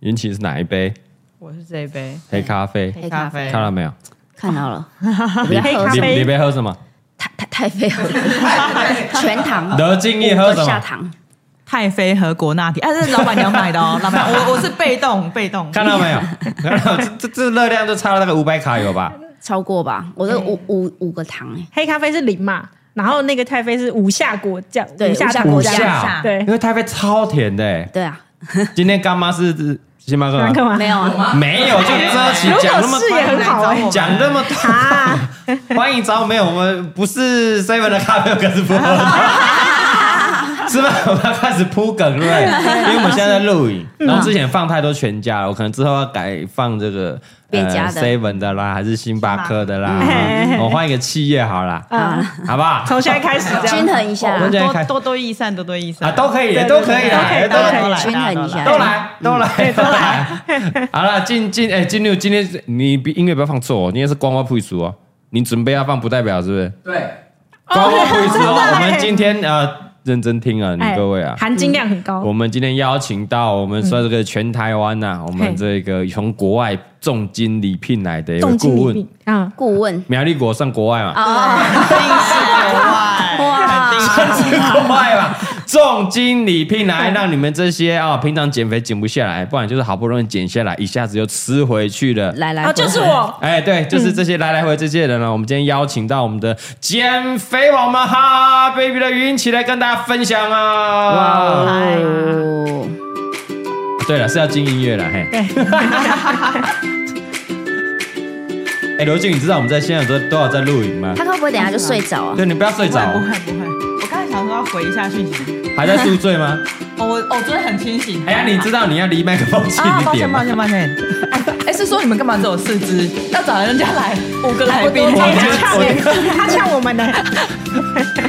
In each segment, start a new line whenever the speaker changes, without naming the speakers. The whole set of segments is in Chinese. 云奇是哪一杯？
我是这一杯
黑咖啡，
黑咖啡
看到没有？
看 到了，我比较
黑
喝
咖
你
什么
啡
你杯喝什么？
太太太费了， 全糖
德金你喝
喝
什
砂
么？
糖，
太妃和国纳提，哎、这是老板娘买的 哦，老板，我我是被动被动，
看到没有？看到这这这热量就差了大概五百卡有吧？
超过吧？我
哎
这五五五个糖哎，
黑咖啡是零嘛，然后那个太妃是五下果酱，
对
下
五下
糖
果
五
酱
下，
对
因为太妃超甜的欸。
对 啊，
今天干妈是星巴克
那干
吗？
嘛？
没有啊，
没有，就遮起
如
讲
果
那么
是也很好哎、
讲那么多，欢迎找没有，我们不是 seven 的咖啡，我开始不喝了是吧？我们要开始铺梗，对不对？因为我们现在在录影，然后之前放太多全家了，我可能之后要改放这个呃
别家的
seven 的啦，还是星巴克的啦
星巴克，
我换一个企业好啦，
啊，
好不 好？
从现在开始这 样
均衡一下
我，们现在
多
开
多多益善，多多益善
啊，都可以，
对
都可以啦，哎
对对对
都可以
都来
均衡一
哎
下，
都来，都
嗯
来，都来。 好了，进进哎，进入今天是你比音乐不要放错哦，今天是光花配熟哦，你准备要放不代表是不是？对，光花配熟哦，我们今天呃认真听啊，你各位啊
哎。含金量很高。
我们今天邀请到我们说这个全台湾呐、
嗯
我们这个从国外重金礼聘来的一个
重金
顾
礼
问
聘，啊，
顾 问
苗栗国算国外嘛，
哦，
肯定是国外，
哇，
算 是
啊
国外嘛，重金礼聘来让你们这些啊、平常减肥减不下来，不然就是好不容易减下来，一下子又吃回去了，
来来，
哦，就是，我，
哎，对，就是这些来来回这些人了。啊我们今天邀请到我们的减肥王们哈哈 baby 的云起来跟大家分享啊。哇，
哎
哦，
对了，是要进音乐了，嘿。 哎，刘静，你知道我们在现在都都有在录影吗？
他会不会等一下就睡着啊？
对，你不要睡
不
着
会
哦
不，会不会，我刚才想说要回一下讯息，
还在宿醉吗？
哦我哦昨天很清醒，
哎呀，你知道你要离麦克风近
啊，
一
抱
点
歉
吗
抱？歉抱歉，哎哎是说你们干嘛只有四只，要找人家来五个来宾，
我
他
觉得
呛
我
欸他呛 我们的，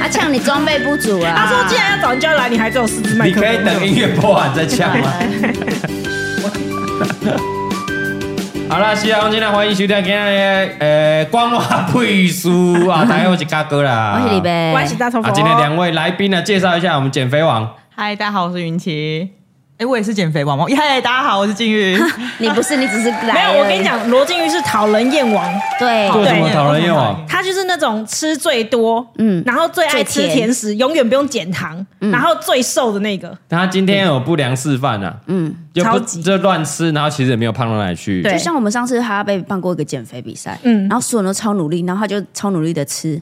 他呛你装备不足
他说
啊，
既然要找人家来，你还只有四支麦
你
克
可以
风，
等音乐播完再呛吗？ 好啦，西安今天欢迎收听今天的呃光华配书啊，大家好，我是嘎哥啦，
恭喜你
呗。
呗，
关系大头佛。
啊，今天两位来宾呢，介绍一下我们减肥王，
哦
嗨大家好，我是云奇，哎我也是减肥王吗？嗨大家好，我是金鱼，
你不是你只是来，
没有，我跟你，讲，罗靖玉是讨人厌王，
对，
做什么
对
讨人厌哦王？
他就是那种吃最多，
嗯
嗯，然后最爱
最
吃
甜嗯
甜食，永远不用减糖，然后最瘦的那个。
他今天有不良示范啊，
嗯，
就不
超级
就乱吃，然后其实也没有胖到哪里去。
对
就像我们上次哈贝办过一个减肥比赛，嗯，然后所有人都超努力，然后他就超努力的吃，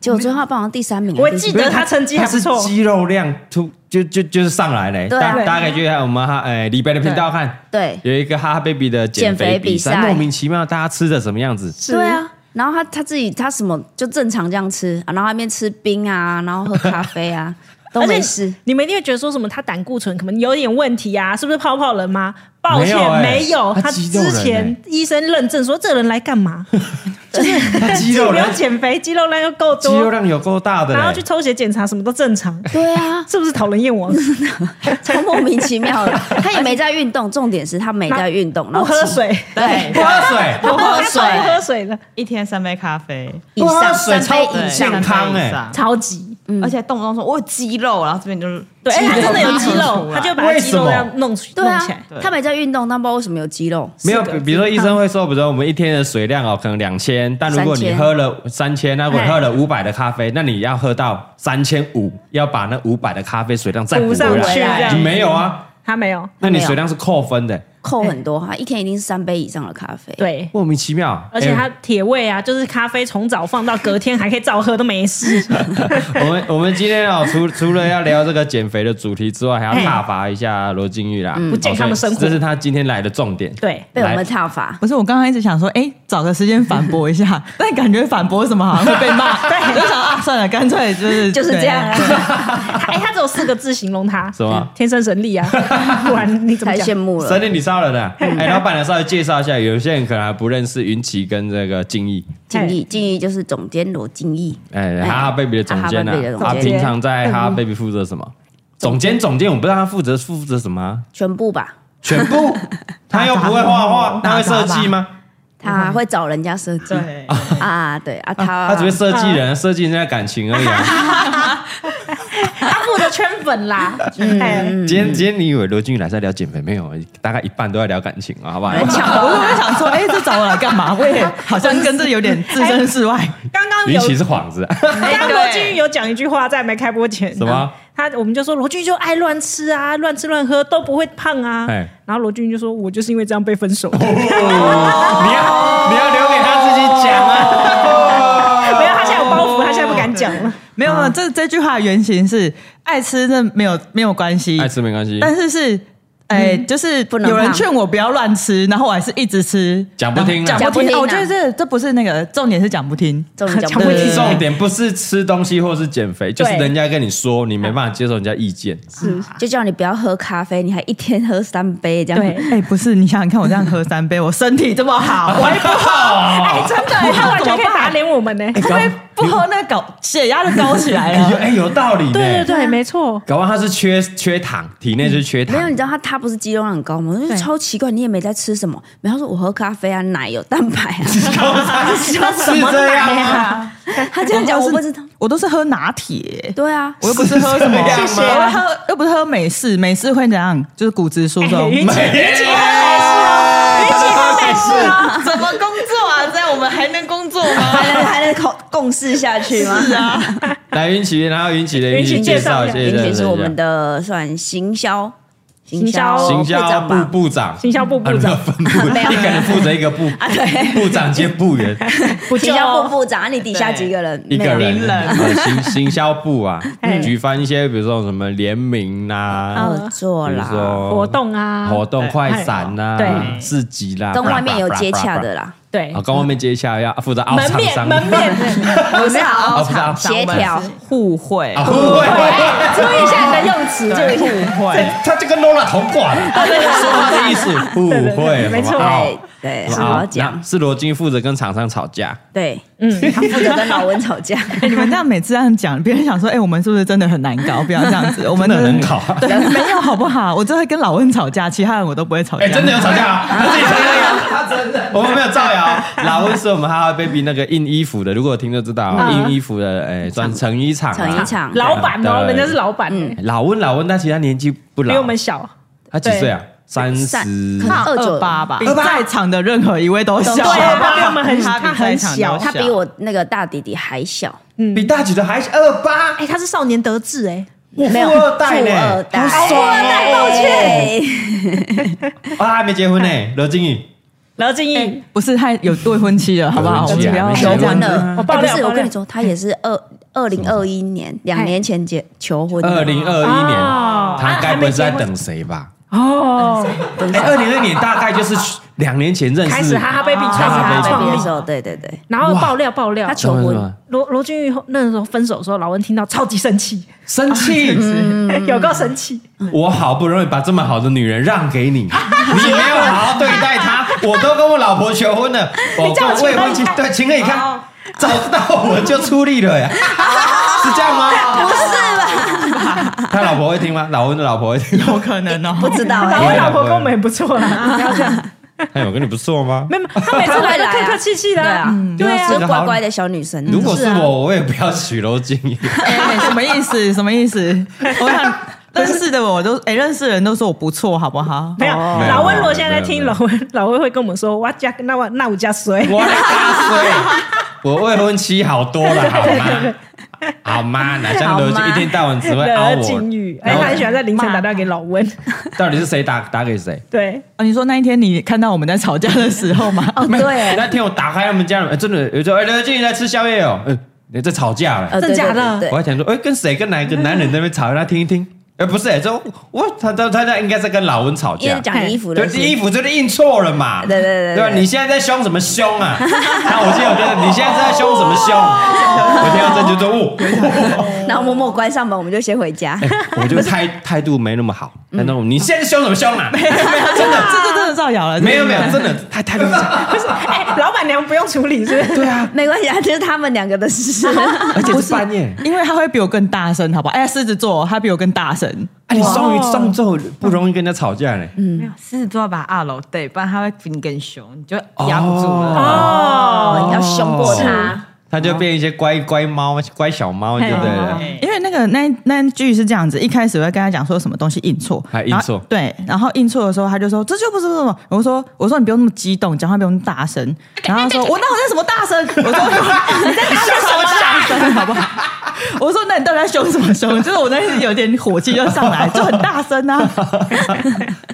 结果最后他办到第三名，啊
我
第四
记
不是，
得他成绩还不错
他是肌肉量突就就就是上来了，
对啊
大大家可以去看我们哈呃李白的频道看，
对
有一个哈哈 baby 的减肥比赛，
减肥比赛
莫名其妙大家吃的什么样子？
对啊。然后他他自己他什么就正常这样吃，啊、然后他一边吃冰啊，然后喝咖啡 啊，都
而且
没事。
你们一定会觉得说什么他胆固醇可能有点问题啊，是不是泡泡人吗？抱
没有欸
歉，没有，
他
他
肌肉人哎
之前医生认证说这人来干嘛？
他 肌
既
肉
不
量
用减肥，肌肉量又够
肌肉
多，
量有够大的嘞，
然后去抽血检查什么都 正常，
对啊，
是不是讨人厌我？
超莫名其妙的。他也没在运动，重点是他没在运动，然
不
后
喝
吃，
水，
对，
不喝水，
不喝
他
水
超，不喝水的，
一天三杯咖啡，
以
不喝
上
水
三杯
超
以
对
上
健康欸
三杯以上
超级
而且动不动说我有肌肉，然后这边就是
嗯对，哎，他真的有肌
出
肉，
来
他就把他肌肉
为什
量弄出
对
弄
啊
起来。，
他没在运动，但不知道为什么有肌肉。
没有，
是的
比比如说医生会说，比如说我们一天的水量哦，可能两千，但如果你
3000
喝了三千，那如果你
哎
喝了五百的咖啡，那你要喝到三千五，要把那五百的咖啡水量再补
补上
回
去
来。
这
你
样，
没有啊？
他没有，
那
没
你
有
水量是扣分的，
扣很多，他一天一定是三杯以上的咖啡。
对。
莫名其妙。
而且
哎
他铁胃啊，就是咖啡从早放到隔天还可以照喝，都没事。
我们我们今天哦，除除了要聊这个减肥的主题之外，还要挞伐一下罗金玉啦，
不健康的生活
哦所以这是他今天来的重点。
对，
被我们踏伐，
不是，我刚刚一直想说，哎，找个时间反驳一 下，但感觉反驳什么好像会被骂， 对，就想啊，算了，干脆 就是
就是这样。啊，
他哎、他只有四个字形容他，
什么
天生神力啊，不然你怎么
太羡
讲？
慕了
森。林，你上到了的。哎，老板呢，稍微介绍一下，有些人可能还不认识云奇跟这个静怡。
敬意，敬意就是总监罗敬意。
哎，哈哈 baby 的总监
哈哈 baby 的
呢？
总
他
监
平常在哈哈 baby 负责什么？总监，总监，我不知道他负责负责什么啊，
全部吧，
全部。他又不会画画，他会设计吗？
他会找人家设计
对，
啊，对啊，
啊
他
他只会设计人，设计人家的感情而已啊。
他负责圈粉啦，
嗯
嗯
哎，
今天今天你以为罗俊宇来是在聊减肥没有？大概一半都在聊感情啊，好不好？
我会不会想说，哎，这找我来干嘛？我也好像跟这有点置身 事外。
刚刚
云
有
奇是幌子啊，
刚刚
对
罗俊有讲一句话，在没开播前，
什么？
他我们就说罗俊就爱乱吃啊，乱吃乱喝都不会胖啊
哎。哦
然后罗俊就说：“我就是因为这样被分手 的。
你要你要留给他自己讲啊。
没有，他现在有包袱，他现在不敢讲了。
没有没有，这这句话的原型是爱吃，那没有没有关系，
爱吃没关系，
但是是。哎、就是
嗯不能
有人
胖
劝我不要乱吃，然后我还是一直吃，
讲不听啊
讲不
讲不
听。
听啊
哦我觉得这这不是那个重点，是讲不听。
这种
强
讲
迫
不
体
听
质
重点不是吃东西或是减肥，就是
对
人家跟你说，你没办法接受人家意见。
就叫你不要喝咖啡，你还一天喝三杯这样。
对，
哎、不是，你想想看，我这样喝三杯，我身体这 么好，我还不
哦
哎，真的，他完全可以打脸我们呢。
啊
会不会不喝那高血压就高起来
哎有
了？
哎有道理
对对
呢。
对，没错。
搞完他是缺缺糖，体内就是缺
没有，
糖
你。知道他他不是肌肉量很高吗？我就觉得
对
超奇怪，你也没在吃什么。然后他说我喝咖啡啊，奶有蛋白 啊。什
是
么
这
奶
样吗？
啊？ 他这样讲我不知道。
我都是喝拿铁，
对啊，
我又不是喝什么，
是这样吗
我喝又不是喝美式，美式会怎样？就是骨质疏松。哎
哎云奇
哎
怎么工作啊？这样我们还能工作吗？
还能还能共共事下去 吗？是啊，
来云奇，然后云奇的
云奇
介
介
绍
绍一
一
下
下，
林
介
雪
绍
是
一
我
下
们的算行销，
行销
行销
长
哦部
吧。
部长，
行销部部长
啊分部，
没有
一个人负责一个部，部长兼部员，
不
行
就
销部部长，啊你底下几个人？
一个
没
人
有
啊行行销部 啊
哎，
举办一些比如说什么联名啦，
哦
合作
比如
啦，
说
活动啊，
活动快闪啦，
对
市集啦，
跟外面有接
blah blah
洽的
blah blah
啦，
对
blah，啊，跟外面接洽要负责凹
门
厂
面
商，
门 面，
不是啊
哦不是 啊
哎
协调，
互惠，
啊，会，
注 意一下你的用词，注意一下。
互惠。
他就跟 Lola 同管，说话的意思，互
对对
惠，
没
好
错
不好
对对，
好
好好讲
那，是罗金负责跟厂商吵架，
对，
嗯，
他负责跟老温 吵架，
哎，你们这样每次这样讲，别人想说，哎、我们是不是真的很难搞？不要这 样子，我们
真的
就是
很难搞啊
对，没有好不好？我只会跟老温吵架，其他人我都不会吵架。
哎、 真的有吵架啊！他自己承认啊，他真的，我们没有造谣啊。 老温是我们哈哈 baby 那个印衣服的，如果有听就知道啊，印衣服的，哎、专成衣厂、啊，
成衣厂
老板哦，
对嗯
人家是老板，比
老温，老温，但其实他年纪不老，
我们小。
他几岁啊？三
三
十
可。能二九
二八吧，比在场的任何一位都小。
对啊他比我们很
他比
他
在
很
场都
小
他比我那个大弟弟还小，
比大姐的还二八，
哎，他是少年得志哎，
我
没
富
有
二代
富二
呢，
代，
好
富
爽
二代，抱
哦！
歉，
啊，他还没结婚呢，罗金宇，
然后静怡，
不是他有未婚妻了，好不好？
有
我
未婚
们
妻啊没结
不要这
求
婚
样
婚
子。
了，
我
哎
爆料
不是，
爆料
我跟你说，他也是 二二零二一年两年前结求婚的，
二零二一年，
哦
他该不会是在等谁吧？
哦，
等一
哎，
下
二零二年大概就是两年前认识，
开始哈哈 baby
开
创
始
哈哈
他在
创
毕业的时
立，
候，对对对，
然后爆料爆料
他，求
什么
婚
什么
罗罗俊玉那时候分手的时候，老温听到超级生气，
生气。
嗯
有够生气，
我好不容易把这么好的女人让给你，你没有好好对待她，我都跟我老婆求婚了，我
叫我
跟未婚妻
情何以堪
对情何以堪
哦？
找不到我就出力了呀，是这样吗？不是 吧？他老婆会听吗？老温的老婆会听吗？
有可能哦，
不知 道
老
哎，
温老婆跟我们也不错啦，
哎，我跟你不错吗？
没有， 他每次来都客客气气的
对啊
啊，，
对
对啊
是乖乖的小女生，
如果是
啊
我，我也不要许楼金 怡。
哎什么意思？什么意思？我想认识的我都哎，认识的人都说我不错，好不好？
啊没有，
哦
老温罗现在
没
在
有
听
没有
老温， 老温会跟我们说，哇加那我那我加水，
我的大岁，我未婚妻好多了，好吗？好吗？哪像刘
好
金
吗
一天到晚只会凹
的
我
金玉，，哎，
然
他
后
很喜欢在凌晨打电话给老温，
到底是谁打打给谁？
对，
哦，你说那一天你看到我们在吵架的时候吗？
哦，
没有
对，
那天我打开他们家门，哎真的有时候哎，刘静怡在吃宵夜哦，嗯，你在吵架了。
呃对
真假的
对
我
对
还想说，哎，跟谁跟哪一个男人在那边吵架？他听一听，哎，不是，哎，这我他他他他应该在跟老温吵
因为
架。
讲衣服
对
的，事，
衣服就是印错了嘛。
对对对对
对吧？
对
你现在在凶什么凶 啊？那我记得我觉得你现在是在凶什么凶？
哦
我听到这就说，哦，
然后默默关上门，我们就先回
哎
家。嗯
我就态态度没那么好。那种你现在凶什么凶啊？
没有，真的，这这真的造谣了。
没有
对不
没
对
有，真的他他就是这样，
不是，哎，老板娘不用处理是不是？
对啊，
没关系啊，这是他们两个 的事。
而且
不
是半夜。
因为他会比我更大声，好不好？哎，狮子座他比我更大声，
哎，你双鱼
哇
上周不容易跟人家吵架
嗯
嘞，
狮子座要把二楼对，不然他会比你更凶，你就压不住了。
哦，
哦
要凶过他，
他就变一些乖乖猫、乖小猫，对不对了？
嘿
因为那个那那一句是这样子，一开始我会跟他讲说什么东西印错，
还印错
然后对，然后印错的时候他就说这就不是什么，我说我说你不用那么激动，讲话不用那么大声，然后他说我哪有在什么大声， 我说你在大声什么大声，好不好？ 我说那你到底在凶什么凶？就是我那天有点火气就上来，就很大声啊，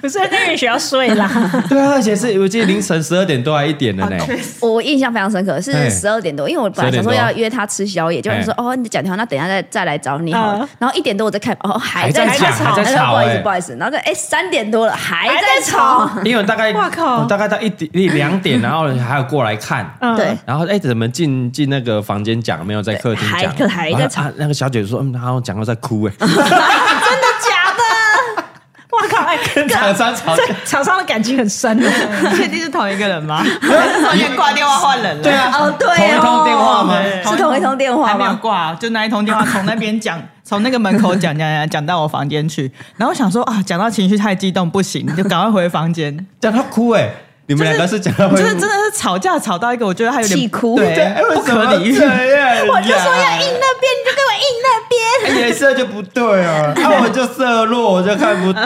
不是那人学要睡 啦，
对啊，而且是我记得凌晨十二点多还一点了呢。
哦
我印象非常深刻，是
嘿
十二点多，因为我本来想说要约他吃宵夜，就
嘿
是说哦，你讲电话，那等一下再再来找你好了
嗯。
然后一点多我在看，哦，还
啊还在
吵，
讲还在
然后
吵
不好意
哎
思，不好意思。然后就哎，三点多了还
还
在
在
吵
吵，
因为我大概
哇靠
我大概到一点一两 点，然后还有过来看，
嗯
对，
然后哎怎么进进那个房间讲，没有在客厅
还
讲，
可还在
然后
吵
啊那个小姐说，嗯，她好像讲到在哭 哎，
真的假的？ 哇靠！哎，
跟厂商吵架。
厂商的感情很深啊。
你确定是同一个人吗？中间挂电话换人了，
对啊，
哦对哦
同一通电话吗？
是同一通电话
还没有
吗？
挂，就那一通电话从那边讲，从那个门口讲讲讲讲到我房间去，然后我想说啊，讲到情绪太激动不行，就赶快回房间。
讲到哭哎，你们两个是讲到会
就是真的是吵架吵到一个，我觉得他有点
气哭
对
对，，不可理喻。
我
我就说要印那边，你就给我印那边。
哎颜色就不对啊，那、我就色弱，我就看不懂。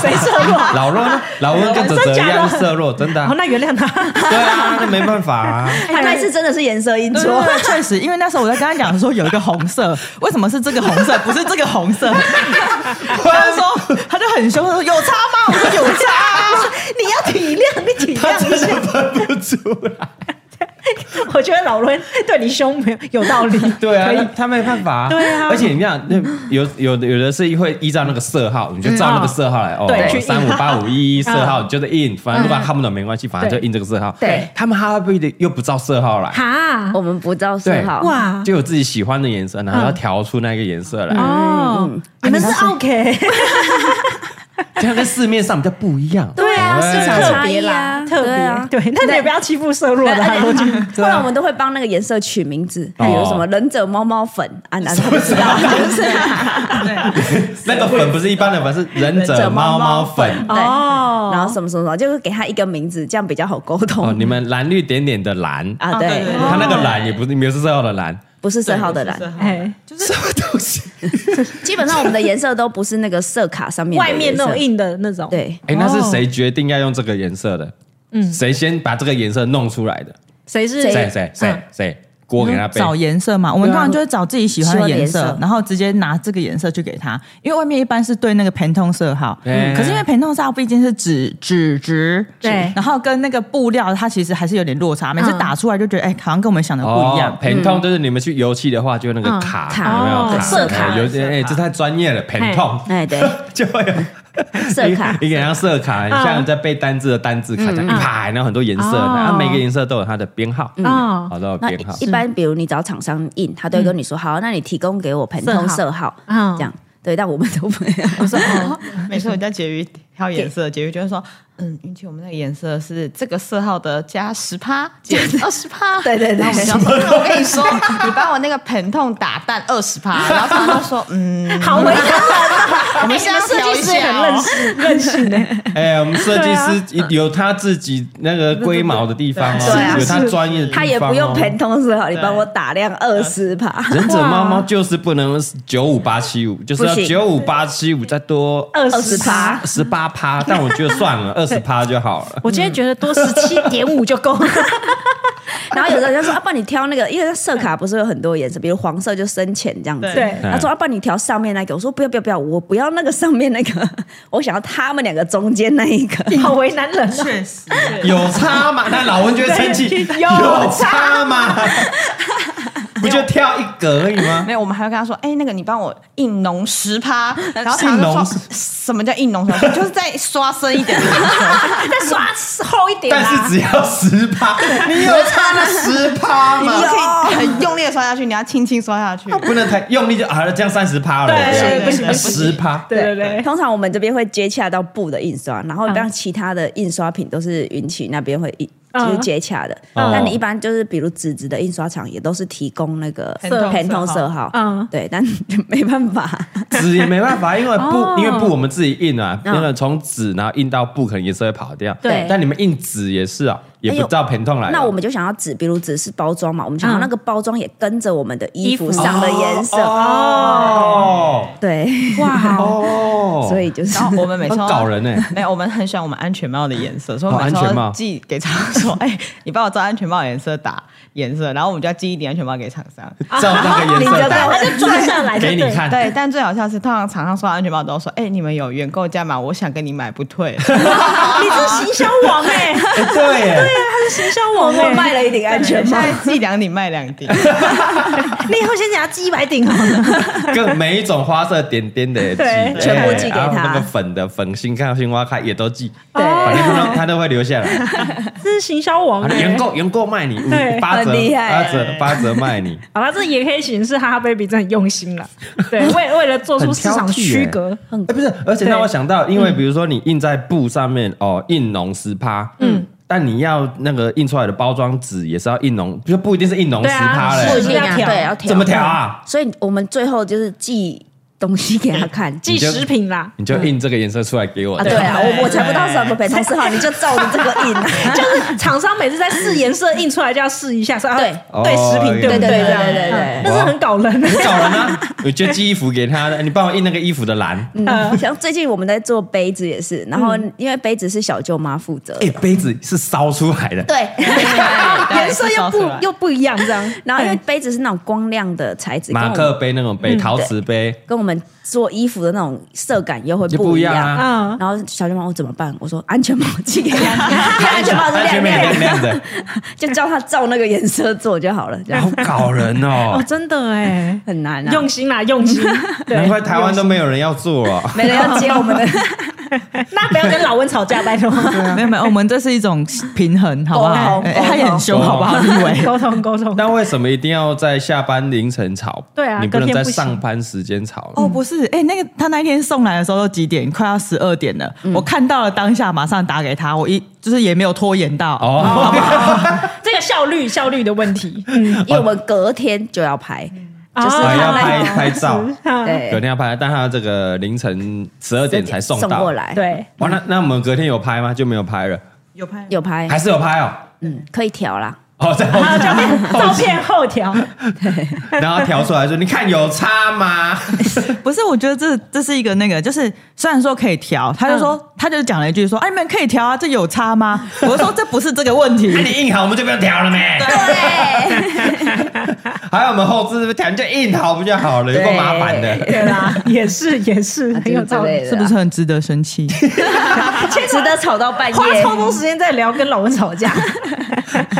谁色弱、老弱呢？老温跟泽泽一样是色弱，真的啊、
哦，那原谅他。
对啊，那没办法啊。
他那一次真的是颜色印
对
错
对，对确实，因为那时候我在跟他讲说有一个红色，为什么是这个红色，不是这个红色？他就说，他就很凶，他说有差吗？我说有差啊、
你要体谅，你体
他真
谅一
的
下。
分不出来。
我觉得老伦对你凶没有有道理。
对啊
可，以
他他没办法、啊。
对啊
而且你看，那有有的有的是会依照那个色号，你就照那个色号来、
对
哦，
去
三五八五一一色号，你就是印，反正如果看不懂没关系，反正
对
就印这个色号。
对
他们哈贝的又不照色号来，
哈
我们不照色
对
号。
哇
就有自己喜欢的颜色，然后要调出那个颜色来。
哦，你们是 OK，
这样跟市面上比较不一样。
对啊，
哎
市场差异啊，
特
对啊
别。对，那你也不要欺负色弱 的啊。
而
我觉
且 后
得
来我们都会帮那个颜色取名字，比
哦
如什么忍者猫猫粉啊，那不知道，就是啊
那个粉不是一般的粉，是忍者猫猫粉。
对，
哦
然后什么什么什么，就是给他一个名字，这样比较好沟
哦，
通
你们蓝绿点点的蓝，
啊。
哦对对
对，
它那个蓝也不是没有是色号的蓝，
不是色号的蓝，
哎，
什么东西？
基本上我们的颜色都不是那个色卡上面的
外面那种
颜色，
硬的那种，，
对，
哎，那是谁决定要用这个颜色的？嗯，谁先把这个颜色弄出来的？
谁是
谁谁谁谁？锅给他背。
找颜色嘛，我们通常就会找自己喜欢的啊颜
喜欢的
色
颜，色
然后直接拿这个颜色去给他，因为外面一般是对那个 Pantone 色号，
嗯
可是因为 Pantone 色号毕竟是纸纸质，
对
然后跟那个布料它其实还是有点落差，每次打出来就觉得哎，好像跟我们想的不一样。
盆痛哦就是你们去油漆的话，就那个卡，
卡
有没有
哦
卡？
色卡
有些哎，这太专业了，盆痛
哎对，
就会有
色卡嗯
你给人家色卡，你像在背单字的单字卡，这样一排，然后很多颜色，
哦
然后每个颜色都有它的编号，嗯
哦
好都有
那
编号
一。般比如你找厂商印，他都会跟你说好，那你提供给我盆通色号，
嗯
这样对，但我们都没 有。
每次我叫婕妤挑颜色，婕妤就会说，嗯，运气我们那个颜色是这个色号的加十趴减二十趴，
对对对
然后我们就说那我跟你说，你帮我那个 Pantone 打蛋二十趴，然后他就说，嗯，
好为难
我们
你们设计师
认
很认识认识呢，
哎，我们
啊
设计师有他自己那个龟毛的地方
对
哦，
啊
有他专业的地方哦。
他也不用盆通色号，你帮我打量
呃
二十趴。
忍者猫猫就是不能九五八七五，就是要
不行
九五八七五再多
二十
20
趴
趴。
十八趴，但我觉得算 了，二十趴就好了。
我今天觉得多十七点五就够了，
然后有的人就说：“阿、啊、爸，你挑那个，因为它色卡不是有很多颜色，比如黄色就深浅这样子。”
对
他说：“阿、啊、爸，你挑上面那个。”我说：“不要不要不要，我不要那个上面那个， 我想要他们两个中间那一个。
好为难人啊。
确实，
有差吗？那老文就会生气，
对有
有差 吗？不就跳一格而已吗
没？有，我们还要跟他说，哎、那个你帮我印浓十趴，然后他
印
就
浓
说什么叫印浓十趴？就是再刷深一点的颜色，
再刷厚一点啊
但是
啦。
只要十趴，你有差那十趴
你不
吗？
可以很用力的刷下去，你要轻轻刷下去。
不能太用力就啊，这样三十趴了，
对
对对对不
十趴，
对对对，
通常我们这边会接洽到布的印刷，然后让其他的印刷品都是云起那边会印。
嗯
就是接洽的，
嗯
但你一般就是比如纸质的印刷厂也都是提供那个
色
偏通色号，
嗯
对，但没办法，
纸也没办法，因为
哦
布，因为布我们自己印啊，
嗯
那个从纸然后印到布，可能颜色会跑掉。
对
但你们印纸也是啊，也
哎
不
呦
照偏痛来的。
那我们就想要纸，比如纸是包装嘛，我们想要
嗯
那个包装也跟着我们的衣服
衣服
上的颜色，
哦
对，
哇，
哦，
所以就是
然后我们每次
要
都
搞人哦欸呢，
哎
没有，我们很喜欢我们安全帽的颜色，所以
哦
我们每
安
次
全帽
都寄给厂商说：“ 哎、你帮我照安全帽的颜色打颜色。”然后我们就要寄一顶安全帽给厂 商。
照那 个颜色打
他就抓下来就
给你
对了
看。
对，但最好笑是，通常厂商收到安全帽都说：“哎、你们有原购价吗？我想跟你买，不 退。
你是行销王哎，
哎对耶，
行销
我
王哎，
卖了一顶安全
现
帽，
在寄两顶卖两顶。
你以后先给他寄一百顶好了。
各每一种花色点点的也寄，
对
对
全部寄给他
然后那个粉的粉星看星花开也都寄，
对，
反正
哦
他都 他都会留下来。
这是行销王
啊
哎，
原购原购卖你
对
五八折
很厉，害
八折八折卖 你。
好了，这也可以显示哈哈 baby 真的很用心了。对，为为了做出市场区隔，
哎，不是，而且
对
让我想到，因为比如说你印在布上面哦，印浓十趴，嗯，但你要那个印出来的包装纸也是要印浓，就不一定是印浓
对
十
啊
趴
是
嘞，
一定要调
对，要调，
怎么调啊？
所以我们最后就是寄东西给他看，
寄食品啦，
你就印这个颜色出来给我
啊，。对啊，我我才不到什么北同事号，你就照着这个印，
就是厂商每次在试颜色印出来就要试一下，说啊
对
对
哦
食品对
对
不
对对
对这
对
样，
对对对
但是很搞人。
你 搞人啊！我就寄衣服给他，你帮我印那个衣服的栏。
嗯，像最近我们在做杯子也是，然后因为杯子是小舅妈负责，
哎，杯子是烧出来的，
对，
颜色又不又不一样，这样
然后因为杯子是那种光亮的材质，跟
马
我们
克杯那种杯，陶瓷杯
跟我们做衣服的那种色感又会
就不
一
一样啊。
嗯，
然后小舅妈我怎么办？我说安全帽寄给他，因为安全帽是
安全
亮
帽也亮亮
亮
的，
就叫他照那个颜色做就好了，这样
好搞人哦
哦，！真的哎，
很难啊。
用心啦，用 心。
难
对，
怪台湾都没有人要做啊。
没人要接我们的，
那不要跟老温 吵架，拜托。
没有没有，哦我们这是一种平衡，好不好？
哦
沟通
哎他也很凶，
沟通
好不好？你以 为？
沟通沟 通，
但为什么一定要在下班凌晨吵？
对啊
你不能
隔天
在
不行
上班时间吵。
哦，不是，哎、那个他那一天送来的时候都几点？快要十二点
嗯
了、我看到了当下，马上打给他，我一就是也没有拖延到。哦，
哦，
这个效率效率的问题，嗯，
因为我们隔天就要拍，
就是
哦
还哦要拍拍照，隔
对，
天要拍，但他这个凌晨十二点才送到
送过。来，，
嗯对，
哇，那那我们隔天有拍吗？就没有拍了，
有拍
有拍
还，是有拍哦。
嗯，可以调啦，
哦，这样
然后照片照片后调，
然后调出来说，你看有差吗？
不是，我觉得这这是一个那个，就是虽然说可以调，他就
嗯
说、他就讲了一句说，哎、你们可以调啊，这有 差吗？我就说这不是这个问
那
啊
题，
你印好，我们就不用调了没？还有我们后置调，你就印好不就好了？有够麻烦的。
对啦， 也是也是
啊
很有道理，
是 不？是很值得生 气？
就是之类的啊值得吵到半
花
夜？
超多时间在聊跟老温吵架。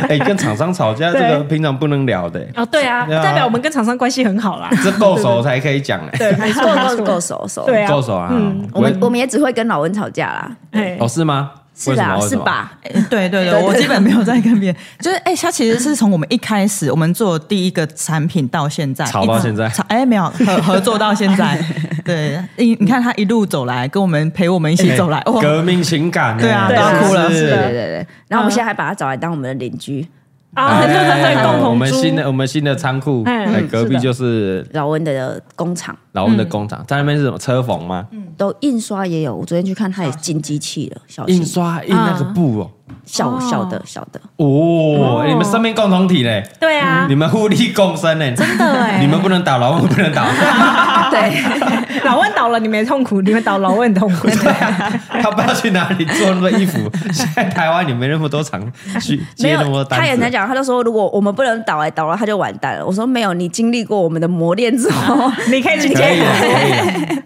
哎，跟厂商吵架这个
对
平常不能聊的，
哦，对啊，
对啊
代表我们跟厂商关系很好啦。
这够熟才可以讲哎。
对，没错，没
够够
错
够熟熟，
对啊，
够熟啊。
我们我们也只会跟老温吵架啦，
哎
哦，，是吗？
是
为什么
啊，是？吧？
对对
对
对，我基本没有在跟别人，就是哎，他其实是从我们一开始我们做第一个产品到现在，
吵到
一直
现在
吵哎没有合合作到现 在，对，你你看他一路走来，跟我们陪我们一
为什么
起走来，
哎
哇，
革命情感呢，
对啊
对啊
是
哭了
是
对对
的
对对，然后我
嗯
们现在还把他找来当我们的邻居，
啊，对对
哎
对， 共
我
同
们
租
新的我们新的仓库，
嗯
哎
嗯
隔壁就是
老温的工厂，
老温的工厂，在那边是什么车缝吗？
都印刷也有，我昨天去看他也进机器了，小型
印刷印那个布哦。
小小的小的，
哦，你们生命共同体嘞，
对啊
你，们互利共生嘞，真
的
欸
哎
你们不能倒，老温不能倒，
哦
对，
老问倒了你没痛苦，你们倒老问痛 苦。
啊他不知道去哪里做那么多衣服。 现在台湾也没那么多厂去
没
接那么多
有，
单
他也在
子，
讲，他就说如果我们不能倒，哎，倒了他就完蛋了。我说没有，你经历过我们的磨练之 后，
你可以去
可以啊
接
了，可以了。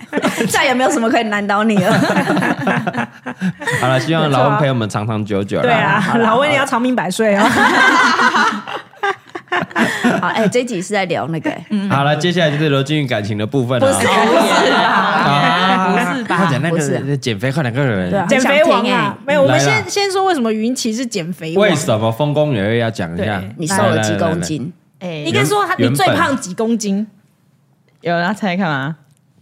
再也没有什么可以难倒你了。
好
啊
了，希望老温陪我们长长久久啦。
对啊，老温你要长命百岁 哦。
好，哎，这一集是在聊那个，哎
好了，接下来就是刘金玉感情的部分了。
不是
啊，
吧？
是
快点那
啊不是，啊
个减肥，快点快点！
对啊，
减肥
很
王
想听欸
啊，没有，我们
来啦
先先说为什么云奇是减肥王
为？什么丰功伟业要讲一下
对？
你瘦了几公斤？
哎
应该说他你
原
最
本
胖几公斤？
有人要猜看吗？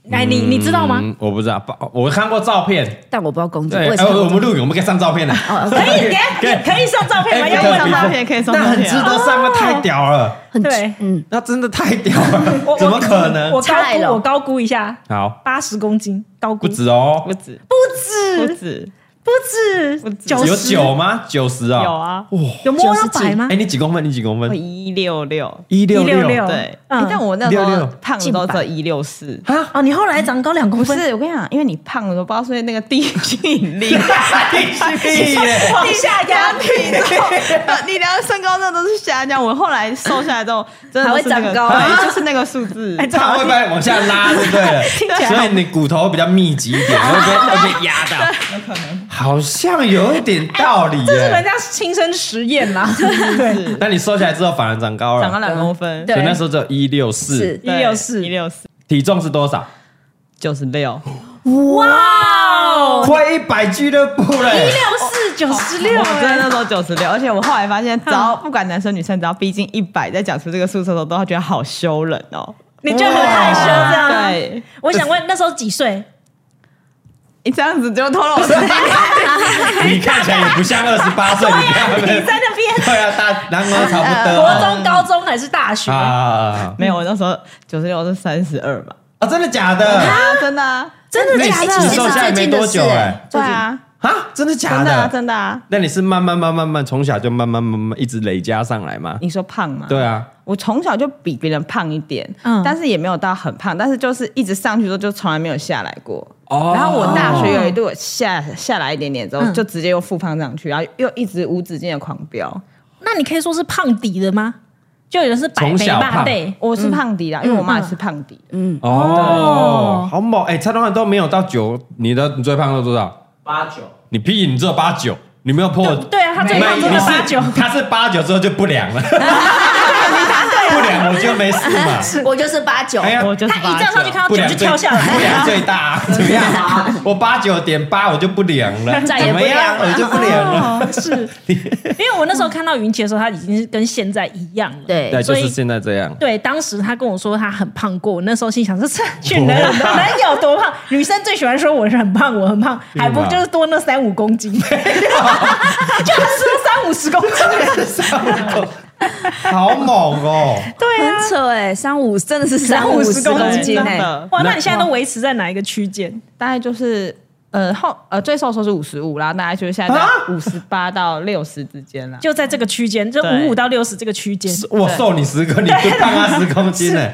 来，你你知道
来？来来来嗯
吗？
我不知道，不我看过照片。
但我不知道公斤，
对，
我也是
哎，
看
我
过
们录影，我们可以上照片的。
哦，
可以，可 以可以上照片吗？
哎
要
不
不
可以
上
上
照
照
片
片可以上
那
照
很
片
值
啊，
得
哦
上，那太屌了，
很
对
嗯，
那真的太屌了，
我
怎么可能
我？高
菜
估
了
我高估一下，
好，
八十公斤，高估
不止哦
不，止
不
不
止
止
不止
不止
九
有
十
九吗？九十
有
啊？
啊，
有摸到百吗
哎，？你几公分？你几公分？
一六六，
一六
166
对，
嗯
欸但我那时
66
候胖的都
近百
在一六四。
啊哦，你后来长高两公
不
分，
是，我跟你讲，因为你胖的时候，不知道是因为那个地心引力，
屁 耶！
地下压力，你量身高那都是下降。我后来瘦下来之后，真的都是那个
还会长高啊
对就是那个数字。
它会把你往下拉，就对 了。所以你骨头比较密集一点，会被会被压到。好像有一点道理
这是
耶。
人家亲身实验啦。
是
那你瘦下来之后反而长高
长高
了，
两公分，
对
所以那时候只有一六四
是，
一六四
一六四
体重是多少？
九十六，
哇哦，
快一百俱乐部了耶。
六四九十
我
六，
真的那时候九十六，而且我后来发现，只要不管男生女生，只要逼近一百，在讲出这个数字的时候，都会觉得好羞人哦。
你就很害羞这样。，
对，
我想问那时候几岁？
你这样子就透露我是
你看起来也不像二十八 岁，你看
你在那边呃
对啊，大男儿差不多。
国中、高中还是大学？
啊
没有，我那时候九十六是三十二吧？
啊，真的假的？
啊，真的啊，
真的假
哎
你
其实
瘦
的？
下来没多久哎，
对啊，
啊，真的假
真的啊，
的？
真的啊。
那你是慢慢慢慢慢从小就慢慢慢慢一直累加上来吗？
你说胖吗？
对啊，
我从小就比别人胖一点，
嗯
但是也没有到很胖，但是就是一直上去之后就从来没有下来过。
哦
然后我大学有一度下下来一点点之后，就直接又复胖上去，然后又一直无止境的狂飙。
那你可以说是胖底的吗？就有人是百
从
肥
小
大
胖
背，
我是胖底啦，因为我妈也是胖底，
哦，好猛！哎，蔡东汉都没有到九，你的你最胖到多少？
八九，
你屁，你只有八九，你没有破。
对啊，他最胖真
你
的
是
八九，
他是八九之后就不良了，不良我就没事 嘛。
我就是八九，
哎呀，
我就是
他一
八
站上去
九。
看到
不
九
良
就
最
跳下来
不。良最大，怎么样？我八九点八，我就不良了，
再也
怎
不
么样？
良了
我就不良了。
哦，是因为我那时候看到云奇的时候，他已经是跟现在一样了。
对
对，就
哎所以
是现在这样。
对，当时他跟我说他很胖过，我那时候心想这这去能有能有多胖？女生最喜欢说我是很胖，我很胖，还
啊
不就是多那三五 公斤，就是三五十公斤。
好猛哦！
对啊，
很扯哎，三五真的是三五十
公
公斤
啊
真
哎，
的，
哇，那你现在都维持在哪一个区间？
大概就是呃后呃最瘦的时候是五十五啦，大概就是现在
啊
五十八到六十之间啦。
就在这个区间，就
对
五五到六十这个区间。
我瘦你十公，你就胖他十公斤呢。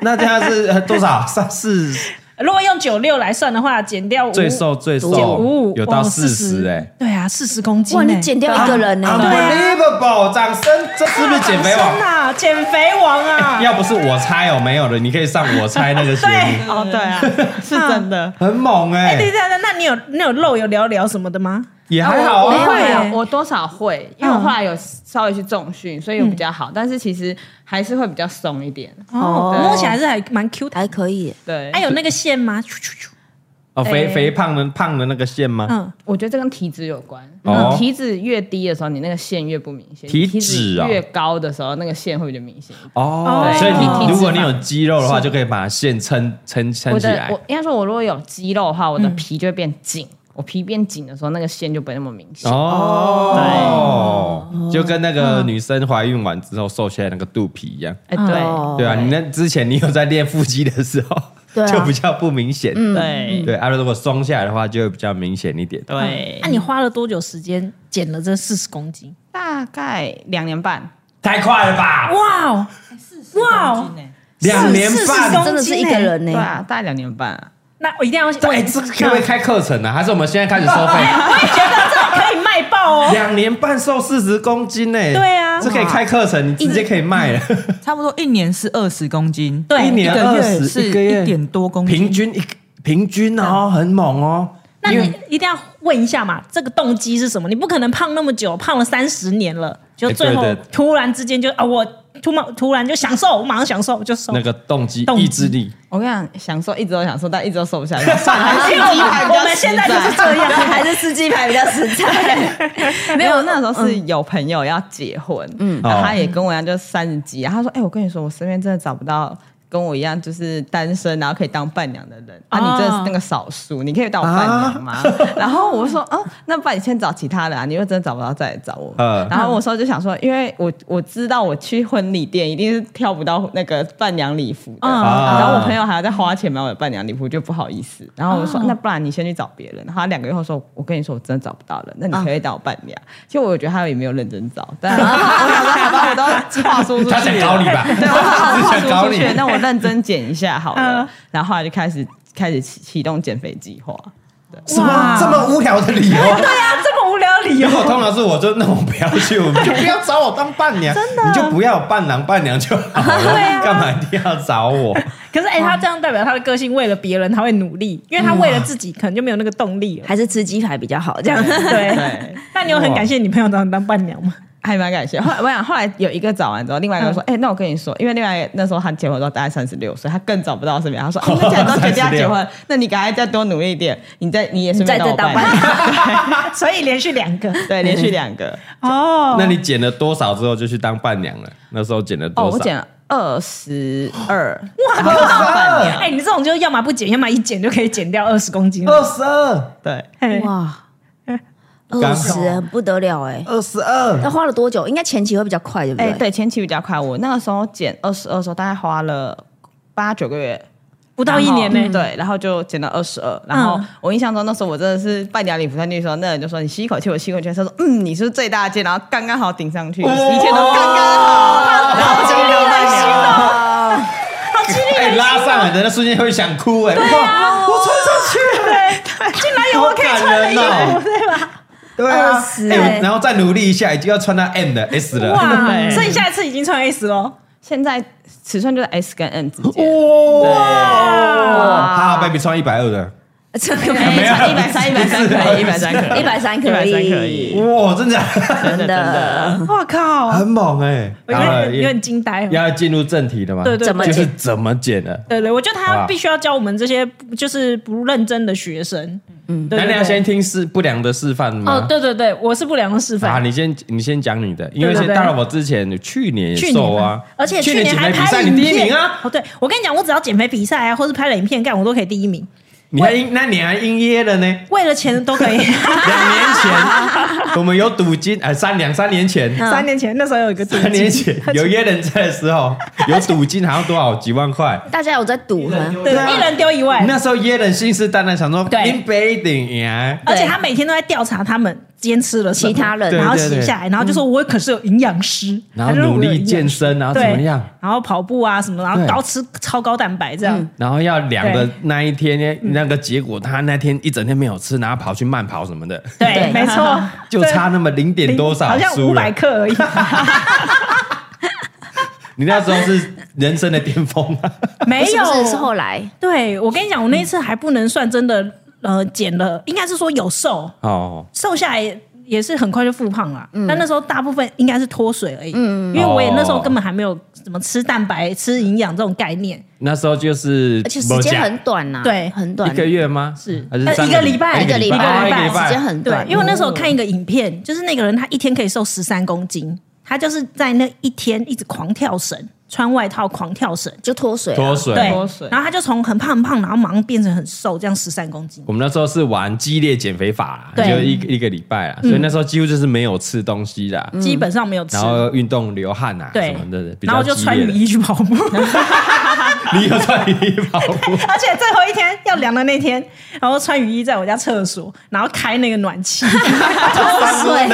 那这样是呃多少？三四
如果用九六来算的话，减掉五
最瘦最
五
瘦
五
有到四十哎。！
对啊，四十公斤
哇，
欸。
你减掉一个人
啊
呢？
Unbelievable！掌声，这是不是减肥
真
网
的？啊减肥王 啊！
要不是我猜哦，没有的，你可以上我猜那个节目，
哦，对 啊，是真的。
很猛
哎，对
哎，
对对，那你有你有肉有聊聊什么的吗？
也还好
我
啊。
会
会，
欸
我多少会，因为我后来有稍微去重训，所以有比较好，但是其实还是会比较松一点。
哦
哦，
摸起来是还蛮 Q 的。
还可以，
对，
还有那个线吗？咻咻咻
哦，肥肥胖的胖的那个线吗？
哎嗯，
我觉得这跟体脂有关。
哦
嗯体脂越低的时候，你那个线越不明显；
体
体
脂
脂
啊
越高的时候，那个线会比较明显。
哦，
对
所以
体
你
体
如果
脂
你
肪
有肌肉的话，就可以把线撑撑撑
我
起
的
来
我。应该说，我如果有肌肉的话，我的皮就会变紧。我皮变紧的时候，那个线就不会那么明显。
哦，就跟那
嗯
个女生怀孕完之后瘦下来那个肚皮一样。
哎，对
哦
对啊，你那之前你有在练腹肌的时候，
对啊
就比较不明显。
嗯
对
对，啊，如果松下来的话，就会比较明显一点。
对
啊那，你花了多久时间减了这四十公斤？
大概两年半。
太快了吧！
哇哦，哇哦，
两年
40公
半，
斤
真的是一个人
对
呢，
啊，大概两年半啊。
那我一定要
对，这个可不可以开课程啊？还是我们现在开始收费？
可以卖爆 哦。
两年半瘦四十公斤呢？
对啊
这可以开课程，你直接可以卖了，
差不多一年是二十公斤，
对
一年
一个
二
月
十，
是
一个月
一点多公斤，
平均一个平均哦，很猛哦。
那
因为
你一定要问一下嘛，这个动机是什么？你不可能胖那么久，胖了三十年了，就最后
哎对对
突然之间就啊，我突猛突然就享受，我马上享受就瘦。
那个动机、
动机
意志力，
我跟你讲，享受一直都享受，但一直都瘦不下来。 算了，还是
我
鸡排比较
们我们现在就是
实在
这样，
还是吃鸡排比较实在。
没有，那时候是有朋友要结婚，嗯，然后他也跟我一样，就三十几，他说：“哎、我跟你说，我身边真的找不到。”跟我一样就是单身，然后可以当伴娘的人啊，你这是那个少数，你可以当我伴娘 吗？然后我就说，哦，那不然你先找其他人啊，你又真的找不到再来找我。
嗯
然后我说就想说，因为我我知道我去婚礼店一定是挑不到那个伴娘礼服的，
啊
然后我朋友还要再花钱买我的伴娘礼服，就不好意思。然后我说、那不然你先去找别人。然后他两个月后说，我跟你说我真的找不到了，那你可以当我伴娘。其实我觉得他也没有认真找，但我想说好吧，我都话说出去了，
他想搞你吧？
对，我好
只
好
想搞
出
你
去，那我认真减一下好了。然后后来就开始开始启启动减肥计划。
什么这么无聊的理由？
啊，这么无聊的理由
如，果通常是我就那我不要去，我就不要找我当伴娘，你就不要有伴郎伴娘就好了，
啊
干嘛一定要找我？
哦
可是哎、他这样代表他的个性，为了别人他会努力，因为
嗯
他为了自己可能就没有那个动力了。
还是吃鸡排比较好，这样。
对
对，
那你有很感谢你朋友找你当伴娘吗？
还蛮 感谢。后来我想，后来有一个找完之后，另外一个说：“哎、那我跟你说，因为另外一个那时候他结婚的时候大概三十六岁，他更找不到身边。他 说：‘哦，那既然都决定要结婚，那你赶快再多努力一点，你再你也顺便
你再
当我
当
伴娘。
所以连续两个’
对，连续两个。
哦，
那你减了多少之后就去当伴娘了？那时候减了多少？
哦，我减了二十二，
哇，
然后当伴娘。
哎、你这种就要么不减，要么一减就可以减掉二十公斤。
二十二，
对，
嘿
哇，
刚
二十不得了哎、
二十二，
那花了多久？应该前期会比较快，对不
哎、
对？
对，前期比较快，我那个时候减二十二的时候，大概花了八九个月。
不到一年呢、
然后对，然后就减到二十二。然后
嗯
我印象中那时候我真的是拜娘礼服上去的时候，那人就说你吸一口气，我吸一口气，他说嗯，你是最大件，然后刚刚好顶上去，一切都刚刚好。然后就当伴娘
哎，拉上来的那瞬间会想哭哎，哇，我穿上去了，
竟然有我可以穿的衣
好感人
服，
哦
对吧？
对啊，
20
哎
哎
然后再努力一下，已经要穿到 M 的 S 了，
哇，
对
嗯所以你下一次已经穿 S 喽。
现在尺寸就是 S 跟 M 之间，
哇，哈哈 baby 穿一百二的，
这个
哎
没有
一百三、一百三可以，一百三可以，
一百三可
130
以，
可以
哇，真的
真的。
我靠，
很猛哎，
我有
好了
点有点惊呆哦。
要进入正题了吗？
对对对
怎么
就是
减
怎么减的。
对对，我觉得
好
他
吧
必须要教我们这些不就是不认真的学生。嗯，对
那你
对
要先
对。
听示不良的示范吗？
哦，对对对，我是不良的示
啊，
范。
你先你先讲你的，因为
对对
现
对
当然我之前去年也
去
瘦
年
啊
嘛，而且
去
去年
减
还
肥比
拍
赛
了影
你第一
片
名啊，
哦，对，我跟你讲，我只要减肥比赛啊，或是拍了影片干，我都可以第一名。
你还应那你还应噎 了呢。
为了钱都 可
两
以。
年前我们有赌金，哎，三两三年前，
三年前那时候有一个 赌
三年
金，
前有约人在的时候，有赌金好像多少几万块。
大家有在赌吗？
对，一人丢一万。
啊那时候耶人信誓旦旦想说，
对
林北一定赢。啊
而且他每天都在调查他们今天吃了什么
其他人嗯
对
然后
对对
写下来，然后就说我可是有营养师，
然后
他就说
努
我有
力
营养
健
师，
身，然啊后怎
对，
么样？？
然后跑步啊什么，然后
对
高吃超高蛋白这样
嗯。
然后要量的
对嗯
那一天呢，那个结果他那天一整天没有吃，然后跑去慢跑什么的，
对，
对
没错，
就差那么零点多少
好像
输
五
了
百。克 而已。
你那时候是人生的巅峰啊！
没
是
有
不，是是后来
对我跟你讲，我那一次还不能算真的，呃，减了，应该是说有瘦，
哦，
瘦下来也是很快就复胖了，
嗯
但那时候大部分应该是脱水而已，因为我也那时候
哦
根本还没有怎么吃蛋白、吃营养这种概念，
那时候就是
而且时间很短呐、
对
很短，
一个月吗？
是
还是
呃
三
一个礼拜
哦
一个礼
拜
哦
一个礼拜
时间很
对
短，，
因为我那时候看一个影片，就是那个人他一天可以瘦十三公斤，他就是在那一天一直狂跳绳，穿外套狂跳绳，
就脱水、啊
脱。水。
对
脱水，
然后他就从很胖很胖，然后马上变成很瘦，这样十三公斤。
我们那时候是玩激烈减肥法啦，
对嗯
就一个一个礼拜啦，所以那时候几乎就是没有吃东西啦，
基本上没有吃
嗯然，后运动流汗啊
嗯
什
对
么的，，比
然后
较
就
激
穿
烈
雨
的。
衣去跑步，
你有穿雨衣跑步？
而且最后一天要凉的那天，然后穿雨衣在我家厕所，然后开那个暖气，
脱水，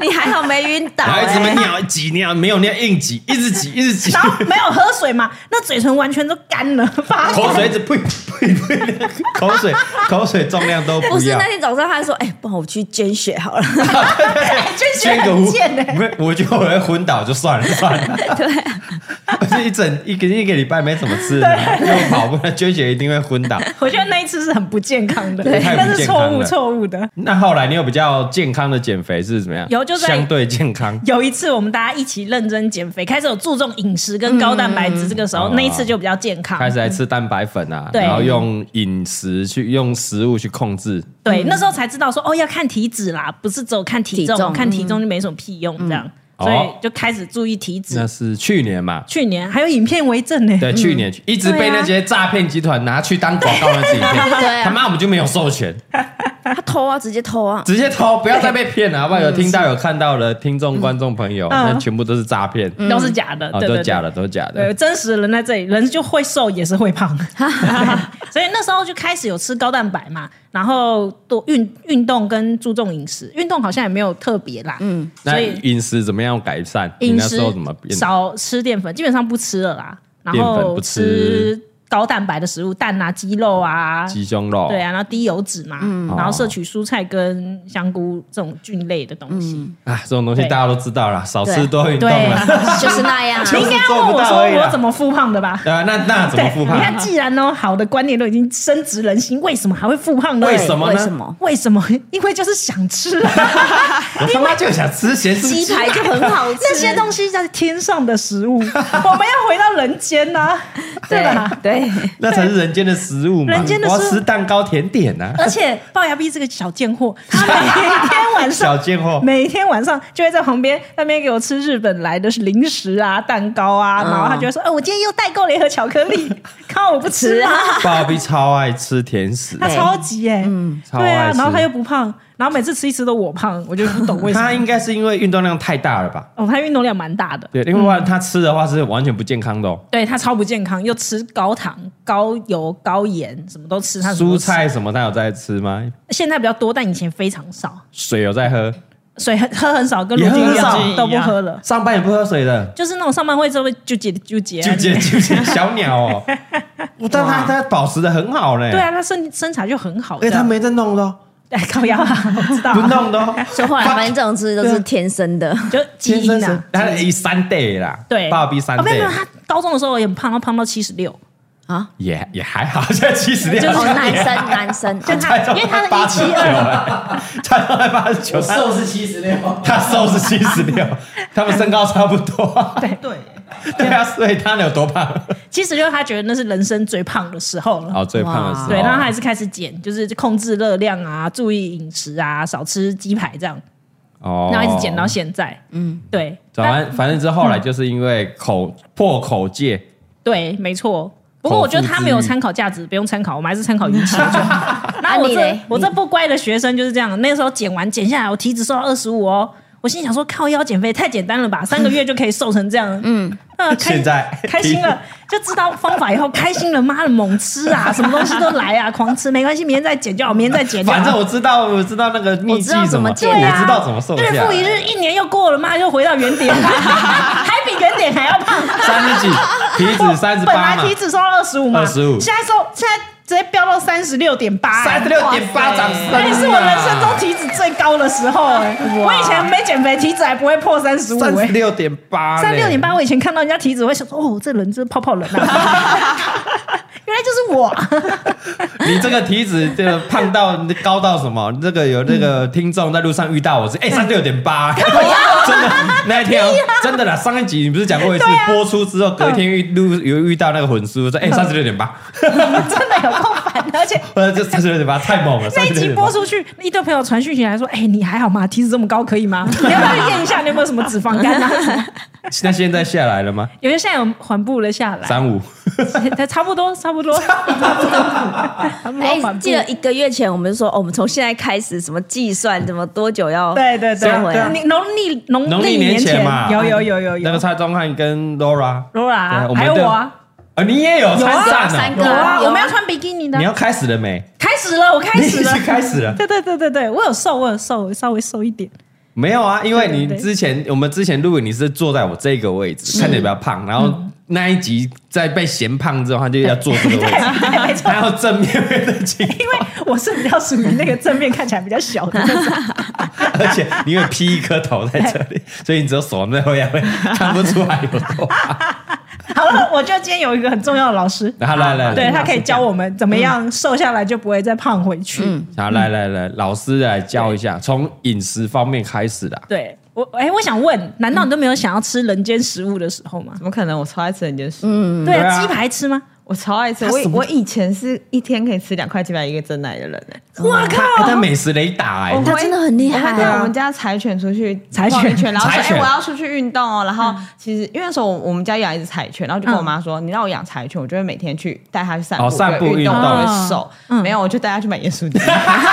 你还好没晕倒、
然后一直
欸
没。尿挤尿，没有尿硬挤，一直挤一直挤
然，后没有喝水嘛，那嘴唇完全都干了，发
口水一直呸呸呸，口水口水重量都
不
不
是
要
那。天早上他还说，哎、帮我去捐血好了。
哎，真是很
无
贱的、 啊
没，我就会昏倒就算了算了。这一整一个一个礼拜没怎么吃，又跑步，娟姐一定会昏倒。
我觉得那一次是很不健康的，
对
那是错
太不健
误
康了
错误的。
那后来你有比较健康的减肥是怎么样？
有就在
相对健康。
有一次我们大家一起认真减肥，开始有注重饮食跟高蛋白质，这个时候、
哦
那一次就比较健康。
开始来吃蛋白粉啊，
对
然后用饮食去用食物去控制，
对，那时候才知道说哦要看体脂啦，不是只有看体重，
体重
看体重就没什么屁用这样，
嗯
所
哦
以就开始注意体脂。
那是去年嘛？
去年还有影片为证呢、
对，去
嗯
年一直
啊
被那些诈骗集团拿去当广告的影片，
对啊
他妈我们就没有授权，
他偷啊，直接偷啊，
直接投，不要再被骗 了，好不好？有听到有看到的听众观众朋友，那全部都是诈骗，
都是假的，
哦，
嗯对对
都
对
假的，都假
对，
的。
真实的人在这里，人就会瘦也是会 胖， 对所以那时候就开始有吃高蛋白嘛，然后多运运动跟注重饮食，运动好像也没有特别啦，嗯，
那
所以
饮食怎么样改善？啊你
饮
那
食
时候怎么变？
少吃淀粉，基本上不吃了啦，然
淀粉
后
不吃
高蛋白的食物，蛋啊、鸡肉啊，
鸡胸肉，哦
对啊，然后低油脂嘛，然后摄取蔬菜跟香菇这种菌类的东西。
啊，这种东西大家都知道啦，少吃
对
多运动
对，
了。
就是那样啊
就
你应
是
该要
嗯做
问
不
我
到
说
而已啦
我怎么复胖的吧？
对啊，那那怎
对
么，复
你
胖
看，？既然呢，好的观念都已经深植人心，为什么还会复胖呢？
为什么
为
呢
什么？
为什么？因为就是想吃、 啊，
我他妈就想吃咸酥
鸡
鸡，
排就很好吃，
那些东西在天上的食物，我们要回到人间啊呐、对吧？
对，
那才是人间的食物嘛。
人间的
我要
食物
吃蛋糕甜点啊 呐，
而且龅牙逼这个小贱货，他每天晚上
小贱货。
每天晚上就会在旁边那边给我吃日本来的零食啊、蛋糕
嗯
啊，然后他就会说：“哎，我今天又代购了一盒巧克力，看我不吃啊。
爸比超爱吃甜食”，
他超级哎，嗯，
超
对啊
爱，吃
然后他又不胖，然后每次吃一吃都我胖，我就不懂为什
他
么。
应该是因为运动量太大了吧？
哦，他运动量蛮大的，
对，因为不然他吃的话是完全不健康的哦，
对他超不健康，又吃高糖、高油、高盐，什么都吃。他什么
蔬
都吃
菜什么他有在吃吗？
现在比较多，但以前非常少，
水有在喝，
水喝喝很少，跟
也
卢
很
一
少
样都不喝了。
上班也不喝水的，
就是那种上班会之后会纠结纠结啊，
就这就 这小鸟哦。我但他他保持的很好呢，
对，啊，他身身材就很好。
哎，
这样
他没在弄的哦，
哎，靠腰啊，我知道、
不
啊，
弄的哦，
所以后来发现这种东西都是天生的，
就基
天生
因
神
啊，，
他一三 day 啦，
对，
爸比三
哦，没有没有，
day
他高中的时候也很胖，他胖到七十六，
也也还好， 现在七十六，
啊 哦，男生男生，哦
蔡宗
因为他是
八
一
十
七
九
二，
了，蔡宗才八十九，
瘦是七十六，
他瘦是七十六，他们身高差不多。对
对，
对啊，所以他有多胖？
七十六，他觉得那是人生最胖的时候了。
哦，最胖的时候，
对，然后他还是开始减，就是控制热量啊，注意饮食啊，少吃鸡排这样，
哦
然后一直减到现在。嗯，对，
反正反正之后来就是因为口破口戒，
对，没错。不过我觉得他没有参考价值，不用参考，我们还是参考运气就 好。那我
啊你
这
嘞
我这不乖的学生就是这样，那时候减完减下来，我体脂瘦到二十五哦。我心想说，靠腰减肥太简单了吧，三个月就可以瘦成这样。嗯，呃，开
现在
开心了，就知道方法以后，开心了，妈的猛吃啊，什么东西都来啊，狂吃没关系，明天再减就好，明天再减就 好。
反正我知道我知道那个秘籍
我知道
什
怎么
我
戒啊
知道怎么瘦
日
下
复一
来。
日，一年又过了，妈又回到原点，还 比原点还要胖。
三十几，体脂三十
哦本
八
来
嘛，
体脂瘦到二十五嘛，
25
现在瘦现在直接飙到三十六点八，
三十六点八啊长三，
那也是我人生中体脂最高的时候哎、我以前没减肥，体脂还不会破三十五
三
哎
十。六点八，
三六点八，我以前看到人家体脂，我会想说，哦，这人真是泡泡人 啊！原来就是我，
你这个体脂这个胖到高到什么？这个有那个听众在路上遇到我是
嗯
哎三六点八， 真的那一天哦真的啦。上一集你不是讲过一次播出之后，隔天遇路有遇到那个混叔说哎三十六点八，
嗯 真的有够烦的，而且。
我说这三十六点八太猛了，
那
三
一
十六
集
点
播
八。
出去，一堆朋友传讯息来说：“哎、你还好吗？体脂这么高，可 以吗？你要不要去验一下，你有没有什么脂肪肝啊
那现在下来了吗？？”
有些现在有缓步了下 来，
三 五，
才差不多，差 不多，差不多
哎，
缓步
记。得一个月前我们就说，哦，我们从现在开始什么计算，怎么多久要
对对
收回
对，
来
你农历农
农历
历
年前
前
嘛
有有有有有
那个蔡宗翰跟 Laura，
Laura，啊
对我们
还有
的
我啊，
啊你也有参
有啊
战
三
哦
个
有啊，
有啊
我们要穿比基尼的
你。要开始了没？
开始了，我 开
你
始
已
了
经，开始了。
对对对对对，我有瘦，我有瘦，我稍微瘦一 点。
没有啊，因为你
对对嗯对
之前我们之前录影，你是坐在我这个位置，看着比较胖，然后
嗯
那一集在被嫌胖之后，他就要坐这个位置，
对，没错
他，要正面面对镜头，
因为我是比较属于那个正面看起来比较小 的那种，
而且你有 披一颗头在这里，所以你只有手在后面会看不出来有多胖。
好了，我觉得今天有一个很重要的 老师，
来来来，
对他可以教我们怎么样瘦下来就不会再胖回去。
好，来来来，老师来教一下，从饮食方面开始啦。
对我，哎，我想问，难道你都没有想要吃人间食物的时候吗？
怎么可能？我超爱吃人间食物，
对
对啊
啊，鸡排吃吗？
我超爱吃。我以我以前是一天可以吃两块鸡排一个蒸奶的人欸呢、
我
哎他
靠！
美食雷达哎，
他真的很厉
我会
害
带我
啊
们！家柴犬出去
柴犬
晃一圈，然后说：“
柴
哎、
犬
我要出去运动哦。”然后其实因为那时候我们家养一只柴犬，然后就跟我妈说：“你让我养柴犬，我就会每天去带它去散步，
哦散步
对运动
运动
就会瘦。没有，我就带它去买盐酥鸡，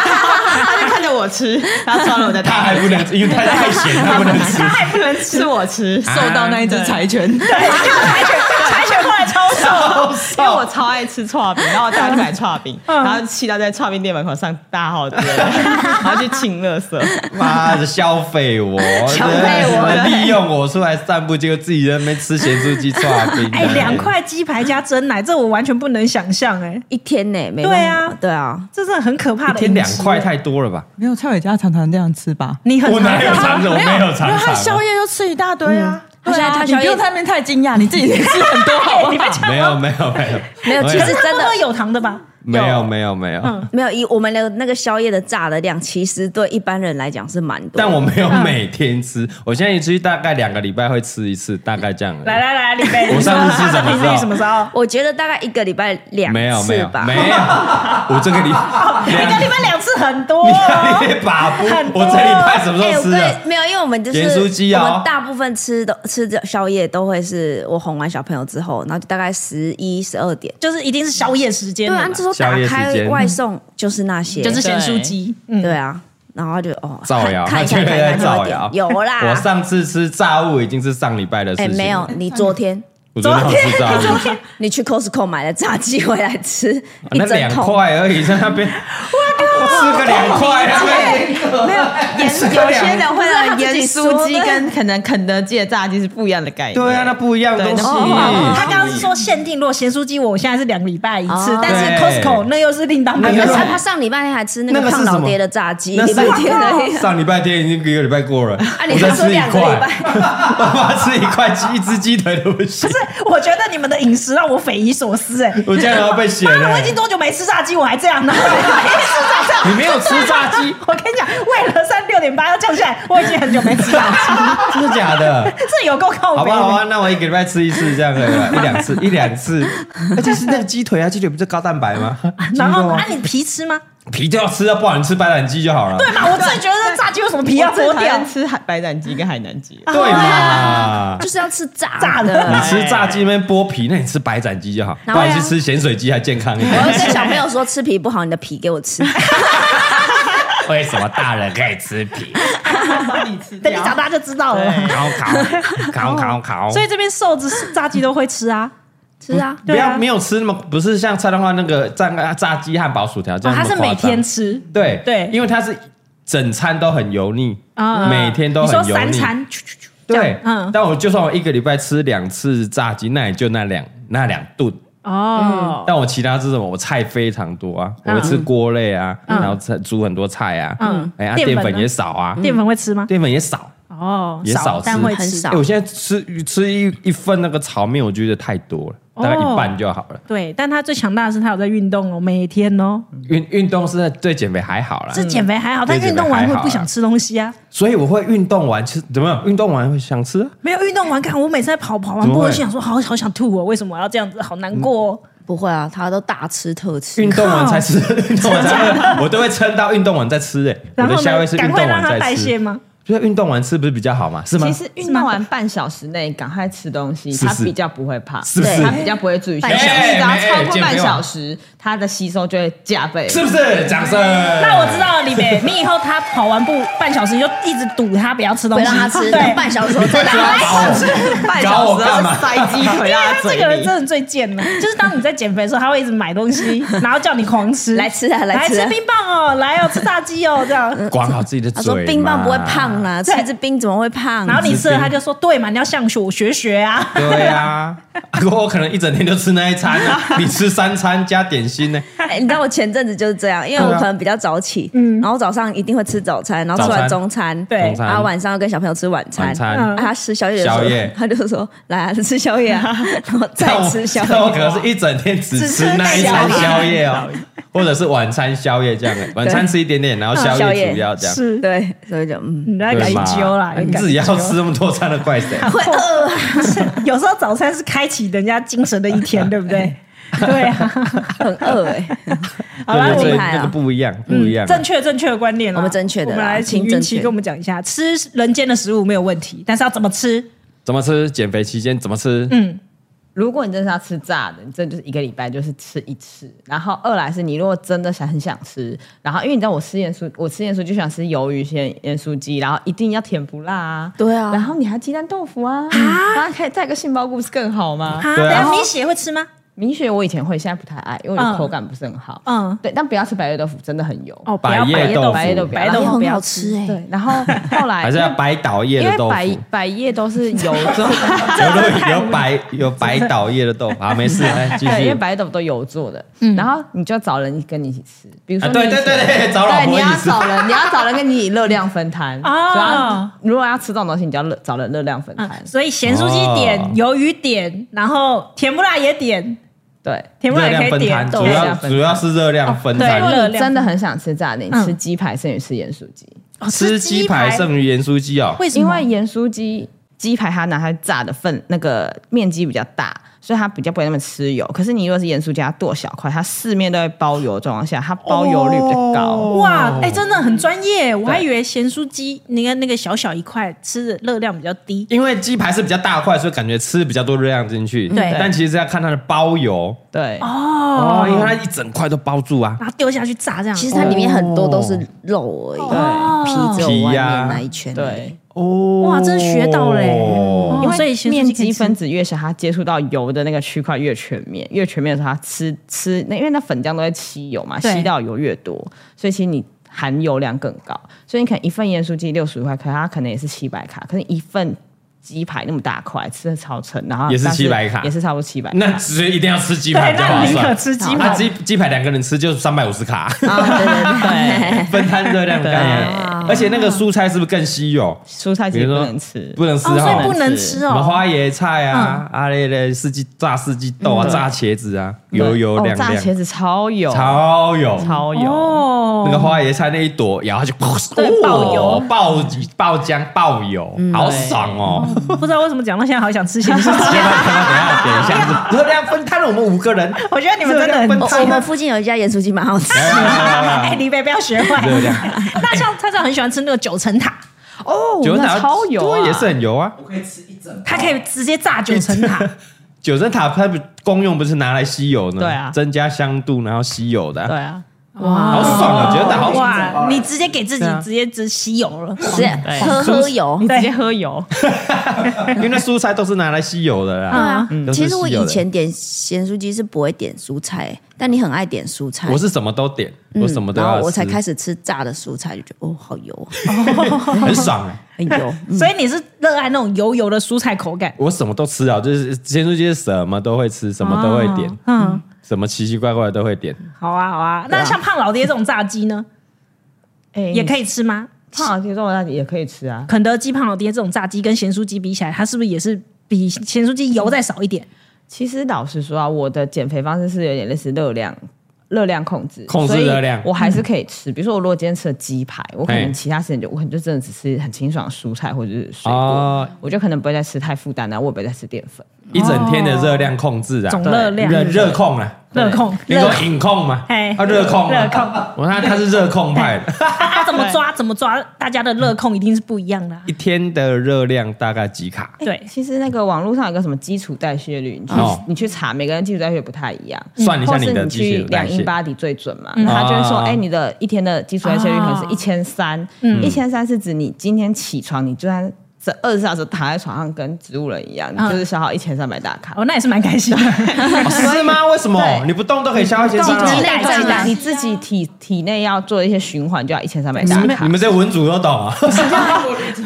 它就看着我吃，然后抓了我的
他 还不能，因为太太咸，他不能吃。
它还不能 吃，是我吃，瘦到那一只柴犬，对，
柴犬，柴犬后来超瘦，
因为我超爱吃串饼，然后我带它去买串饼，然后气到在串饼店门口上大号之 类的，然后去清垃圾。
妈的，消费我，消
费我
利用我出来散步，结果自己在那边吃咸酥鸡、串冰。啊
哎，两块鸡排加蒸奶，这我完全不能想象哎，
一天呢，没
对啊
办法对啊，
这真的很可怕
一
的饮食。哎
天两块太多了吧？
没有蔡伟家常常这样吃吧？
你很
我哪有常着，我没有
因
常
为他
常
宵
啊。
夜就吃一大堆啊。
嗯
对啊，
他宵夜
你不用在那边太惊讶，你自己也吃很多好不好？
没有没有没有
没有其实嗯
可是他
真
们
的
喝有糖的吧？
没有没有没有，
没有以我们的那个宵夜的炸的量，其实对一般人来讲是蛮多的。
但我没有每天吃，我现在一出去大概两个礼拜会吃一次，大概这样而已。
来来来，李贝，
我上次是怎么知道
你自己什么时候？
我觉得大概一个礼拜两
没有没
次
有
吧。
没有，我这个礼
一个礼拜两次很多
你
哦，
看你把不，我这礼拜什么时
哎
候
我
吃啊
跟
的？
没有，因为我们就是
盐酥鸡啊
我们大部分吃的吃的宵夜都会是我哄完小朋友之后，然后就大概十一十二点。
就是一定是宵夜时间
对
的嘛。
啊，这时候
宵
打
夜时
开
间
外送就是那些，
就是咸酥鸡，嗯，
对啊，然后就哦，
造谣，
看看一
绝
下
对
看
在
一下看一
造
下
谣。
有啦，
我上次吃炸物已经是上礼拜的事
哎
情。啊
没有，，你昨天
我昨天有吃炸物，
你去 Costco 买了炸鸡回来吃，一
那
整
两
桶
块而已，在那边， 我吃个两块，没有，吃个
有些
两。
人会
不是他
让
自己
盐酥
说
鸡
的
跟可能肯德基的炸鸡是不一样的概念。
对啊，那不一样东西。
哦
嗯
他刚刚是说限定，如果咸酥鸡，我现在是两个礼拜一次
哦，
但是
对哎
Costco 那又是另当别
可是
论。
他上礼拜天还吃那
那个
个
是
胖
什
老
么
爹的炸鸡，
那
礼
是
拜天而 已。
上礼拜天已经一个礼拜过了，
啊
我再吃一块，爸妈吃一块鸡，一只鸡腿都不行
不。是， 我觉得你们的饮食让我匪夷所思哎。
我这样要被嫌
妈的，我
了
已经。多久没吃炸鸡，我还这样呢？ 我没吃炸鸡
你没有吃炸鸡，
我跟你讲，为了三六点八要降下来，我已经很久没吃炸 鸡，
真的假的？
这有够靠
好
背
吧，好
的。
吧，那我一个礼拜吃一次，这样可以吧？一两次，一两 次。而且是那个鸡腿啊，鸡腿不是高蛋白吗？
然
鸡肉
后
啊
啊，你皮吃吗？
皮就要吃啊，不然你吃白斩鸡就好了。
对 嘛，啊我最觉得炸鸡为什么皮要
我最
剥
讨
掉
厌？吃海白斩鸡跟海南鸡。
对嘛
啊
就？是要吃炸
炸的
你吃炸鸡那边剥皮，那你吃白斩鸡就好，不然去吃咸水鸡还健康一
我
点。
要跟小朋友说，吃皮不好，你的皮给我吃。
为什么大人可以吃 皮？
等你长大就知道了。
烤烤烤烤烤
所以这边瘦子是炸鸡都会吃啊，
吃啊，
不要没有吃那么不是像蔡康永那个炸炸鸡汉堡薯条这
哦
样那
他
么夸张。
是每天吃
对
对
因为它是整餐都很油腻，
啊
每天都
你说
很油
三
腻。
餐，咻咻咻这
对
样，嗯，
但我就算我一个礼拜吃两次炸鸡，那也就那两那两顿。
哦，
但我其他是什么？我菜非常多啊，我会吃锅类啊，然后吃煮很多菜啊，嗯
嗯，
哎呀，
淀
淀
粉呢
粉也少啊，
淀粉会吃吗？
淀粉也少。
哦，
也少吃
但会
很
吃。
少
哎，我现在吃吃一一份那个炒面，我觉得太多了，
哦
大概一半就好了。
对，但他最强大的是他有在运动哦，每天哦。
运运动是对减肥还好啦，
这减肥还好，
嗯
但
对
运动
嗯
完
减肥
会
还好
不想吃东西啊。
所以我会运动完吃，怎么样？运动完会想吃啊？
没有运动完，看我每次在跑跑完
怎么
步，
会嗯
我就想说，好好想吐哦，为什么我要这样子？好难过哦。
不会啊，他都大吃特吃
运。动完才吃， 运动完才饿，我都会撑到运动完再吃。哎，
然
我的
后
下位
呢
是，运
赶
动
快让
完
它代
再
谢
吃，
吗？
就是运动完吃不是比较好吗？是吗
其？实运动完半小时内赶快吃东西，
是不
它
是
比较不会胖，
是不是
它比较不会注意消耗。
半小
哎哎
你只
时
要超过
减肥
半
哦
小时，它的吸收就会加倍。
是不是？掌声。
那我知道了，李北，你以后他跑完步半小时你就一直堵他不要吃东
不
西，
让他吃，
对
等，半小时后
你会
再
抓
来。
把 我，
半
搞我
小时
干
要
嘛
塞鸡腿啊到
他
它嘴
这个人
里。
真的最贱了，就是当你在减肥的时候，他会一直买东西，然后叫你狂吃，
来吃啊来
来
吃啊
吃冰棒哦，来哦，吃炸鸡哦，这样。
管好自己的
他说
嘴嘛。
冰棒不会胖胖啦，吃
对
一支冰怎么会胖？
然后你吃了，他就说：“对嘛，你要向我学学啊。
对 呀、啊，我可能一整天就吃那一餐啊，你吃三餐加点心呢、
哎你知道我前阵子就是这样，因为我
对啊
可能比较早起，
嗯
然后早上一定会吃早餐，然后吃
早
完
餐
中餐，
对
中餐
然后晚上要跟小朋友吃晚餐
晚。餐
嗯
啊他吃宵夜的时候
宵夜，
他就说：“来啊，吃 宵夜啊！”然后再
但我
吃宵
但我
夜。
可能是一整天只吃那一餐宵夜 哦，或者是晚餐宵夜这样的，晚餐吃一点点，然后啊宵
啊宵
夜
夜
主要这”样。
是，
对，所以就嗯，
你 在
对
改
嘛啊
揪啦，
你
敢
自己要
揪
吃。那么多餐的，怪 谁？
会饿、啊， 有时候早餐是开启人家精神的一 天，对不对？对啊，
很饿哎。
好啦，
对
我
所以
们
害啊嗯
这个不一样，不一样。啊
正确正确的观念啦啊
我们正确的啦
我们来请
请
云
正
奇
确
跟我们讲一下，吃人间的食物没有问题，但是要怎么吃？
怎么吃？减肥期间怎么吃？
嗯，
如果你真的是要吃炸的，你真的就是一个礼拜就是吃一次。然后二来是你如果真的想很想吃，然后因为你知道我吃盐酥，我吃盐酥就想吃鱿鱼、咸盐酥鸡，然后一定要甜不辣啊。
对啊
然后你还鸡蛋豆腐啊，然后可以再一个杏鲍菇不是更好吗？
啊，
对啊
等下米血会吃吗？
米血我以前会，现在不太爱，因为我觉
嗯
得口感不是很好。
嗯
嗯，对，但不要吃白叶豆腐，真的很油。
哦，不要
百
白
叶
豆
豆
腐，
腐
白叶豆腐，
白
豆
豆腐
腐
不
很
要
好
吃。
吃哎。
对，然后后来
还是要百岛叶
因
的
为
豆腐？
百 百叶都是油做，
有有百有百岛叶的豆腐啊，没事， 来继
对，哎因为
续。
白豆腐都油做的，然后你就找人跟你一起吃，比如说
啊
你
对
以前、
对
嗯
对对找老
对
婆
你
一起
要
吃
找 人，你要找人跟你热量分摊
哦
所以要如果要吃这种东西，你就要热找人热量分摊
啊，， 所以咸酥鸡点，鱿鱼点，然后甜不辣也点，
对。
甜不辣
热
也
量
可
分
以点啊
摊，
豆
哦主
腐。
热
要
量分摊
主要是热量分
哦对
如
摊。
果你真的很想吃炸的，你吃
嗯
鸡排胜于吃盐酥鸡，
哦
吃鸡排剩余盐酥鸡哦，
为什
因
么？
为盐酥鸡鸡排它拿它炸的份那个面积比较大，所以它比较不会那么吃油。可是你如果是盐酥鸡，它剁小块，它四面都会包油的状况下，它包油率比较高。
哦
哇，哎，真的很专业，我还以为咸酥鸡那个那个小小一块吃的热量比较低。
因为鸡排是比较大块，所以感觉吃比较多热量进去。
嗯对
但其实是要看它的包油
对，
哦，因为它一整块都包住啊。
然后丢下去炸这样。
其实它里面很多都是肉而
哦
已，皮只有外面那一圈。
对，
哦，
哇，真学到
欸
嘞、哦
因为
所以咸酥鸡
面
可以
积
吃
分子越小，它接触到油的那个区块越全面，越全面的时候，它吃吃那因为那粉浆都在吸油嘛，
对
吸到油越多，所以其实你含油量更高。所以你可能一份盐酥鸡六十块，可它可能也是七百卡，可是一份鸡排那么大块，吃的超撑，然后
也是
但
700卡
也是差不多七百。
那只一定要吃鸡排比
对，
较
那
划
你宁可
算。
吃鸡
那
排。
啊鸡鸡排两个人吃就三百五十 卡，
啊，对对 对。
分摊热量的概念
对。
而且那个蔬菜是不是更稀有？
蔬菜其
比
实
如
不
说
能吃，
不能吃
哦，所
哈
以不能吃
什么
哦。
花椰菜啊，啊嘞嘞，四季炸四季豆啊，炸茄子啊，油油亮
哦、炸茄
亮，
子超油，
超油。
超油。
哦
那个花椰菜那一朵，然后就
对爆
哦
油
爆爆浆、爆油，好爽哦！
不知道为什么讲到现在好想吃咸酥鸡，
等一下，热量分摊了我们五个人，
我觉得你们真的 很
热量
哦
分
我
摊
我们附近有一家盐酥鸡蛮好吃，
来来来来
哎，
来
李北不要学坏
热量。
那像他这样很喜欢吃那个九层塔，
哦
九层
那
塔
超油、啊，
对也是很油啊。
他可以直接炸九层塔。
九层塔它不功用不是拿来吸油呢？
对啊
增加香度，然后吸油的
对
啊，
啊，
好爽啊！九层塔好爽。
哇，你直接给自己直接只吸油了。嗯
是
嗯
喝喝油
你。直接喝油，
因为那蔬菜都是拿来吸油的
对
啦。
啊
嗯，
其实我以
都是稀有
前点咸酥鸡是不会点蔬菜，但你很爱点蔬菜。
我是什么都点，
嗯
我什么都
然
要
后
吃，
我才开始吃炸的蔬菜，就觉得哦，好油啊，
很爽欸。
很油。嗯
所以你是热爱那种油油的蔬菜口感。
我什么都吃啊，就是咸酥鸡是什么都会吃，什么都会点，
嗯，
什么奇奇怪怪的都会点。
好啊好啊。那像胖老爹这种炸鸡呢，
哎
也可以吃吗？
胖啊老爹肉那也可以吃啊。
肯德基胖老爹这种炸鸡跟咸酥鸡比起来，它是不是也是比咸酥鸡油再少一点？
其实老实说啊，我的减肥方式是有点类似热量。热量控制，
控制
所以
热量嗯
我还是可以吃。比如说，我如果今天吃了鸡排，我可
嘿
能其他时间就我可能就真的只吃很清爽的蔬菜或者是水果，
哦
我就可能不会再吃太负担啊了，我也不会再吃淀粉。
一整天的热量控制啊，
总热量
热热控啊，
热控
你说饮控嘛，
嘿
啊热控嘛，
热控
我看他是热控派 的，
啊，怎么抓怎么抓，大家的热控一定是不一样的啊、
一天的热量大概几卡？
对，
其实那个网络上有个什么基础代谢率，你去、
哦嗯
你去查，每个人基础代谢不太一样。
算一下
或是
的
你
基
去
础代
量
谢
InBody 最准嘛，然后他就会说，
啊嗯
哎、你的一天的基础代谢率可能
啊
是一千三，一千三是指你今天起床，你就算这二十小时躺在床上跟植物人一样，你就是消耗一千三百大卡。
哦，那也是蛮开心的。
哦是吗？为什么
对
你不动都可以消耗一些
你
伤
不动
害
鸡蛋鸡蛋
你自己体体内要做一些循环，就要一千三百大卡
你。们这文组都懂啊？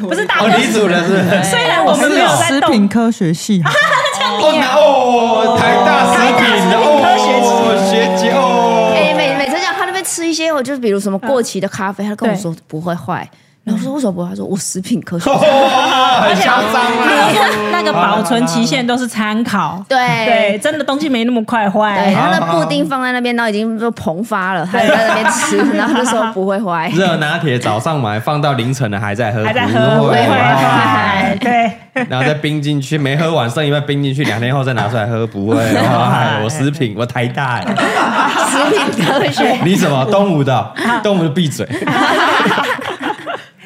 不是大
哦，
哥，
李主人是不是？
虽然我们没有在
食
动，
品科学系啊，
哦，那哦，台大食品哦，学姐哦，
哎、每每次这样，他那边吃一些，我就是比如什么过期的咖啡，他跟我说不会坏。然后我说为什么不会？他说我食品科学。
哇，很嚣张啊！
那个保存期限都是参考。
对
对，真的东西没那么快
对，
坏。
他的布丁放在那边，然后已经都膨发了，他还在那边吃，然后就说不会 坏。
热拿铁早上买，放到凌晨了还在喝，
还在喝，
不
不
会
会
坏
坏。对，
然后再冰进去，没喝完剩一半冰进去，两天后再拿出来喝，不会。哇我食品，我台大欸，
食品科学，
你什么东吴的？东吴的闭嘴。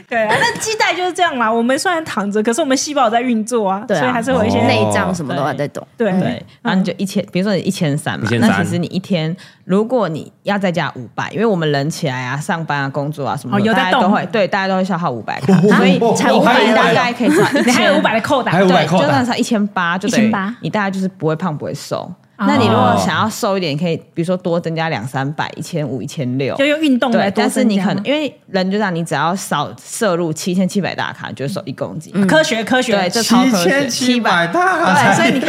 对啊，那鸡蛋就是这样啦。我们虽然躺着，可是我们细胞有在运作啊，
对啊
所以还是有一些
哦
内脏什么都还在懂。
对
对，然后你就一千，比如说你一千三嘛，
1300
那其实你一天，如果你要在家五百，因为我们人起来啊、上班啊、工作啊什么
哦
的，
有在
大家都
动
会对，大家都会消耗五百卡，
哦
所以
哦
才
哦
五
还有
百大
500
概可以赚一千，
你还有五百的扣
还
打
有，500
对，
扣
就
打
算才一千八，就等于
1800
你大概就是不会胖不会瘦。
哦
那你如果想要瘦一点，可以比如说多增加两三百、一千五、一千六，
就用运动来
对，
多
但是
增加
你可能因为人就这样，你只要少摄入七千七百大卡，你就会瘦一公斤。
科学科学
对，这超科学，
7700大卡
对，所以你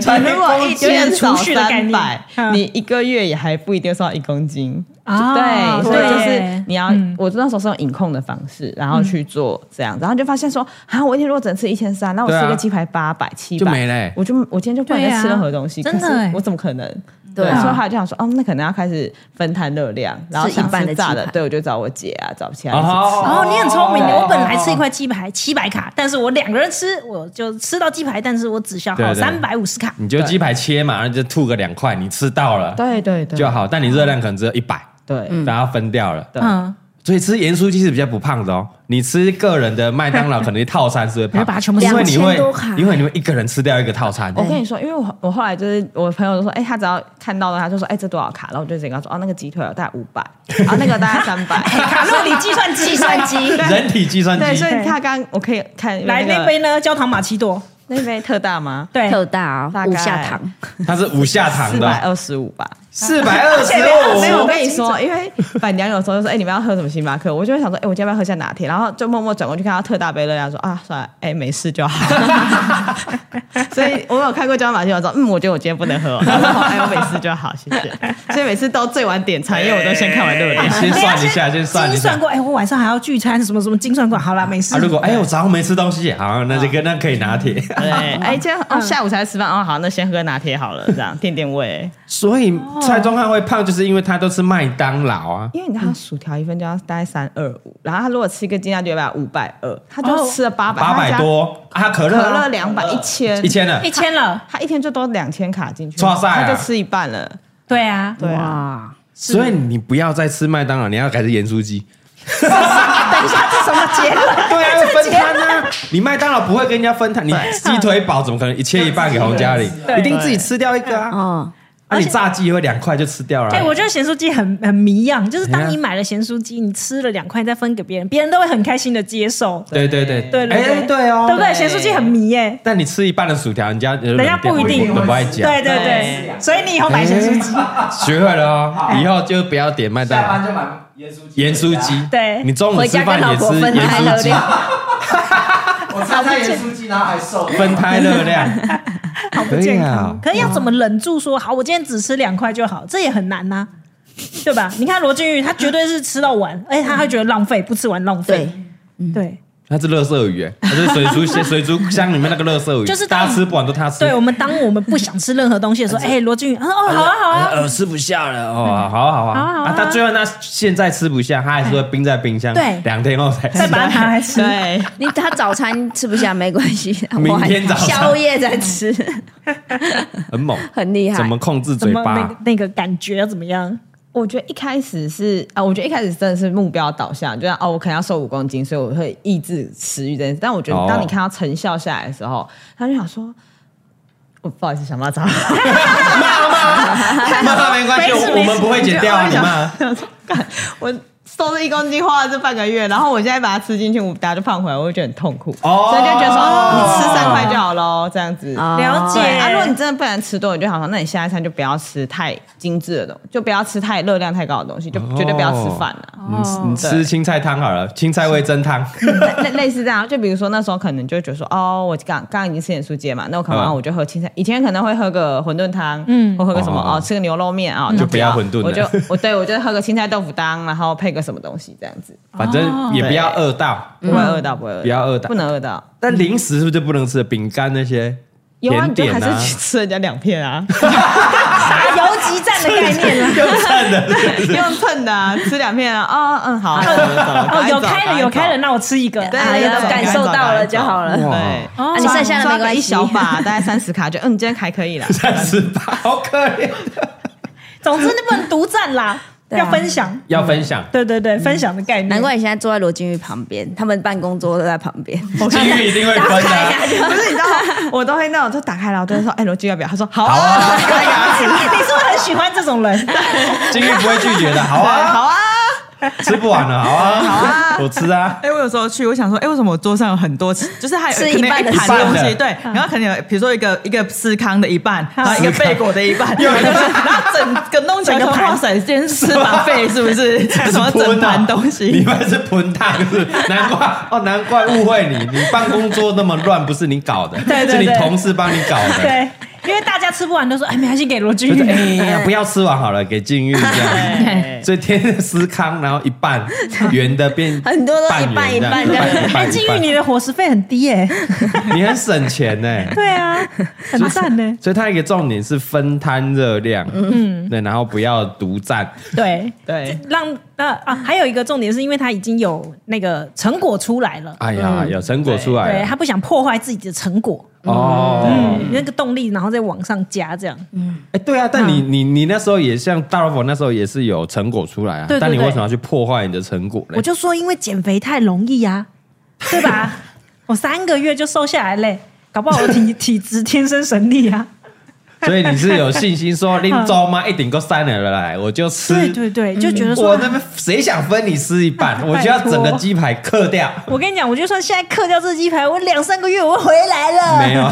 才
看，你如果一
有点储蓄的概
三
念
百，
嗯
你一个月也还不一定会瘦到一公斤。
啊
对，所以就是你要
嗯，
我那时候是用饮控的方式，然后去做这样，然后就发现说，啊，我一天如果只能吃一千三，那我
对啊
吃个鸡排八百、七
就
百
没了欸
我就我今天就不能再吃任何东西，
对啊真的
可是
欸
我怎么可能？
对啊
所以后来就想说，哦，那可能要开始分摊热量，然后
吃一
想
般
吃
的
炸的
鸡，排
对我就找我姐啊，找其他人一起吃。
哦
哦，
你很聪明的。我本来吃一块鸡排七百卡，但是我两个人吃，我就吃到鸡排，但是我只消
对
耗
对
三百五十卡。
你就鸡排切嘛，然后就吐个两块，你吃到了
对对对，
就好，但你热量可能只有一百，
对，
大家分掉了。
嗯，
所以吃盐酥鸡是比较不胖的哦。你吃个人的麦当劳，可能一套餐是会
你
胖，
会把它全部
因为
吃
你
完
会
2000多卡，
因为你会一个人吃掉一个套餐。
我跟你说，因为我我后来就是我朋友就说，哎、他只要看到了，他就说，哎、这多少卡？然后我就直接跟他说，哦，那个鸡腿有大概五百，然后那个大概三百。
卡路里计算机，计算机。
人体计算
对，
机
所，以他刚我可以看
来
那
那
个
杯呢，焦糖玛奇朵，
那杯特大吗？
对，
特大啊，
大概
五下糖，
它是五下糖
四百
的，
二十五吧。
四百二十哦
没哦有，我
五。
跟你说，因为板娘有时候就说，哎、你们要喝什么星巴克？我就会想说，哎、我今天要不要喝下拿铁？然后就默默转过去看到特大杯热量，说啊，算了，哎、没事就好。 所以我有看过焦马西，我说，嗯，我觉得我今天不能 喝哦，然后说哎、我没事就好，谢谢。所以每次都最晚点餐，因为我都先看完热量。
先算一下，先算一
哎精
下
算。过，哎，我晚上还要聚餐，什么什么精算过，好啦，没事
啊，。如果哎，我早上没吃东西，好，那这个那可以拿铁。
对， 哎，这样哦，下午才吃饭哦，好，那先喝拿铁好了，这样垫垫胃。
所以蔡宗汉会胖，就是因为他都吃麦当劳啊。
因为你知道，他薯条一份就要大概三二五，然后他如果吃一个鸡蛋就要五百二，他就吃了八百，
八百，多啊，可
可
乐啊
乐两百，一千
一，千了
一，千了，
他一天就多两千卡进去，
哇塞啊
他就吃一半了。
对啊，
对啊，
哇，
所以你不要再吃麦当劳，你要改吃盐酥鸡。
等一下这什么结论？
对啊，要分摊啊！你麦当劳不会跟人家分摊，你鸡腿堡怎么可能一切一半给洪嘉玲？
对
一定自己吃掉一个啊！
哦，
啊，你炸鸡也会两块就吃掉了啊。
哎，我觉得咸酥鸡很很迷样，就是当你买了咸酥鸡，你吃了两块再分给别人，别人都会很开心的接受，
对对对
对对
哎对哦，
对不对？
对
咸酥鸡很迷耶，
但你吃一半的薯条，人家人
人家不一定
不爱讲，
对对对，所以你以后买咸酥鸡，
学会了哦，以后就不要点麦当劳，就买盐酥鸡。
对
你中午
回
吃
家
饭
跟老
也
婆
吃
分
盐
开
酥
热
鸡，
量，
我参加盐酥鸡，然后还瘦。
分开热量，
好不
可以
健
啊
康。。可是要怎么忍住说好，我今天只吃两块就好，这也很难呐、对吧？你看罗晋玉，他绝对是吃到完，而且他还觉得浪费，不吃完浪费
对。，
对
它是乐色鱼，哎它是水族箱水族箱里面那个乐色鱼，
就是
大家吃不完都他吃。哦
对，我们当我们不想吃任何东西的时候，哎，罗晋玉，他说哦，好啊，好啊，
呃，吃不下了哦，好啊好啊好啊，
好啊
啊，他最后那现在吃不下，他还是会冰在冰箱，
对
两天后才吃
再。把它拿来吃。
对，
你他早餐吃不下没关系，
明天早上
宵夜再吃，
很猛，
很厉害
怎么控制
怎
嘴
么那
巴
个？那个感觉要怎么样？
我觉得一开始是啊，我觉得一开始真的是目标导向，就像哦，我可能要瘦五公斤，所以我会抑制食欲这件事。但我觉
哦
得当你看到成效下来的时候，他就想说，我不好意思想骂脏话。
骂他没关系，
没事
我我们不会剪掉啊，
没
你
事哦
骂。
干我瘦了一公斤，花了这半个月，然后我现在把它吃进去，我大家就胖回来，我会觉得很痛苦，
哦
所以就觉得说你吃三块就好喽，这样子。
哦
了解
对啊，如果你真的不能吃多，你就想说，那你下一餐就不要吃太精致的东西，就不要吃太热量太高的东西，就
哦
绝对不要吃饭啊了、
你你吃青菜汤好了，青菜味增汤。
类类类似这样，就比如说那时候可能就会觉得说，哦，我刚刚刚已经吃点素鸡嘛，那我可能、
嗯
啊我就喝青菜。以前可能会喝个馄饨汤，嗯，或喝个什么
哦
哦吃个牛肉面啊，
就
那
不要馄饨了
我就我对我就喝个青菜豆腐汤，然后配个什么东西这样子，
反正也不要饿到。
不会饿到，不会饿
嗯
到，
不要饿到
不能饿到。
但零食是不是就不能吃？饼干那些
有啊，
甜
你就
点
还是
啊，
去吃人家两 片啊，
打游击战的概念啊。
用蹭的啊，吃两片啊，哦，嗯，好，
哦
哦，
有开了，有开了，，那我吃一个。
对
啊有
赶紧走
感受到了就好 了。
哇
对。
哦
啊，你剩下的没关
一
系
小。把，大概三十卡，就嗯，今天还可 以啦。
三十八，好可怜。
总之，那不能独占啦，
对啊
要分享。
要分享，
对对对，分享的概念。
难怪你现在坐在罗金玉旁边，他们办公桌都在旁边。
金鱼一定会分啊的。
不是，你知
啊
道，我都会那种就打开了，我就会说，哎，罗辑要不要？他说好
好
啊，
啊，
你是不是很喜欢这种人？
金鱼不会拒绝的。好啊，
好啊，
吃不完了，好啊，好啊，我吃啊。
哎、我有时候去，我想说，哎、为什么我桌上有很多，就是还有
吃
可
一
能
半的
一盘
一半
东
的
西，对，然后可能有，比如说一个一个司康的一半，然后一个
司康
贝果 的一半，然后整个弄起来
整个
说，
盘
哇塞，今天 是吃完费是不是？
这
什么整盘东
你
西？
们是盆烫是不是？难怪哦，难怪误会你，你办公桌那么乱，不是你搞的，
对对
是你
对
同事帮你搞的。
对，因为大家吃不完都说，哎，没关系，给罗君
就是
宇。
哎呀，不要吃完好了，给禁欲这样。 所以天天思康，然后一半圆的变
很多都
半圆
一半一半
这
这
样
样
一半
哎，
一
金
半
玉，你的伙食费很低耶。
你很省钱呢。
对啊，很 赞呢。
所以它一个重点是分摊热量，嗯，对，然后不要独占，
对，
对，
让呃啊，还有一个重点是因为他已经有那个成果出来了，
哎呀，有成果出来
对
了
他不想破坏自己的成果，嗯
哦，
那个动力，然后再往上加这样。
哎，对啊，但你
嗯
你你那时候也像大老婆那时候也是有成果出来啊
对，对
但你
对
为什么要去破坏你的成果呢
我？就说因为减肥太容易 呀、啊，对吧？我三个月就瘦下来嘞，搞不好我 体体质天生神力啊。
所以你是有信心 说林周妈一顶够三了来，我就吃，嗯
对嗯对对，就觉得说。
我那边谁想分你吃一 半，我就要整个鸡排克掉。
我跟你讲，我就算现在克掉这鸡排，我两三个月我会回来了。
没有，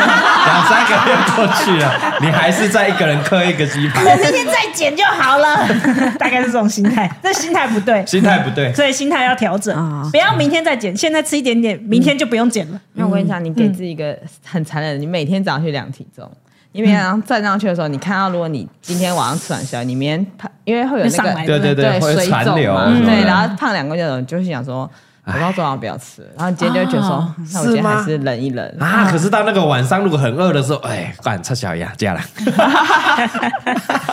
两三个月过去了，你还是在一个人克一个鸡
我
排，
明天再减就好了， 大概是这种心态。 这心态不对，
心态不对。
所以心态要调整，
啊嗯
不要明天再减，现在吃一点点，明天就不用减 了。
那我跟你讲，你给自己一
嗯
个很残忍的，你每天早上去量体重。你每天早上站上去的时候，你看到如果你今天晚上吃完宵，你明天胖，因为会有
会上
那
来
个
对对对，会
水
残
肿
留
嘛，嗯
什么的。
对，然后胖两个月的人就是想说，我到昨晚不要吃，然后你今天就觉得说，那我今天还是忍一忍。
啊，
嗯
可是到那个晚上，如果很饿的时候，哎，干吃小鸭这样啦，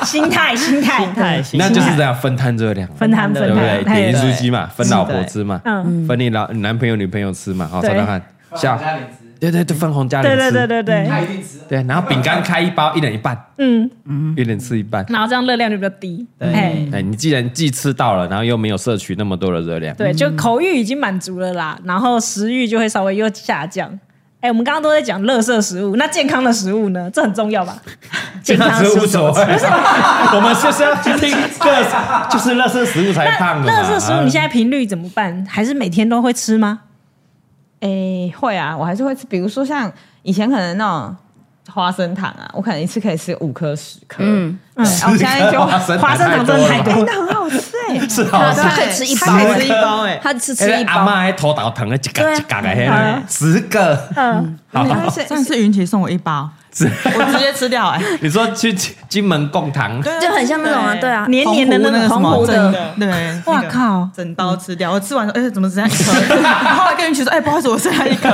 心态，心态，心态
那就是这样分摊热量，
分摊
对
分
不对？，
摊哎
点心酥鸡嘛，分老婆
是的
吃嘛，
嗯
分你老男朋友女朋友吃嘛，好，
对
找找看，
小
像
家玲吃，
对对对，分红家人
对
吃，
对对对对，
嗯
他一定吃。
对，然后饼干开一包，一人一半，
嗯，
一人吃一半。
然后这样热量就比较低，哎，
哎，你既然既吃到了，然后又没有摄取那么多的热量，
嗯
对，就口欲已经满足了啦，然后食欲就会稍微又下降。哎，我们刚刚都在讲垃圾食物，那健康的食物呢？这很重 要吧？
这样子无所谓。 我们就是要去听各，就是垃圾食物才胖的嘛。啊
垃圾食物你现在频率怎么办？还是每天都会吃吗？
诶、会啊，我还是会吃，比如说像以前可能那种花生糖啊，我可能一次可以吃五颗、十颗。嗯，嗯，
哦
我现在就
花
哎
生
花生糖真的太
太了
多了，
那很好吃哎、
是好吃
他。可以吃一包
它可以吃一包哎、
他吃吃
哎
一
阿
包，
妈还头倒疼了，一嘎一嘎的那
嗯
个，十个。
嗯，
好，
上次云奇送我一包，我直接吃掉哎、
你说去金金门贡堂，
就很像那种啊，对啊，
黏黏的那
澎湖个
种
什
澎
么
湖
整
的，，
对，
哇
那个
靠！
整包吃掉，我吃完说，哎、怎么只剩下 一颗？然后跟云奇说，哎、不好意思，我剩下一颗，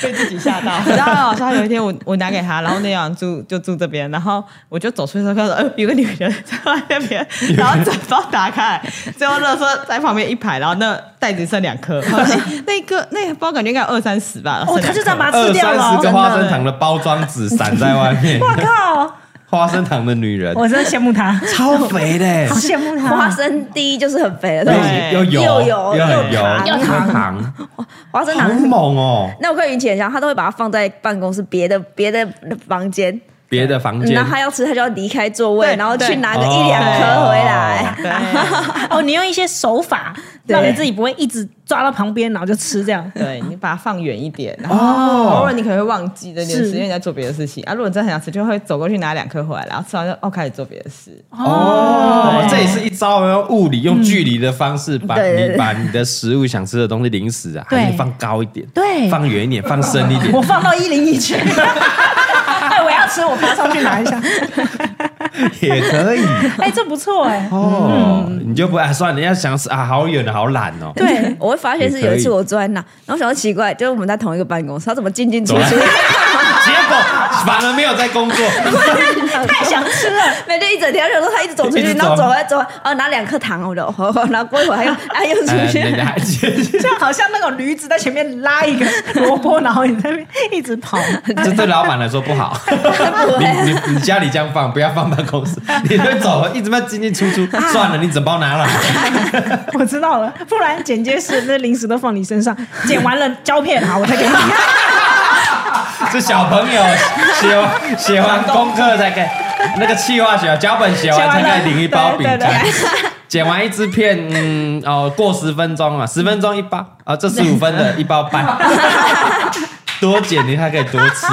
被自己吓到。
你知道吗？我说有一天我 我拿给他，然后那晚住就住这边，然后我就走出去的时候看到，呃，有个女人在那边，然后整包打开，最后乐说在旁边一排，然后那袋子剩两 颗，然后哎那一个那个包感觉应该有二三十吧，
哦，
剩两
他
颗
就这样把它吃
二
掉
三
了
十个
哦。
花生糖的包装纸散在外面，
我靠！
花生糖的女人
我真的羡慕他，
超肥的，
好羡
嗯
慕他。
花生第一就是很肥的东西，
对
又油
又油
又很
又
油
糖
又
又
糖
糖
糖，
花生
好
糖。
猛哦！
嗯那我跟云姐讲，她都会把它放在办公室别的别的房间，
别的房间
然后，他要吃，他就要离开座位，
对
然后去
对
拿个一两颗回来。啊
对，
哦，你用一些手 法让你自己不会一直抓到旁边，然后就吃这样。
对你把它放远一点，然
哦
后偶尔你可能会忘记这件事，因为你在做别的事情啊。如果你真的很想吃，就会走过去拿两颗回来，然后吃完就哦开始做别的事。
哦，这也是一招哦，用物理用距离的方式把
对对
你
对
把你的食物想吃的东西零食啊，
对
还是放高一点，
对
放远一点，放深一
我
点，
放到一零一 去，哎，我要吃，我爬上去拿一下。
也可以
哎，这不错哎，
哦。你就不哎，算了，人家想死啊，好远的好懒哦。
对，我会发现是有一
也
次
可以
我坐在那，然后想到奇怪，就是我们在同一个办公室，他怎么进进出
走啊
出，
结果反而没有在工作，
太想吃了。
每天一整天，他就说他一直走出
一
去，
直走
然后走回
啊
来走回来，哦，拿两颗糖， 我就哦，然后过一会儿他又哎又出
哎
去，
人家
这样好像那种驴子在前面拉一个 萝卜，然后你在那边一直 跑。
这对老板来说不好。你你你家里这样放，不要放办公室，你就走，一直在进进出出。算了，你整包拿了。
我知道了，不然剪接师那零食都放你身上，剪完了胶片好，我 再给你。
是小朋友写完写完功课才给那个气化写脚本写完才可以领一包饼干。剪完一支片，嗯，哦，过十分钟啊，十分钟一包啊，这十五分的一包半，多剪你还可以多吃，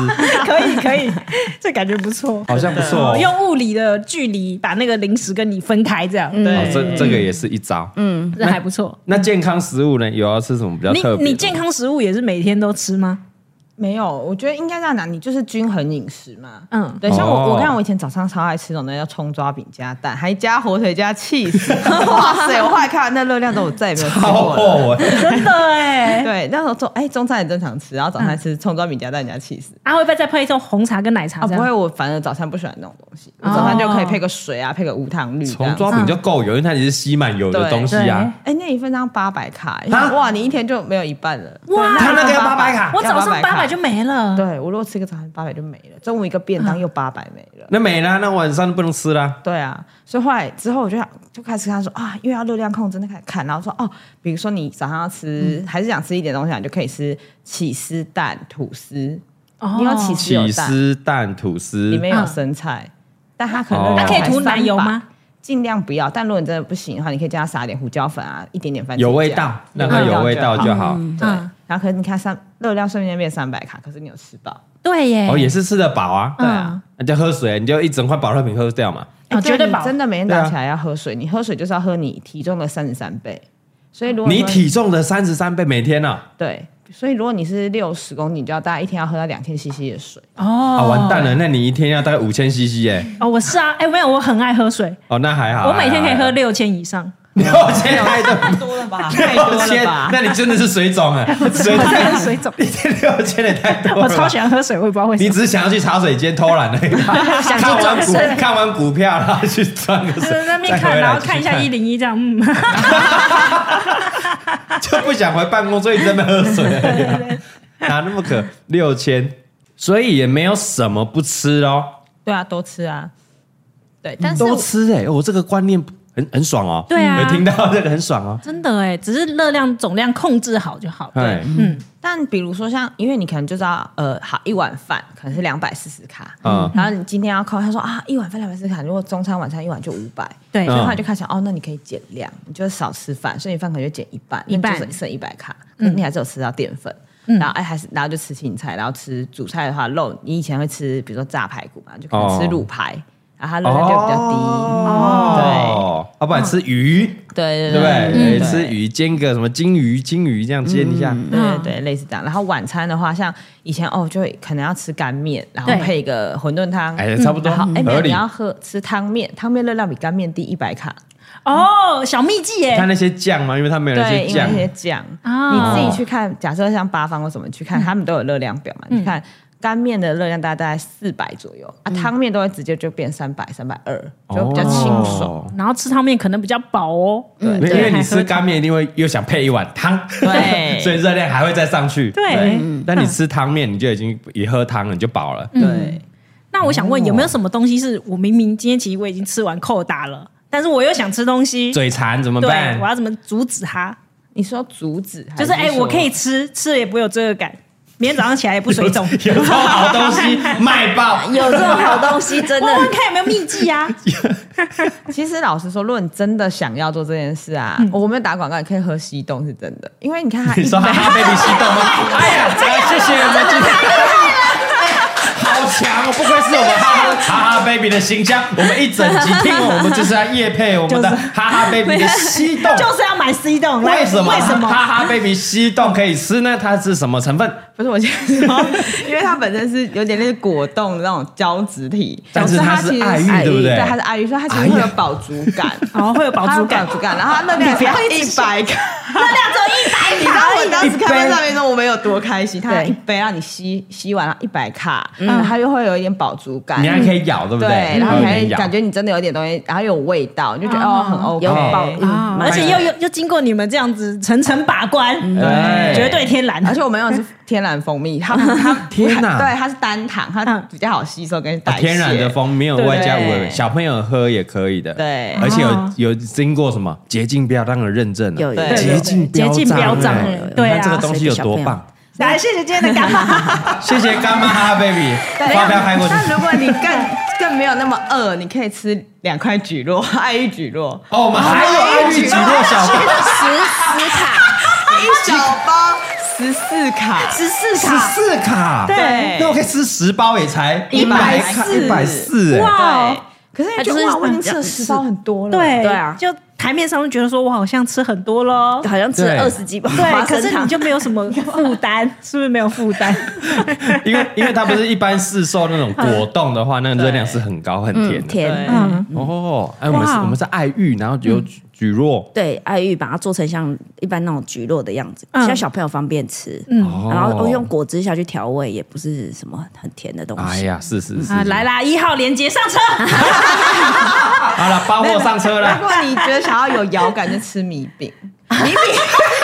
可以可以，这感觉不错。
好像不错哦。
用物理的距离把那个零食跟你分开，这样
哦，这这个也是一招。嗯，
嗯这还不错。
那健康食物呢？有要吃什么比较
你
特别的吗？
你健康食物也是每天都吃吗？
没有，我觉得应该这样讲，你就是均衡饮食嘛。
嗯
嗯，对，像我，
哦
我看我以前早上超爱吃那种东西，叫葱抓饼加蛋，还加火腿加 cheese。哇塞，我后来看完那热量之后，我再也没有吃
好
过了。
哦，哎
真的哎，
对，那时候中哎中餐也正常吃，然后早餐吃葱抓饼加蛋加 cheese。
啊会不会再配一种红茶跟奶茶
啊，
这
不
样？
会，我反正早餐不喜欢那种东
哦
西，我早餐就可以配个水啊，配个无糖绿这
葱
样。
抓饼就够油，因为它也是吸满油的
对
东西啊。
哎，那一份张八百卡，哎
啊
哇，你一天就没有一半了。
哇
对
他那个要
800
800卡
我早上八百。
要
就没了。
对我如果吃一个早餐八百就没了，中午一个便当又八百没了。
那没啦，那晚上就不能吃啦。
对啊，所以后来之后我就想就开始跟他说啊，又要热量控制，那开始看，然后说哦，比如说你早上要吃，还是想吃一点东西，啊，你就可以吃起司蛋吐司，
哦
你有起司有
起
蛋，
司蛋吐司
里，面有生菜，但它可
哦
能
它可以涂奶油吗？
尽量不要，但如果你真的不行的话，你可以加撒一点胡椒粉啊，一点点番茄
有味
酱
道，让它有味道就好。
对
嗯，
然后可是你看三热量瞬间变三百卡，可是你有吃饱，
对耶，
哦，也是吃得饱啊，
嗯
对啊，
那就喝水，你就一整块保乐瓶喝掉嘛。
哦
哎
绝对
你
饱
真的每天
对啊
早起来要喝水，你喝水就是要喝你体重的三十三倍，所以如果
你
说
体重的三十三倍，每天啊，
对，所以如果你是六十公斤，你就要大概一天要喝到两千 CC 的水。
啊，
哦
完蛋了，那你一天要大概五千 CC 哎，
哦，我是啊，哎，没有，我很爱喝水，
哦，那还好，
我每天可以喝
还好
六千以上。
六千，太多
太多了 吧？太多
六千
了吧，？
那你真的是水肿啊，水
我
肿，
在喝水肿，
一天六千也太多了，
我超喜。欢喝水，我也不知道为什
你
么。
只是想要去茶水间偷懒而已，
想去
看完
转
股
身
看完股票，然后去转个
在
身，
那边
再回
看，
来
然后
继续
看一下一零一这样，嗯，
就不想回办公，所以在那边喝水而已啊、哪那么渴？六千，所以也没有什么不吃哦，
对啊，多吃啊。对，但是
都
我
吃哎、我这个观念很很爽哦。
对啊
有听到这个很爽哦。
真的哎，只是热量总量控制好就好。
哎，
嗯
但比如说像，因为你可能就知道，呃，好一碗饭可能是两百四十卡，
嗯
嗯，然后你今天要扣，他说啊，一碗饭两百四十卡，如果中餐晚餐一碗就五百，
嗯
对
所以后来就开始想，哦，那你可以减量，你就少吃饭，所以你饭可能就减一半，
一半嗯
那就是剩一百卡，可是你还是有吃到淀粉。然后哎，还是然后就吃青菜，然后吃主菜的话，肉你以前会吃，比如说炸排骨嘛，就可能吃卤排，然后它热量就比较低。
哦，要不然吃鱼，对
对
不
对
对？哎
嗯对，嗯
吃鱼煎个什么金鱼，金鱼这样煎一下。
对
嗯
对对，类似这样。然后晚餐的话，像以前哦，就可能要吃干面，然后
对
配一个馄饨汤，
哎，差不多
然后哎，没
合
有，你
理。
要喝吃汤面，汤面热量比干面低一百卡，
哦，小秘籍
看
耶，
那些酱嘛，因为它没有那
对，
些
因为
哎酱
那，些酱，
哦
你自己去看，假设像八方或什么去看，他们都有热量表嘛，
嗯
你看。干面的热量大概大概四百左右啊，汤面都会直接就变三百、三百二，就比较清爽。
哦。
然后吃汤面可能比较饱哦。
嗯因为因为你吃干面一定会又想配一碗汤，
对 嗯
所以热量还会再上去。
对，
但你吃汤面，你就已经一喝汤了，你就饱了。
对，
那我想问，有没有什么东西是我明明今天其实我已经吃完扣打了，但是我又想吃东西？
嘴馋怎么
对
办，
我？要怎么阻止它？
你说阻止还
就是哎、
说
我可以吃，吃了也不会有罪恶感。明天早上起来也不水 肿。
有这种好东西卖 爆，
有这种好东西，真
问问
的
看有没有秘籍啊？
其实老实说，如果你真的想要做这件事啊，
嗯
我没有打广告，你可以喝西冻是真的，因 为你看它一
你说哈
杯
哈被你心动吗？哎呀，这个谢谢我们今天。 好强哦！不愧是我们哈哈哈哈 baby 的形象。我们一整集听完，我们就是要夜配我们的哈哈 baby 的西 冻。
就是要买 C 栋，来
为什么？
为什么？
哈哈 baby 西冻可以吃呢？它是什么成分？
不是我先说， 因为它本身是有点类似果冻的那种胶质体，
但是
所以
它
它
是
其实
爱玉对不对哎
对？它是爱玉，所以它其实会有饱足感。
哦，会有饱
它
足
有
感
饱。足感，然后它热量
你不要
只有一百 卡，热量只有一百卡。你知道我当时看到上面说我们有多开心？它一杯让你吸吸完了一百卡，
嗯
然后它又会有一点饱足感
你。还可以嗯咬，对不
哎对，然后
你
你
还可
还
以咬
感觉你真的有点东西，然后有味道，你就觉得哦很
嗯
OK，
有饱
哦
啊，而且又又又经过你们这样子层层把关，
对
绝对天然。
而且我们用的是天然蜂蜜，它它
天哪
对，它是单糖，它
嗯
比较好吸收跟代
啊
谢。
天然的蜂蜜，没有外加
对
微微小朋友喝也可以的。
对
而且有有经过什么洁净标章的认证啊，
有有
对
洁净
洁净标章
哎
有有
你
对啊
看这个东西有多棒！
来，谢谢今天的 干妈。
谢谢干妈哈哈 baby，
对
发票开过去。
但如果你更更没有那么饿，你可以吃两块蒟蒻，爱玉蒟蒻，
哦，我们还有爱玉蒟蒻小包，
嗯
十十卡，
一小包十四卡，
十四
十
卡，
四卡，
对
那我可以吃十包也才
140
一百四，哎，
哇
对，
哦
可是你觉
它就
得
是
哇，我已
嗯
经吃了十包很多了，
对
对啊
就台面上就觉得说我好像吃很多喽。
好像吃
对
了二十几包
对，
花
可
生
是你
糖，
就没有什么负担，是不是没有 负担？
因为因为它不是一般市售那种果冻的话，那个热量是很高很甜
嗯，
的。
甜。
嗯，
哦，哎，我们是
哇
我们是爱玉，然后有蒟蒟
对，爱玉把它做成像一般那种橘络的样子，
嗯
像小朋友方便吃。
哦
然后我用果汁下去调味，也不是什么很甜的东
哎
西。
呀，是是是
啊，，来啦，一号连接上车。
好了，包货上车
如
了。
果你觉得想要有咬感，就吃米饼，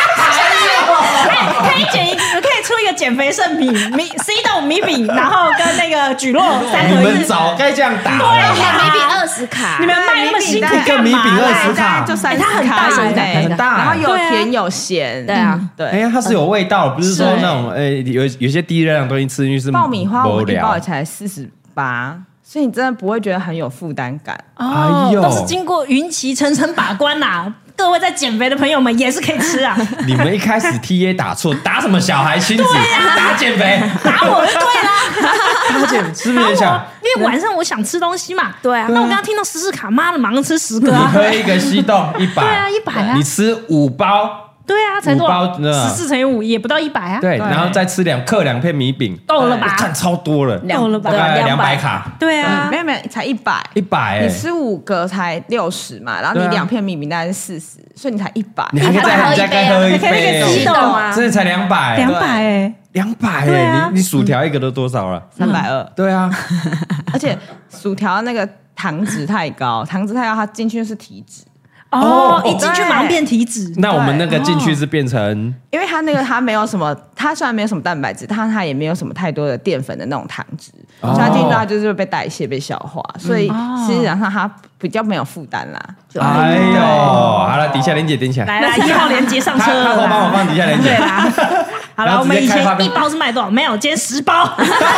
可以减一，可以出一个减肥圣品米 C 豆米饼，然后跟那个蒟蒻三
哦你
合
们
一。
早啊该这样打
哎
了。
呀，每饼二十卡，
你们卖那么辛苦
对米饼
干
一个
嘛
米饼二十
啦？
卡
大概就三
哎
十
它很
卡
大
以内，
很大
然后有
对啊
甜有咸，
对啊，
哎
对。
呀，它是有味道，不是说
是
那种呃有有些低热量东西吃进去是
爆米花
无
我们一
聊
包也。才四十八，所以你真的不会觉得很有负担感。
哦
哎，呦
都是经过云奇层层把关呐。各位在减肥的朋友们也是可以 吃啊，
你们一开始 T A 打错，打什么小孩心子？打减肥，
打我就对啦。
打减是不是也想？
因为晚上我想吃东西嘛，
对啊
那我刚刚听到十四卡，妈的，马上吃十个
你
啊，
喝一个西冻一百，
对啊100啊
你吃五包，
对啊，才多
五包真的
少？十四乘以五也不到一百啊，
对，哎然后再吃两克两片米饼，
够了吧
哇看超多了，
够了吧
大？概两
两
百
百
卡，
对啊
嗯
哎
没，有没有，才一百，
一百，欸
你吃五个才六十嘛，然后
哎对
你
啊
两片米饼大概是四十，所以你才一百。
你还可以在人家该喝一
还可以
杯
再激
激
动
动
啊
啊！
真的才两百，
200
对啊
哎，
两百哎，你你薯条一个都多少了？
三百二，
对 啊，
而且薯条那个糖脂太高，糖脂太高，它进去就是体脂，
哦
哦，
一进去马上变体脂，
那我们那个进去是变成
因为它那个它没有什么，它虽然没有什么蛋白质，但它也没有什么太多的淀粉的那种糖脂，
哦
所以它进去它就是会被代谢、被消化，所以实际上它比较没有负担啦。
哎呦，好了，底下连姐点起来，
来啦，一号连接上
他
车
他
了
都帮我
啦。
放底下连
对
姐，
啦，好
然
了，
后
我们
直
以
接开发
前
票
一包是卖多少？没有，今天十包，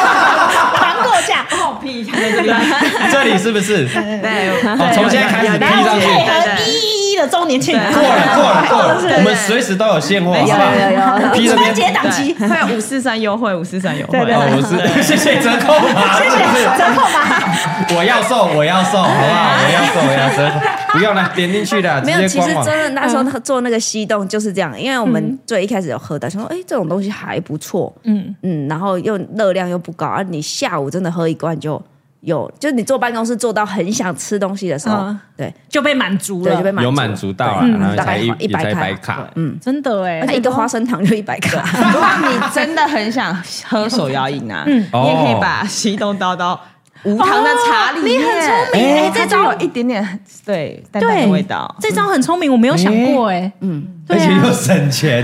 团购价。
哦
这里是不是？
对，
哦，从现在开始
有
批
有
来，
上
我们
去，
配
对
合
对
一一一的周年庆，
过了过了过
对
了，
对
我们随时都有现货，好不好？哦 批这
春
边
节档期，
会有五四三优惠，五四三优惠。
哦，我是 谢谢折扣码，谢谢折扣码，我要送，我要送，好不好？我要送，我要折扣，不用了，点进去的，
没有，
啊直接
其实
官网
真。的那时
嗯
候做那个西冻就是这样，因为我们最一开始有喝的，想说哎这种东西还不错，嗯嗯，然后又热量又不高，啊，你下午真的喝一罐就有，就是你坐办公室坐到很想吃东西的时候
嗯，
对
就被满足
对，就被
了，
满
有满足到啊，
对
然后
嗯大
才
概
一
一
也才
百
一百
卡，
卡，
真的哎
而。且一个花生糖就一百克，
如果你真的很想喝手摇饮啊，
嗯
你也
哦
可以把西东刀刀无糖的茶里面，
哦你很聪明哎
它
这
就
招
有一点点对淡淡
对，
的味道。
这招很聪明，我没有想过哎。嗯，
而
对
且又
啊，
省钱。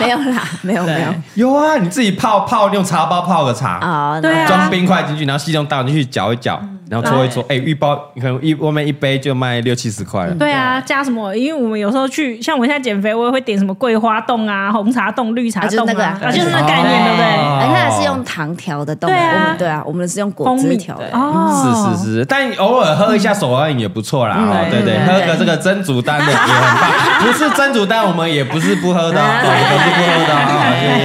没有啦，没有没有
有啊，你自己泡泡用茶包泡个茶，
啊，
对啊
装冰块进去，然后西装倒进去搅一搅，然后搓一搓，哎，一包可能一外面一杯就卖六七十块了。
对啊，加什么？因为我们有时候去，像我现在减肥，我也会点什么桂花冻啊、红茶冻、绿茶
啊就是
冻
那个
啊，
啊
啊就是那个概念，对不对？
哦
而且它哎是用糖调的冻，我
对啊
们对啊，我们是用果
蜂
汁
蜜
调的。
哦，嗯
是是是，但偶尔喝一下手摇饮也不错啦。哦，对对，喝个这个蒸煮蛋的也很 棒，不是蒸煮蛋我们也不是不喝的哦，对也不是不喝的啊，对对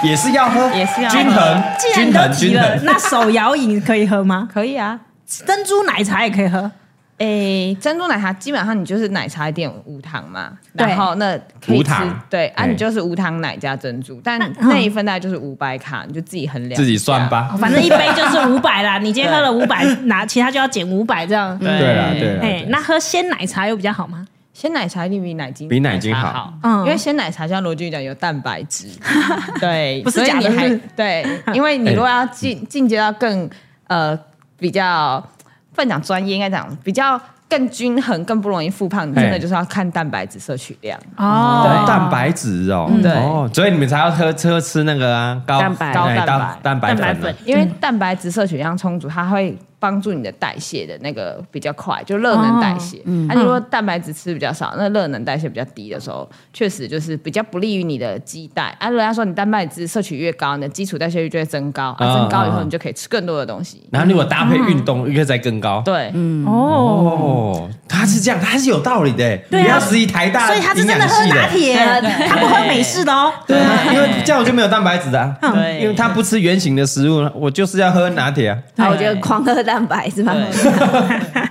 对也是要 喝，
也是要喝
均衡，
既
均
然
衡，
都提
均
了，
衡。
那手摇饮可以喝吗？
可以啊。
珍珠奶茶也可以喝，
诶，哎珍珠奶茶基本上你就是奶茶店无糖嘛，
对
然后那可以
无
吃
糖哎
对啊，
对
你就是无糖奶加珍珠，但
那嗯
那一份大概就是五百卡，你就自己衡量，
自己算。吧。
哦反正一杯 就是五百啦。你今天喝了五百，拿其他就要减五百这样。
对
对啦对啦
哎，那喝鲜奶茶又比较好吗？
鲜奶茶一定比奶精
比奶精
茶
好
好，
嗯
因为鲜奶茶像罗俊讲有蛋白 质，对，
不是
所以
假的
你还
是不是
对，因为你如果要进进阶到更呃比较不能讲专业，应该讲比较更均衡、更不容易复胖，你真
哎
的就是要看蛋白质摄取量。
哦嗯
哦蛋白质哦，
对
哦，所以你们才要喝喝吃那个啊，高
蛋白
高哎
高蛋白
高蛋白
蛋白
粉啊
粉。
因为蛋白质摄取量充足，它会帮助你的代谢的那个比较快，就热能代谢。嗯，那、你如果蛋白质吃比较少，那热能代谢比较低的时候，确实就是比较不利于你的肌代。啊，人家说你蛋白质摄取越高，你的基础代谢率就会增高，啊，增高以后你就可以吃更多的东西。
然后如果搭配运动，应该再更高。
对，嗯，
嗯哦，
哦，他是这样，他是有道理的。
对啊
你要十一台大，
所以他是真的喝拿。铁，他不喝美式的哦。
对啊，因为这样我就没有蛋白质啊。
对
因为他不吃圆形的食物，我就是要喝拿铁啊，
啊，我觉得狂喝蛋白是吧？
嗯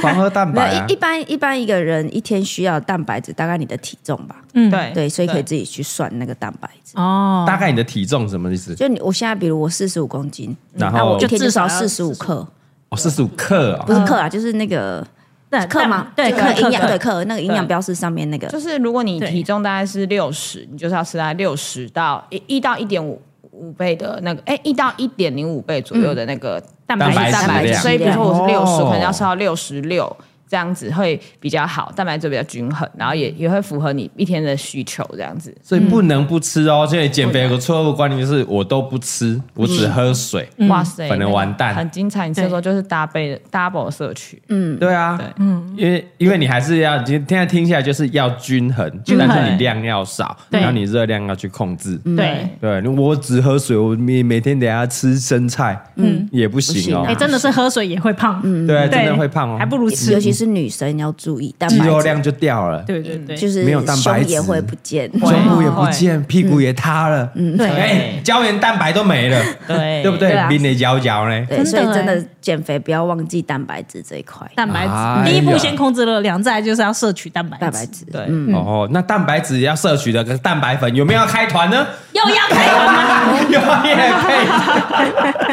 狂喝蛋
没
白
有
啊
一一。般一般一个人一天需要蛋白质大概你的体重吧，
嗯，
对
对，所以可以自己去算那个蛋白质。
哦，
大概你的体重什么意思？
就你我现在比如我四十五公斤，
然
那
后
我一天就
就至
是
少
要
要
四十五克，
哦，四十五克哦
不是克啊，就是那个
嗯对
克吗？
对，
就克
克
营养对
克
克那个营养标示上面那个
就是如果你
对
体重大概是六十，你就是要吃大概六十到一一到一点五五倍的那个，哎，一到一点零五倍左右的那个
蛋
蛋白质
蛋白质，
量
所以比如说我是六十、
哦
可能要吃到六十六，这样子会比较好，蛋白质比较均衡，然后也也会符合你一天的需求，这样子。
所以不能不吃哦。所以减肥有个错误观念就是我都不吃，我只喝水。
哇塞，
嗯反正完蛋
很精彩！你这时候就是搭配 double 摄取，
对啊，嗯，因为因为你还是要，今天现在听下来就是要均衡，
均衡
但是你量要少，
对嗯
然后你热量要去控制。
对，
对，我只喝水，我每每天等下吃生菜，嗯，也不行哦
哎，。真的是喝水也会胖，嗯，
对啊，真的
对
会胖哦，
还不如
尤
吃，
其是女生要注意蛋
肌
白
肉
质，
量就掉了，
对对对，
就是
没有蛋白
胸也
质
会不见。
胸部也不见，屁股也塌了，嗯，
对
哎，胶原蛋白都没了，
对
对不对
对？啊
冰的摇摇呢，
对，所以
真的
真的
欸
减肥不要忘记蛋白质这一块，
蛋白
哎呀
质。第一步先控制热量，再来就是要摄取蛋白
蛋白
质，
质。
对，
哦，那蛋白质要摄取的跟蛋白粉有没有要开团呢？
又要开始吗？
有也配，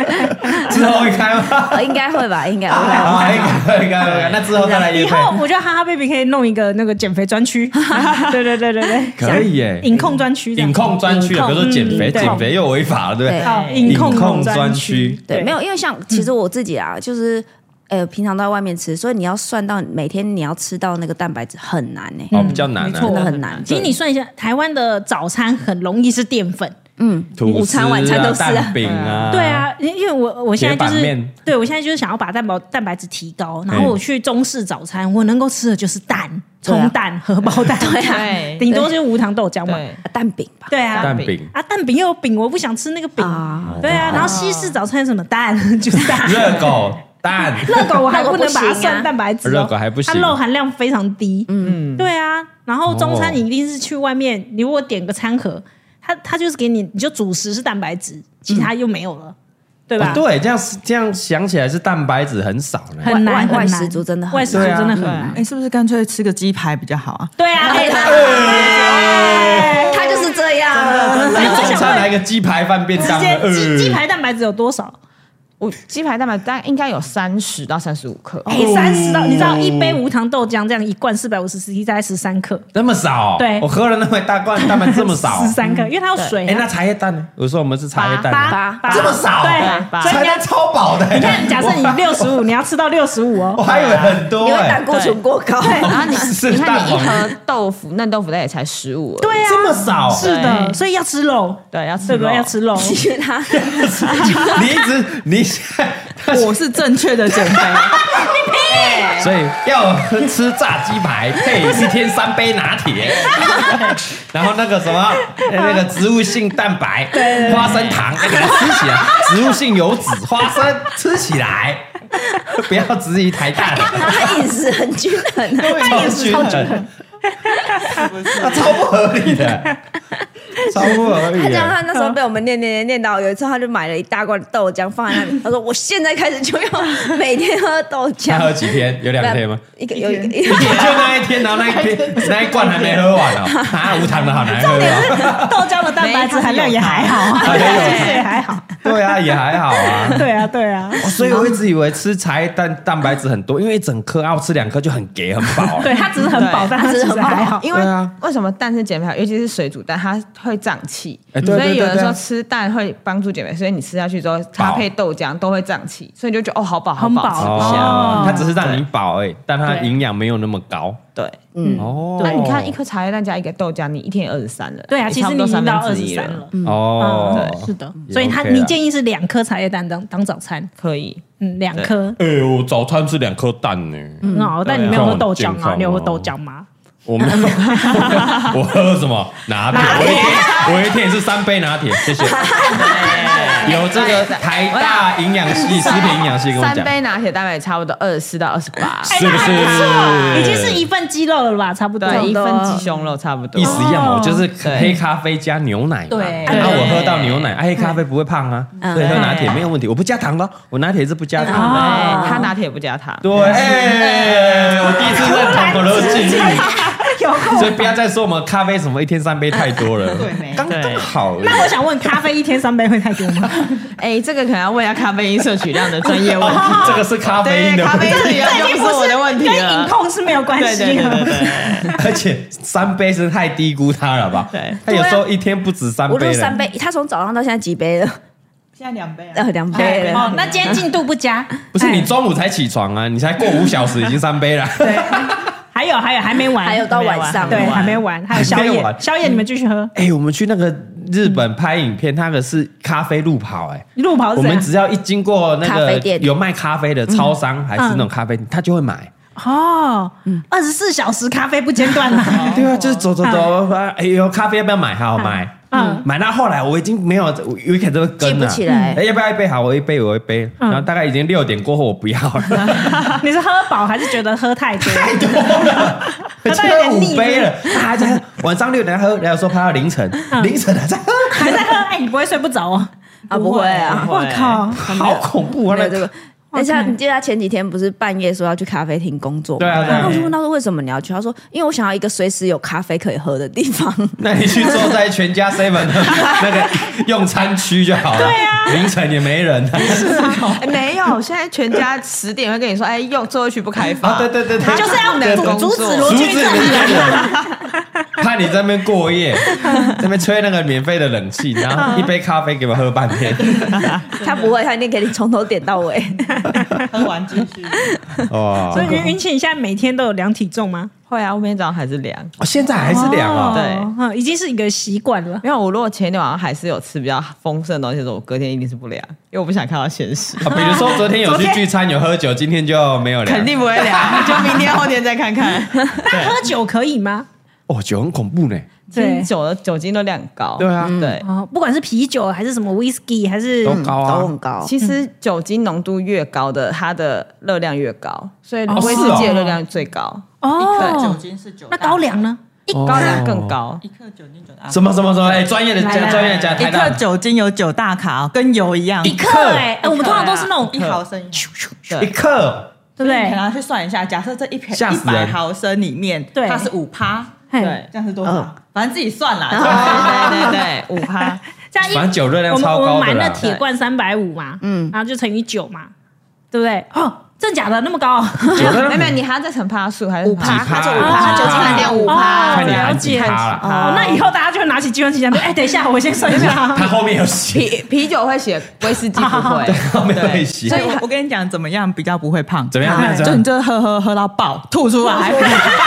之后会开吗？
呃应该会吧，应该会 吧。
啊，应该会，应该会， 那之后再来也
以
配，
后我觉得哈哈 baby 可以弄一个那个减肥专 区，对对对对对，
可以耶，
饮控专区这样，
饮控专区啊，比如说减肥，
嗯对
减肥又违法了，对不对
对？
好，
饮
饮控
哎控专区
区，
对，没有，因为像其实我自己啊，就是呃，平常都在外面吃，所以你要算到每天你要吃到那个蛋白质很难呢、
哦，比较难啊
真，的很难。
其实你算一下，台湾的早餐很容易是淀粉。
吐司
午餐晚餐都是啊
蛋饼啊，
对，啊，因因为我我现在就
铁板
是
面
对我现在就是想要把蛋白蛋白质提高，然后我去中式早餐，我能够吃的就是蛋、
对啊
葱蛋、荷包蛋，对
啊
顶多就是无糖豆浆嘛。
对，
啊蛋饼吧，
对啊，
蛋饼。
啊蛋饼又有饼，我不想吃那个饼。
啊
对啊，然后西式早餐有什么蛋 就是蛋，
热狗蛋，
热狗我还
热狗
不
不
能把它
行啊
算蛋白质哦，
热狗还不行
它肉含量非常低。嗯，对啊，然后中
哦
餐你一定是去外面，你如果点个餐盒，它它就是给你，你就主食是蛋白质，其他又没有了，对吧
哦？对，这样这样想起来是蛋白质很少呢。
很难
外
很
外
难
食族真的很嗯
外食族真的很
对
难。
哎，是不是干脆吃个鸡排比较好啊？
对啊，哎
嗯它就是这样。
哎我
中
想
餐
问，
来个鸡排饭便
直
当
接
呢，
鸡
呃
鸡排蛋白质有多少？
哦
我鸡排蛋白大概应该有三十到三十五克，
哦
哎，三十到，你知道一杯无糖豆浆这样一罐四百五十 cc 大概十三克，
那么少哦，
对
我喝了那么一大罐，蛋白这么少哦
十。三克，因为它有水
哎，
啊。
那茶叶蛋呢？我说我们是茶叶蛋
八
啊，
八八
这么少
对，所以
茶叶
你要
蛋超饱的。
你看，假设你六十五，你要吃到六十五
我
哦。
还以为很多
因为
哎
胆，固醇过高，
然后 你
是
你看你一
蛋黄
盒豆腐嫩豆腐蛋也才十五，
对啊，
这么少，哦
是的，所以要吃肉，
对，要吃
对不
肉
对？要吃肉，
因为它
你一直你现在大家
我是正确的减肥，
所以要吃炸鸡 排配一天三杯拿铁， 然后那个 什
啊
么那个植物性蛋白、花生糖，哎给它吃起来， 植物性油脂、花生吃起来， 不要质疑台 大的，
他饮食很均衡啊，
超均衡，那 超不合理的，超不合
他
理
这样，他
的。
那时候被我们念念念念到，有一次他就买了一大罐豆浆放在那里，他说我现在开始就要每天喝豆浆
还，有几天？有两天吗？
一个有一个一个
也就那一天，然后那一天那一罐还没喝完哦，啊，无糖的好难喝哦。
豆浆的蛋白质含量也还 好，
没有
其实也还好。
对啊，也还好啊。
对啊，对啊，
哦所以我一直以为吃茶叶蛋蛋白质很多，因为一整颗啊，我吃两颗就很给很饱了。
对它只是很饱，但它其实还好。
因为
对啊
为什么蛋是减肥好，尤其是水煮蛋，它会胀气，
哎对对
所以有
对对
人说
对
吃蛋会帮助减肥，所以你吃下去之后搭配豆浆都会胀气，所以你就觉得哦好饱好饱
很饱
吃不下。
哦，它只是让你饱哎，但它营养没有那么高。
对，
哦，
那你看一颗茶叶蛋加一个豆浆，你一天二十三了，
对啊，
你
其
差
实
不
你
多
已经
三
到
分
二
之
十
一
三
了，
了。嗯
哦，
嗯
对，是的，
也
所以他
啊
OK 啦
你建议是两颗茶叶蛋当当早餐，
可以。
嗯，两颗
哎呦，早餐吃两颗蛋呢，
嗯
很好，但你没有喝豆浆
这样很健
啊
康？哦
你有喝豆浆吗？
我 没有， 我喝什么拿铁？我一天我一天也是三杯拿铁，谢 谢。有这个台大营养系、食品营养系跟我
三
讲，
杯拿铁大概差不多二十四到二十八，
哎
是不
那还
是
不错已经是一份鸡肉了吧？差不多。
对，一份鸡胸肉差不多
意。思一样嘛，
哦
我就是黑咖啡加牛奶嘛。
对嗯
啊，我喝到牛奶，啊，黑咖啡不会胖啊，所以喝拿铁没有问题，我不加糖的哦，我拿铁是不加糖的。
嗯
对，它拿铁不加糖。
对，哎我第一次认同口头禁 律，所以不要再说我们咖啡什么一天三杯太多了，对，刚刚好而已。
那我想问，咖啡一天三杯会太多吗？
哎，这个可能要问一下咖啡因摄取量的专业问题。
这个是咖啡因
对，
的
咖
问
啡
题
因，摄取量就不是我的问题
跟饮
了。
控是没有关
对对
系
对对
的。
对，
而且三杯是太低估它了吧？
对
他有时
啊
候一天不止三
我就
杯
三
了。
杯，他从早上到现在几杯了？
现在两杯
呃，两杯了。
哦，那今天进度 不佳。
不是你中午才起床啊，你才过五小时，已经三杯了。
哎对，还有还有还没完，
还有到晚上
对，还没完，还有宵
还没
夜，
完
宵夜你们继续喝。
哎、我们去那个日本拍影片，那个是咖啡路跑、哎。
路跑
我
哦是怎啊
们
样
只要一经过那
咖
个
啡店
有卖咖啡的超商，还是那种咖啡店，他就会买。
哦，
嗯
二十四小时咖啡不间断 啊。
对啊，就是走走走，哎呦，咖啡要不要买？好买，
嗯
买到后来我已经没有，我有一开始会跟
记不
了
起来，
哎，要不要一杯？好，我一杯，我一杯。然后大概已经六点过后，我不要了，
哦
你是喝饱还是觉得喝太多？
已经
大概有点
喝
腻
五杯了，他还在喝晚上六点还喝，然后说拍到凌晨，凌晨还在喝，
还在喝？哎，你不会睡不着哦？
啊，不会啊，
我靠！
好恐怖啊！
没
那
有这个。而且他你记得他前几天不是半夜说要去咖啡厅工作吗？
对啊对啊
然后我就问他说为什么你要去？他说因为我想要一个随时有咖啡可以喝的地方。
那你去坐在全家 seven 的那个用餐区就好了。对啊，凌晨也没人啊。
哎没有，现在全家十点会跟你说，哎，用最后一区不开放。
啊，对对对对，
就是要
能工作
阻阻止罗
阻
军
止
正
你
义。
怕你在那边过夜，在那边吹那个免费的冷气，然后
嗯
一杯咖啡给我喝半天。
他不会，他一定给你从头点到尾。
喝完继续。
哦
所以云云晴现在每天都有量体重吗？
会啊，我每天早上还是凉。
哦现在还是凉
哦
啊。
对
嗯，已经是一个习惯了。
没有，我如果前一天晚上还是有吃比较丰盛的东西的时候，我隔天一定是不凉，因为我不想看到现实。
啊比如说昨天有去聚餐有喝酒，今天就没有
肯
凉。
定不会 凉，就明天后天再看看。
那喝酒可以吗？
哦，酒很恐怖呢。
其实酒的酒精都量很高，
对啊
对。
哦，不管是啤酒还是什么 whisky，还是
都高
都
啊
很。高。
其实酒精浓度越高的，它的热量越高，所以
哦
威
是
士
哦
忌的热量最高，
哦，
精是九
那高粱呢？哎
哦
高粱更高。
一克酒精九大
什么什么什么？哎，专业的
来来
家，专业的家，
一
台
克
大。
酒精有九大卡哦，跟油一样。
一克哎，哎，我们通常都是那种
一毫升一毫升，
一
对，
克
对不
你可
对？
能要去算一下，假设这一瓶
吓
一
死人
百毫升里面，
对
它是五趴，
嘿
对
这样是多少
嗯？
反正自己算啦。
对对对，五趴。
这样一
反正酒热量
我们
超
我们
高
买
的
那
啦。
铁罐三百五嘛，嗯，然后就乘以九嘛，对不对？哦，真假的那么高？
酒热
没有没有，
量
你还要再乘趴哦数，还是
五
什么
趴，
几嗯趴
他做五
啊
趴，酒精含量五趴。
看你
了
含几
解。
趴了。
哦，那以后大家就拿起计算器在那边，哎，等一下，我先算一下。
它后面有写，
啤啤酒会写，威士忌不会。
后面
对
会写
所。以我我跟你讲，怎么样比较不会胖？
怎么样
哎
怎么样怎么
就
样
你这喝喝喝到爆，吐出来。
真的是真的，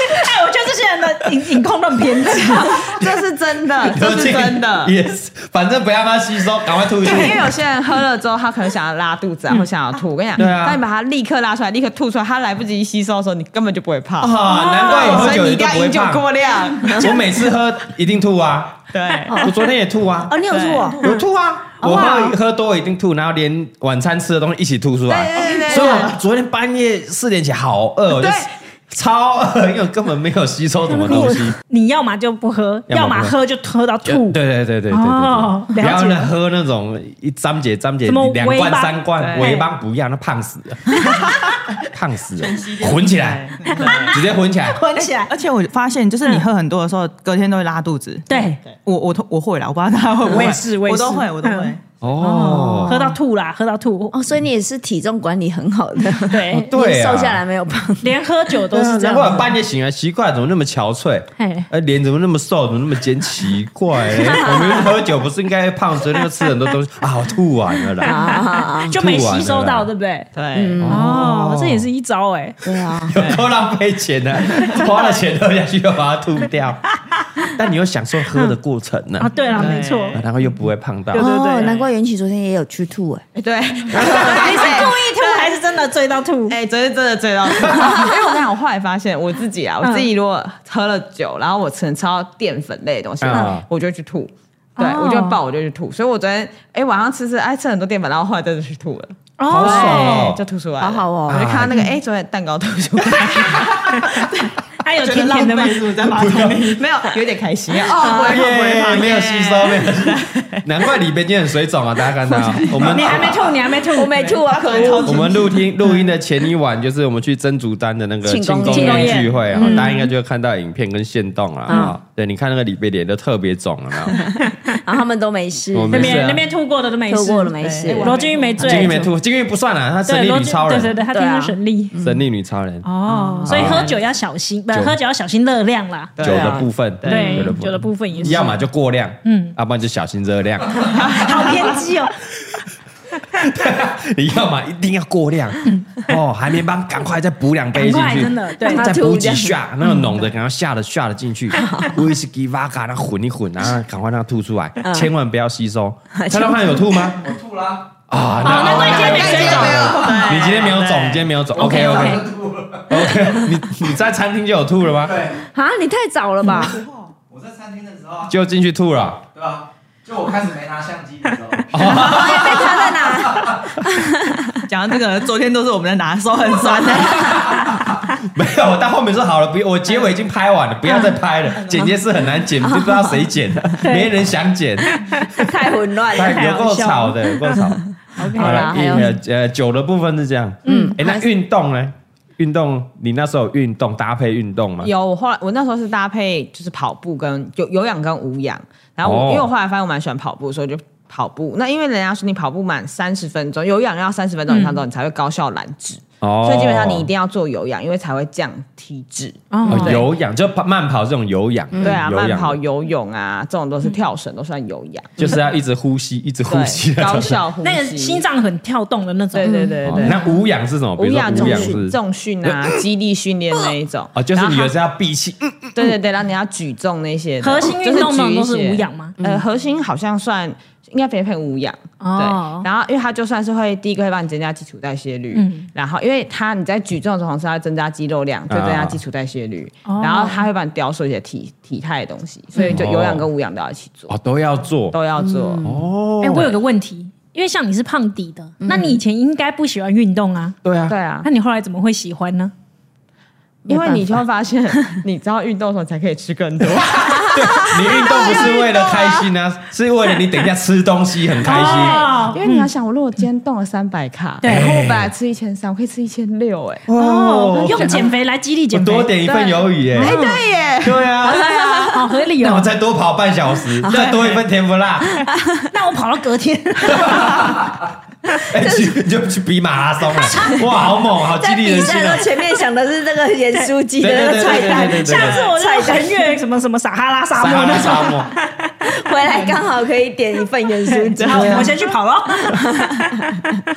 哎，我觉得这些人的引引控乱偏激。
这是真的， 这是真的。
yes，反正不要让它吸收，赶快吐一吐。
对，因为有些人喝了之后，他可能想要拉肚子啊，或想要吐。我跟你讲，
对啊
当你把它立刻拉出来，立刻吐出来，它来不及吸收的时候，你根本就不会胖。
啊，难怪我喝
所以
酒
你一
都
定要
不会
饮酒
胖。
过量。
我每次喝一定吐啊，
对，
我昨天也吐啊，
哦，你有吐哦，
有吐啊，我喝喝多一定吐，然后连晚餐吃的东西一起吐出来。
对
所以我昨天半夜四点起好饿，我就
对
超饿，因为我根本没有吸收什么东西。
你要么就不喝，
要
要
么
么
不喝
喝就喝到
就
吐。
对对对对对对
哦
对，不
了
要
解
那喝那种一张姐张姐
什么
两
维
罐
邦
三罐
对
维邦不要，那胖死 了，胖死了，混起来，直接混起来。
混起来，
而且我发现，就是你喝很多的时候，隔天都会拉肚子。
对，
我我都我会啦，我不知道大家会不
我
会，
也是我也
我
是
都会，我都会
嗯。
哦，
喝到吐啦，喝到吐。
哦，所以你也是体重管理很好的，
对，
对啊
瘦下来没有 胖，
连喝酒都是这
难
样
怪
子
我。半夜醒来，奇怪，怎么那么憔悴？
嘿
哎，脸怎么那么瘦，怎么那么尖？奇怪、欸，我明明喝酒不是应该胖，所以那个吃很多东西啊，我吐完了啦。
啊
啊
就没吸收到，对不对？
对，
哦，这也是一招哎。
有够浪费钱 的、花了钱喝下去又把它吐掉，但你又享受喝的过程呢、
啊，对了，没错，
啊然后又不会胖到
对。对对
哦，难怪元起昨天也有去吐哎，
对，
你是故意吐还是真的醉到吐？
哎、昨天真的醉到吐， 因为我跟你讲，我后来发现我自己啊，我自己如果喝了酒，然后我吃吃到淀粉类的东西，
嗯
我就会去吐。对，我就会爆，我就去吐。所以我昨天哎晚上吃吃，哎吃很多淀粉，然后后来真的去吐了，
好爽哦
对就吐出来了。
好好哦
我就看到那个哎昨天蛋糕吐出来，
还有甜甜的吗？
是我在马桶里，没有，有点开心啊。哦，我 也不会
耶，
胖
没有吸 收，没有吸收。难怪里边今天很水肿啊！大家看到我们
你还没吐，你还没吐，我没吐啊，可恶！
我们录听录音的前一晚，就是我们去真竹丹的那个
庆
庆
功
功
庆
嗯功
宴
宴嗯
聚会啊，大家应该就会看到影片跟线动了啊。对，你看那个李贝脸都特别肿啊了 嘛，
然后他们都没事，
我
那
没事哎
边
啊
那。边吐过的都没事，
喝过了没事，
罗君玉没醉，
金玉没吐，金玉不算了，她神
对，
力
罗
女
君
超
对对
人，嗯
对，他
对
天
啊
生神力
神力女超人，
哦，所以喝酒要小心，不
酒
喝酒要小心热量啦。
酒的部分，
啊对，酒的
分，
部分也是，
要么就过量，嗯，要不然就小心热量。
好偏 激哦，
你要嘛一定要过量哦，海绵棒赶快再补两杯进
赶
去，
快真的对
再补几下，那个浓的，然后下的下的进去，威士忌、v 嘎，那混一混，然后赶快让它吐出来，千万不要吸 收。蔡老板有吐吗？
我吐啦，
啊，
哦，难怪今天没
没
水
有
肿。
对
你今天没有肿，你今天没有肿。OK OK
真吐了。
OK，你你在餐厅就有吐了吗？
对，
啊，你太早了吧？
我在餐厅的时候啊，
就进去吐了，
对吧？就我开始没拿相机的时候，
被哎他在哪？
讲到这个，昨天都是我们的拿手很酸的。
没有。我到后面说好了，不，我结尾已经拍完了，不要再拍了。剪接是很难剪，就不知道谁剪 的，没人想剪，
太混 乱了，
太有够吵的，有够 吵。
好啦，还有
运呃呃酒的部分是这样，嗯，哎，那运动呢？运动，你那时候有运动搭配运动吗？
有，我后来我那时候是搭配就是跑步跟有有氧跟无氧，然后我、
哦
因为我后来发现我蛮喜欢跑步，所以我就跑步。那因为人家说你跑步满三十分钟，有氧要三十分钟以上之后你才会高效燃脂，
哦
所以基本上你一定要做有氧，因为才会降体脂。
哦有氧，就跑慢跑这种有氧，
对啊，
有
慢
氧
跑、游泳啊，这种都是跳绳，都算有氧，
就是要一直呼吸，一直 呼吸
对，
啊的那种
高。效呼吸。
那个心，脏很跳动的那种，
对对对
哦
对。
那无氧是什么？
无
比如说
氧
无
重
氧
训、
是
重训啊， 肌力训练那一种
哦，就是
然后
你
它
有时候要闭气，嗯
对对对，然后你要举重那些的
核心运动那种都是
就举一些
无氧吗
呃，核心好像算应该肥肥无氧。
哦
对，然后因为它就算是会第一个会帮你增加基础代谢率，
嗯
然后因为它你在举重的时候是要增加肌肉量，就增加基础代谢率，
哦
然后它会帮你雕塑一些体体态的东西，所以就有氧跟无氧都要一起
嗯
做，
哦都要做
都要做。
哦
哎，。我有个问题，因为像你是胖底的，那你以前应该不喜欢运动啊，
对嗯啊，
对啊
那，你后来怎么会喜欢呢？
因为你就会发现， 你知道运动的时候才可以吃更多。
对你运动不是为了开心 啊，是为了你等一下吃东西很开心。
哦
因为你要想，我如果今天动了三百卡，
对
然后我本来吃一千三，我可以吃一千六，哎，
哦，用减肥来激励
我
减肥，
多点一份鱿鱼，哎，
对耶，哎
对啊，
对啊， 好合理
那我
哦。
再多跑半小时，再多一份甜不辣，
那我跑到 隔天，
哎，去你就去比马拉松了，哇，好猛，好激
在
励
比
人心
赛的时
啊
候，！前面想的是这个盐酥鸡
对
的那个
对对对
菜
对
单，
对对对
下次
对，
我就横越什么什么撒哈拉沙
沙
漠
漠
那种。
沙漠，
回来刚好可以点一份盐酥鸡。
好，我先去跑了。
嗯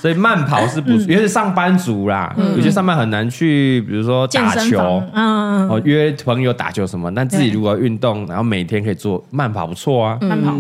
所以慢跑是不，尤其是上班族啦，有些上班很难去，比如说
健
打
身
球，
房，嗯，
哦，约朋友打球什么，但自己如果要运动，然后每天可以做慢跑，不错啊，
慢跑，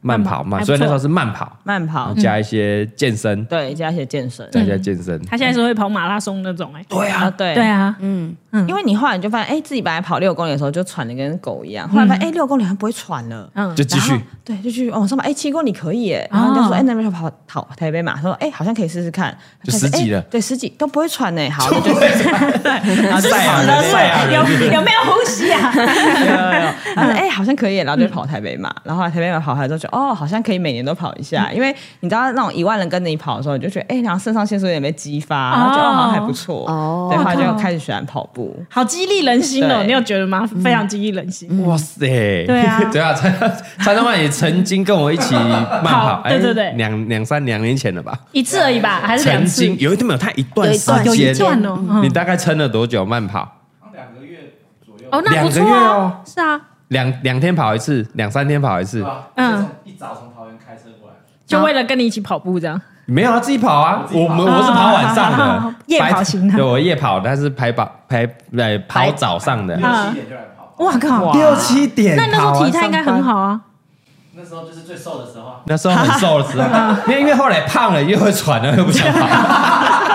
慢跑嘛，
还嗯不
所以那
错
时候是慢跑，
慢
然后
跑，
加一些健身，
对，加一些健身。
加一些健身，
他现在是会跑马拉松那种哎。
对啊，对
对啊，
嗯
因为你后来你就发现，哎、自己本来跑六公里的时候就喘的跟狗一样，后来发现，哎、六公里好像不会喘了。
嗯
就继
然后
续。
对，就去哦，往上跑，哎、七公里可以耶。然后人家说，
哦
哎、那边就跑跑台北马，说，哎、好像可以试试看。
就
开始
十几
哎
了
对，十几都不会喘呢。 好，那就试试看 对，然后就
赛亚人，赛亚
有
人，
有没有呼吸啊？
有有有，然后哎、好像可以，然后就跑台北马，然后后来台北马跑回来之后就，哦，好像可以每年都跑一下，因为你知道那种一万人跟着你跑的时候，你就觉得，哎、然后肾上腺素也被激发，然后就哦，好像还不错，
哦
对，后来就开始喜欢跑步。
好激励人心哦！
对
你有觉得吗？
嗯
非常激励人心。
哇塞！对
啊
对啊，蔡蔡宗曼也曾经跟我一起慢跑
好，对对对
哎两两三两年前了吧？
一次而已吧，还是两
曾
次
经？有一段没有，他一段
有一
时
段
有一
间，
段哦，
你
嗯
大概撑了多久慢跑？
两个月左右，
哦，那不
两个
错
月
啊
哦，
是啊，
两两天跑一次，两三天跑一
对
次，
吧？嗯，
嗯
就从一早从桃园开车过来，
就为了跟你一起跑步这样。
没有啊，自己跑啊，我
己跑
们我是跑晚上
好好好
的
好，夜跑
白
型的
对，我夜跑，但是排跑排呃跑早上的
六七点就来跑。
啊哇靠！
六七点
那你那时
跑
候
完
体态应该
上班
很好啊。
那时候就是最瘦的时候啊，
那时候很瘦的时候，因为因为后来胖了又会喘了又 不想跑，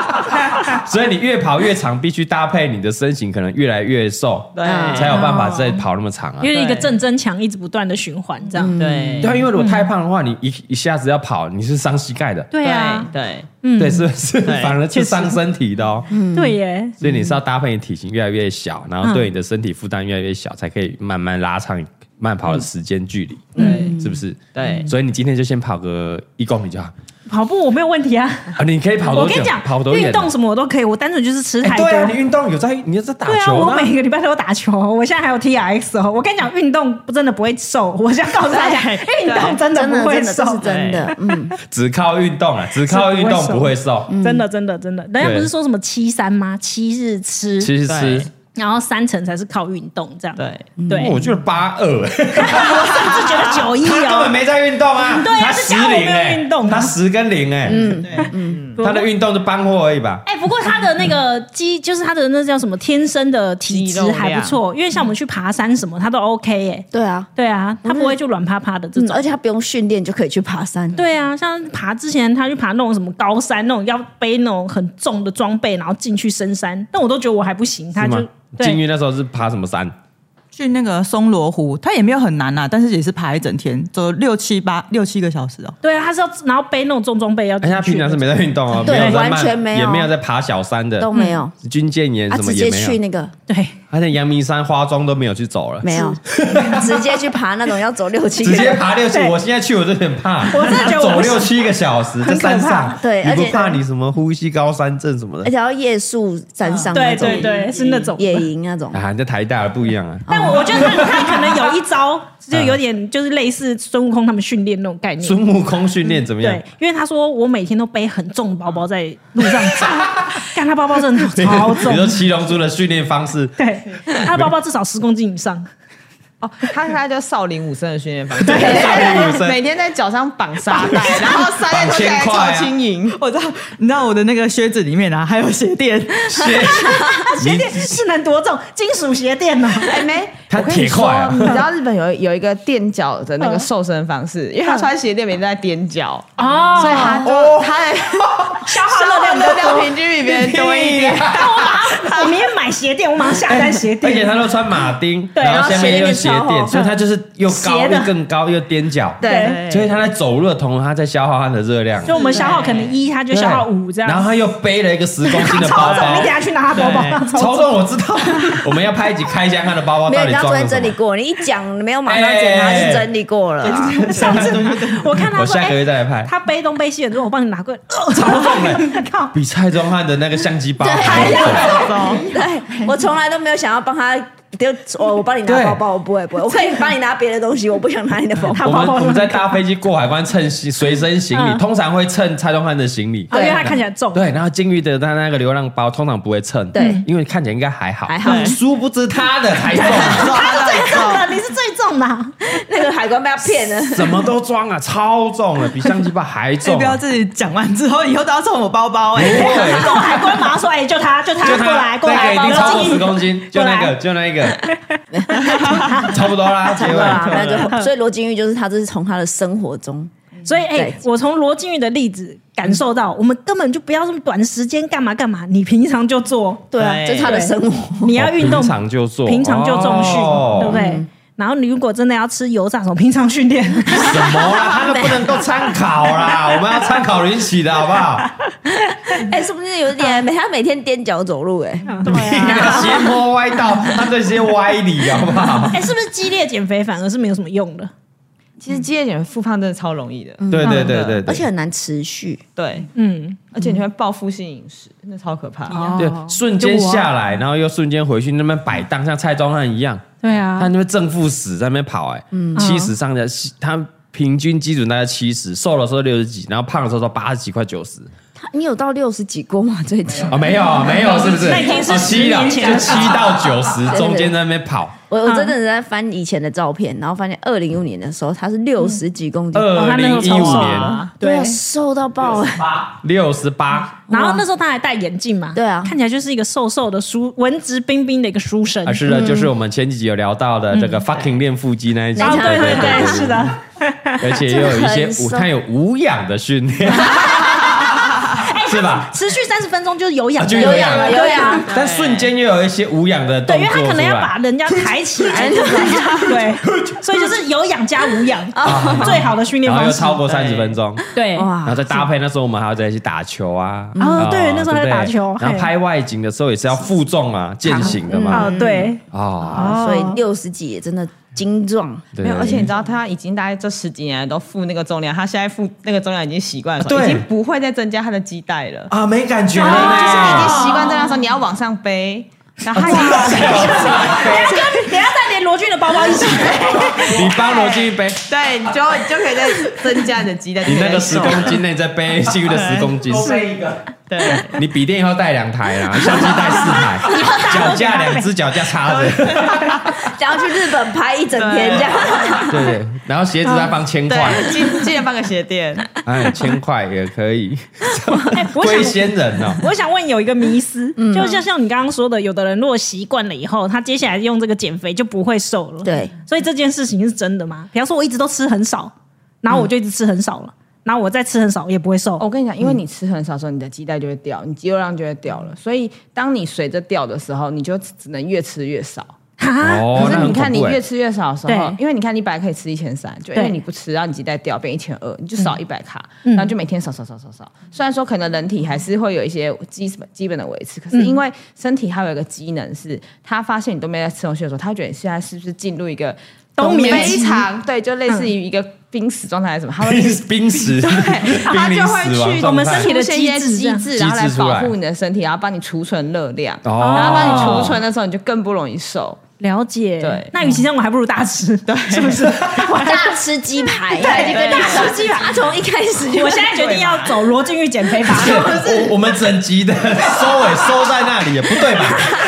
所以你越跑越长，必须搭配你的身形可能越来越瘦，
对，
才有办法再跑那么长啊
因。为一个正增强一直不断的循环这样。
对
对啊，因为如果太胖的话，你一一下子要跑，你是伤膝盖的，
对啊，
对，
嗯，
对，是是，
对
反而是伤身体的哦。
对耶，
所以你是要搭配你体型越来越小，然
嗯
后对你的身体负担越来越小，才可以慢慢拉长你慢跑的时间距离，
对，
嗯
是不是？
对
所以你今天就先跑个一公里就好
跑步我没有问题啊。
啊！你可以跑
我
多
跟
久
你讲？，
跑多远啊
运
呢？
动什么我都可以，我单纯就是吃
哎
太
对啊，你
多。
运动有在，你有在打
对啊，
球
我
吗？
每个礼拜都有打球，我现在还有 T R X 哦。我跟你讲，运动真的不会瘦，我现在告诉大 家，
对
运动真的
真的
不会
真的
瘦
这，是真的，嗯，
只靠运动啊，只靠运动
是嗯
不
不
会
会
瘦，
真的真的真的。人家不是说什么七三吗？七日吃，
其实是
对。
然后三成才是靠运动这样。
对
对，
哦我觉得八二，
我甚至觉得九一
他根本
哦，
没在运动啊，
对啊
他
是
十
加我没
零
有
哎
运，动啊嗯
他十跟零哎，他的运动就搬货而已吧。
哎、不过他的那个 肌，就是他的那叫什么，天生的体质还不错，因为像我们去爬山什么，他都 OK 耶、
对啊，
对啊，
嗯
他不会就软趴趴的这
嗯，
种。
而且他不用训练就可以去爬山，
对啊，像爬之前他去爬那种什么高山，那种要背那种很重的装备，然后进去深山，但我都觉得我还不行，他
是
就
吗？金
对。
鱼那时候是爬什么山？
去那个松罗湖，它也没有很难啊，但是也是爬一整天，走六七八六七个小时哦。
对啊，他是要然后背那种重装备要
哎，
进
他
去
平常是没在运动哦，
对
有在慢
完全没有
也没有在爬小山的
都，没有，
军舰岩
他
啊
什么
嗯啊直
也
接
没
去
有，
那个
对，
他在阳明山、花庄都没有去走了，
没有， 直接去爬那种要走六 七
直
个，
接爬六七，
对
我现在去我就很怕，
我真的觉得我
走
不行
六七个小时在山上，
对
你
而
不
且
怕你什么呼吸高山症什么
而
的
且要夜宿山上那
对
种，
嗯对对，是那种
野营那种，
啊？你在台大不一样啊，
但我我觉得他他可能有一招，就
嗯
有点就是类似孙悟空他们训练那种概念。
孙悟空训练怎么样
对？，因为他说我每天都背很重的包包在路上 走，看他包包真的超
比如说
重，
七龙珠的训练方式，
对，他的包包至少十公斤以上，
哦，他他叫少林武僧的训练方式，
少林武僧
每天在脚上绑沙袋，然后沙袋脱下
绑千
来超
块啊
轻盈，
我知道，你知道我的那个靴子里面啊，还有鞋垫，
鞋
鞋垫哎是能多重？金属鞋垫呢？
哎没，
他
我跟你
铁
说
块啊，
你知道日本 有有一个垫脚的那
嗯
个瘦身方式，因为他穿鞋垫每天在踮 脚，
哦，
所以他就他的 消
耗热量比较
热
多
量平均比别人多一点，
我明天买鞋垫，我马上下单鞋
而且
垫。
他都穿马丁，
对
然后
然
下
后
面
鞋
又
垫
鞋
超
垫，
厚
所以他就是又高
斜的
又更高又踮脚，
对
所以他在走路的同时，他在消耗他的热量
就。我们消耗可能一，他就消耗
对
五这样。
然后他又背了一个十公斤
他
的
超
包
重，你等
包，
一下去拿他包包，
超重我知道。我们要拍一集开箱他的包包
没有，
到
你
底装
刚刚昨
了
天
什
整理
么。
过，你一讲没有马上检查
哎
是整理过了啊，
上次我看他
我
说，
下个月
哎，
再来拍，
他背东背西的时候，我帮你 拿过来，呃
超重的，
靠，
比蔡宗翰的那个相 机包还
还
重
要。对我从来都没有想要帮他。丢我我帮你拿包包，我不会不会，我可以帮你拿别的东西，我不想拿你的包包。
我们我们在搭飞机过海关称行随身行李，通常会称蔡宗翰的行李。
因为他看起来重。
对，然后金鱼的他那个流浪包通常不会称，
对，
因为看起来应该还好，
还好
殊不知他的才重，
他是最重的，你是最重的啊。
那个海关被他骗了。
什么都装啊，超重了，比相机包还重、
哎，不要
啊。
自己讲完之后，以后都要送我包包哎、
不会
然后海关马上说：“哎，就他，就他，
就
过
他
来，过
那个
来，
已经超过
过
十
来。
公斤，就那个，就那一个，差不多啦，结
对
尾。
吧？那就所以罗金玉就是他，这是从他的生活中，”
所以，哎
对，
我从罗金玉的例子感受到，我们根本就不要这么短时间干嘛干嘛，你平常就做，
对啊，
对
这是他的生活。
你要运动
哦平，常就做，
平常就重训，
哦
对不对？然后你如果真的要吃油炸什么，平常 训练，
什么啦？他都不能够参考啦， 我们要参考人起的好不好？
哎，是不是有
嗯
点？每他每天踮脚走路，哎，
啊
那个邪魔歪道，他这些歪理好不好？
哎，是不是激烈减肥反而是没有什么用的？
其实肌肉减复胖真的超容易的，
对对对对
而且
对，
很难持续。
对，
嗯，哦
而且你会报复性饮食，那超可怕。
对，瞬间下来，然后又瞬间回去那边摆荡，像蔡宗翰一样，
对
他
啊
那，边正负十在那边跑，哎，
嗯
七十上下，他平均基准大概七十，瘦的时候六十几，然后胖的时候到八十几，快九十。
他你有到六十几过吗？最近
啊，没有啊没有，是不是？
那已经是
哦
十
七了
年前的
就七到九 十中间在那边跑，
我我真的是在翻以前的照片，然后发现二零一五年的时候他是六十几公斤，
哦二
哦他那时
零
候
一
超
五
瘦的
年
对啊，瘦到爆，哎，
嗯六十八
然后那时候他还戴眼镜嘛，
对啊
看起来就是一个瘦瘦的书，文质彬彬的一个书生。
啊，是的，就是我们前几集有聊到的这个 fucking 练腹肌那一集，
然后嗯对对对，是的，
而且也有一些无，
真的很瘦
它有无氧的训 练，是吧？
持续三十分钟就是哎有氧
啊
的，
就
有
氧
氧
了
了，有氧了。
但瞬间又有一些无氧的动
对，因
作
为他可
出
能要把
来。
人家抬起 来，对，所以就是有氧加无氧，
哦
最好的训练
然后
方
又
式。
超过三十分钟，
对，
然后再搭配那时候我们还要在一起打球啊，
哦对那时候还
对不对
打球
然后
嘿
拍外景的时候也是要负重啊，健行的嘛，
啊，对，
啊，
啊所以六十几也真的精壮，
对
没有，
对
而且你知道他已经大概这十几年来都负那个重量，他现在负那个重量已经习惯了，
啊对
已经不会再增加他的肌带了。
啊没感觉了
就是
呢
他已经习惯这样说，你要往上背，然 后他已
啊
经
等一下再连罗俊的包包一起，
你帮罗金一杯，
对，你就你就可以再增加你的肌带。
你那个
哎
就可以
十
瘦
公斤内再背幸运的十公斤，
背一个，
对。
你笔电以后带两台啦，相机带四台，脚架两只脚架插着，
想要去日本拍一整天这样。
对对，然后鞋子再放千块，
对，今今年办个鞋 垫，
哎，千块也可以，
哎 我
龟
想。
仙人哦，
我想问有一个迷思，就就像你刚刚说的，有的人如果习惯了以后，他接下来用这个减肥就不会瘦了。
对，
所以这件事情是真的吗？比方说我一直都吃很少，然后我就一直吃很少了，然后我再吃很少也不会瘦。
哦我跟你讲，因为你吃很少的时候，你的肌带就会掉，你肌肉量就会掉了。所以当你随着掉的时候，你就只能越吃越少。
哦，
啊
那
可是你
很
看
恐
你
怖
越
哎。
吃越少的时候
对，
因为你看你本来可以吃一千三，就因为
对嗯
你不吃，然后你肌带掉变一千二，你就少一百卡，然后就每天少少少少少。虽然说可能人体还是会有一些基本基本的维持，可是因为身体还有一个机能是，它发现你都没在吃东西的时候，它觉得你现在是不是进入一个
冬眠
非
期
常对，就类似于一个濒死
嗯
状态还是什么，它会
濒濒死，
它
濒
就
临
会
死亡
去
状
我们
态
身体的
出现一些
机制这
机
样
制，然啊后来
机制出来
保护你的身体，然后帮你储存热量，
哦
然后帮你储存的时候，你就更不容易瘦。
了解，
对
那与其这样，我还不如大吃，对，是不是？我还
大吃鸡排，
对对
大吃鸡排，他从一开始就
我现在 决定要走罗晋玉减肥法，
对 我我们整集的收尾收在那里也不对吧？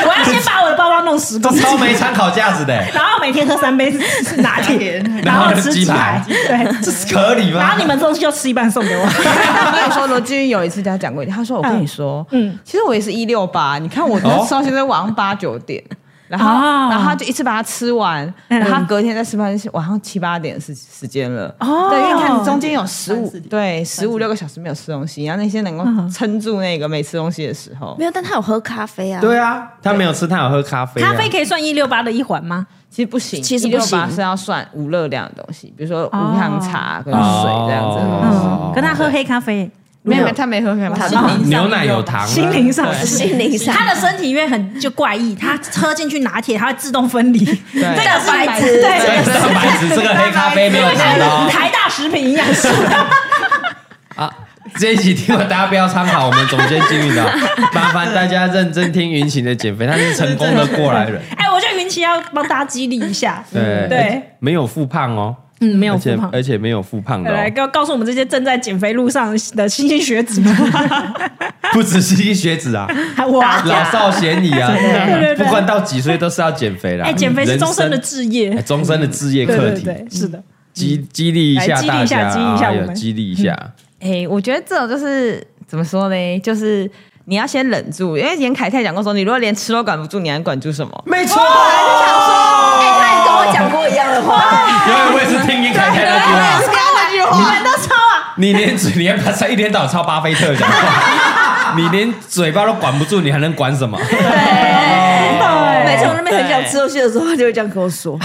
我要先把我的包包弄十
这
公斤，
超没参考价值的欸，
然后每天喝三杯拿铁，然后吃鸡排，对。
这是合理
然
吗
后你？们东西就吃一半送给我，
我跟你说，罗志云有一次跟他讲过一点，他说：“我跟你说，嗯，其实我也是一六八，你看我那时候现在晚上八九点。”然后，
啊
哦
然后他就一次把它吃完，
嗯
然后他隔天再吃饭，是晚上七八点时时间了。哦，对，因为你看你中间有十五对十五六个小时没有吃东西，然后那些能够撑住那个没吃东西的时候
嗯没，有，但他有喝咖啡啊。
对啊，他没有吃，他有喝咖啡啊，
咖啡可以算一六八的一环吗？
其实不行，
其实
一
不
六
行
八是要算无热量的东西，比如说无糖茶跟水这样子。
嗯
哦
跟他喝黑咖啡，哦
没有，没有他没喝黑茶，他
牛奶有糖啊，
心灵上是。
心灵上，
他的身体因为很就怪异，他喝进去拿铁，它会自动分离，这个是
白质。
对，
对，蛋白质这个黑咖啡没有糖的哦。
台大食品营养师，
啊， 这一集听完大家不要参考我们总监金 运的哦，麻烦大家认真听云晴的减肥，他是成功的过来人。
哎，我觉得云奇要帮大家激励一下，
对哎
对，
没有复胖哦，
嗯，没
没
有复胖，
而且没有复胖的、
来
哦，
告告诉我们这些正在减肥路上的新兴学子们，
不只是一学子啊，
我
老少咸宜啊，
对对
不管到几岁都是要减肥的。
哎，减肥是终身的
人
志业
生哎，，终身的置业
对
课
对
题。
对，是的。
激激励一下
来激励
大
一
家，
下激励一下
哎呦
我们
激励一下。
哎、我觉得这种就是怎么说呢？就是你要先忍住，因为严凯泰讲过说，你如果连吃都管不住，你还管住什
嗯
么？
没错，
哎、他也跟我讲过一样的话，
因为我也是听你凯凯那句话，
啊
你连嘴，你还把他一天到晚抄巴菲特讲话，你连嘴巴都管不住，你还能管什么？
对，每次我那边很想吃东西的时候，他就会这样跟我说。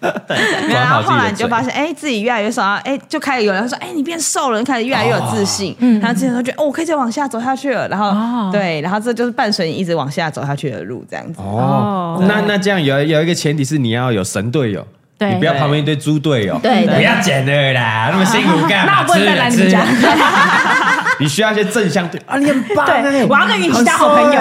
没有
管
然
好
后
自己的
后来你就
嘴
发现，哎、自己越来越瘦，然后哎、就开始有人说，哎、你变瘦了，就开始越来越有自信。
嗯
然后之前都觉得，哦，我可以再往下走下去了。然后、
哦
对，然后这就是伴随你一直往下走下去的路，这样子。
哦，那那这样有有一个前提是你要有神队友，
对
你不要旁边一堆猪队友，
对对
不要捡了啦，那么辛苦干
那
嘛？
我不能
吃
再来你
吃
们家。
你需要一些正向对啊，你很 棒
对，
哎，
我要跟你一起当好朋友。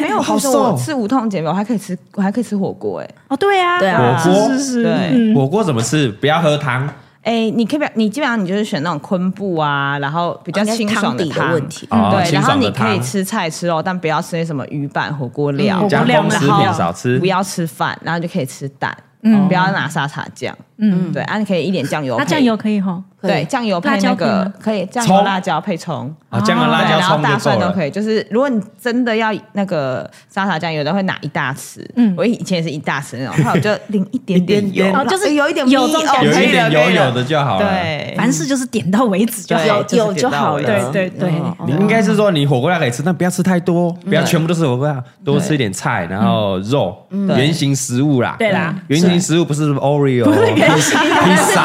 没有，
好
好瘦，
瘦
哦
我吃无痛减肥，我还可以吃，我还可以吃火锅、哎，
哦，对啊，
对啊
火锅
是是是，
对
嗯
火锅怎么吃？不要喝汤
哎、你可以不要，你基本上你就是选那种昆布啊，然后比较
应
清爽
该是汤底的
汤
问题
哦
嗯对，
清
然后
爽的
你可以
汤
吃菜吃肉，但不要吃那什么鱼板、火锅料、
嗯
加工食品少吃
不要吃饭，然后就可以吃蛋，嗯，不要拿沙茶酱，嗯，对，啊，你可以一点酱油配，
那酱油可以吼，
对，酱油
辣
配
椒
那
可以
个
吗
可以，酱
葱
油、辣椒配葱。
啊，姜和
对
辣椒、
然后
葱
大
就够
蒜都
了。
可以，就是如果你真的要那个沙茶酱，有的会拿一大匙，
嗯
我以前也是一大匙那种，后来我就淋一 点
一
点
点
油
点，
嗯
哦就是
哎有一点
有
米
这种感
哦
觉
有
可
一
以了
点油
可以了
有的就好了。
对，
凡事就是点到为止就好。
有
对
有就好了哦
对对对，
你应该是说你火锅料可以吃，但不要吃太多，不要全部都是火锅料，多吃一点菜，然后肉，圆形食物啦。
对啦
圆形食物不是什么 Oreo，不是圆形，披萨，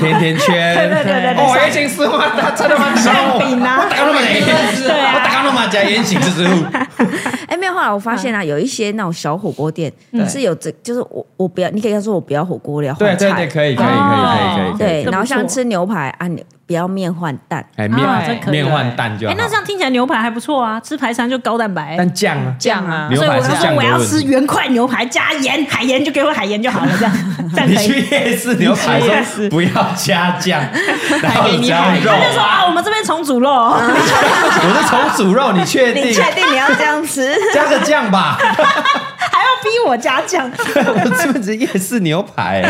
甜甜圈。对对对哦，圆形食物啊，他真的蛮香哦。我打个那么点圆形，我打个那么点圆形食物。
哎、没有，后来我发现啊，有一些那种小火锅店是有这，就是我我不要，你可以跟他说我不要火锅料，
对
换
对
菜
对，，可以可以可以可以可以。可以
对
这不
然后像
错
吃牛排啊，你不要面换蛋，
哎，
啊
面
这可以
面换蛋就好
哎，。那这样听起来牛排还不错啊，吃排餐就高蛋白。
但酱啊，
酱啊，
牛
所以
排
我
是
就说
酱
我
的
要
问
吃
题。
原块牛排加盐，海盐就给我海盐就好了，这样这样
你
可以。
去夜市牛排
你去夜
说
市
不要加酱，然后加肉
他。就说啊，我们这边重组肉哦，
我是重煮肉，你确定？
确定你要这样吃？
加个酱 吧，
还要逼我加酱。
我这不是夜市牛 排，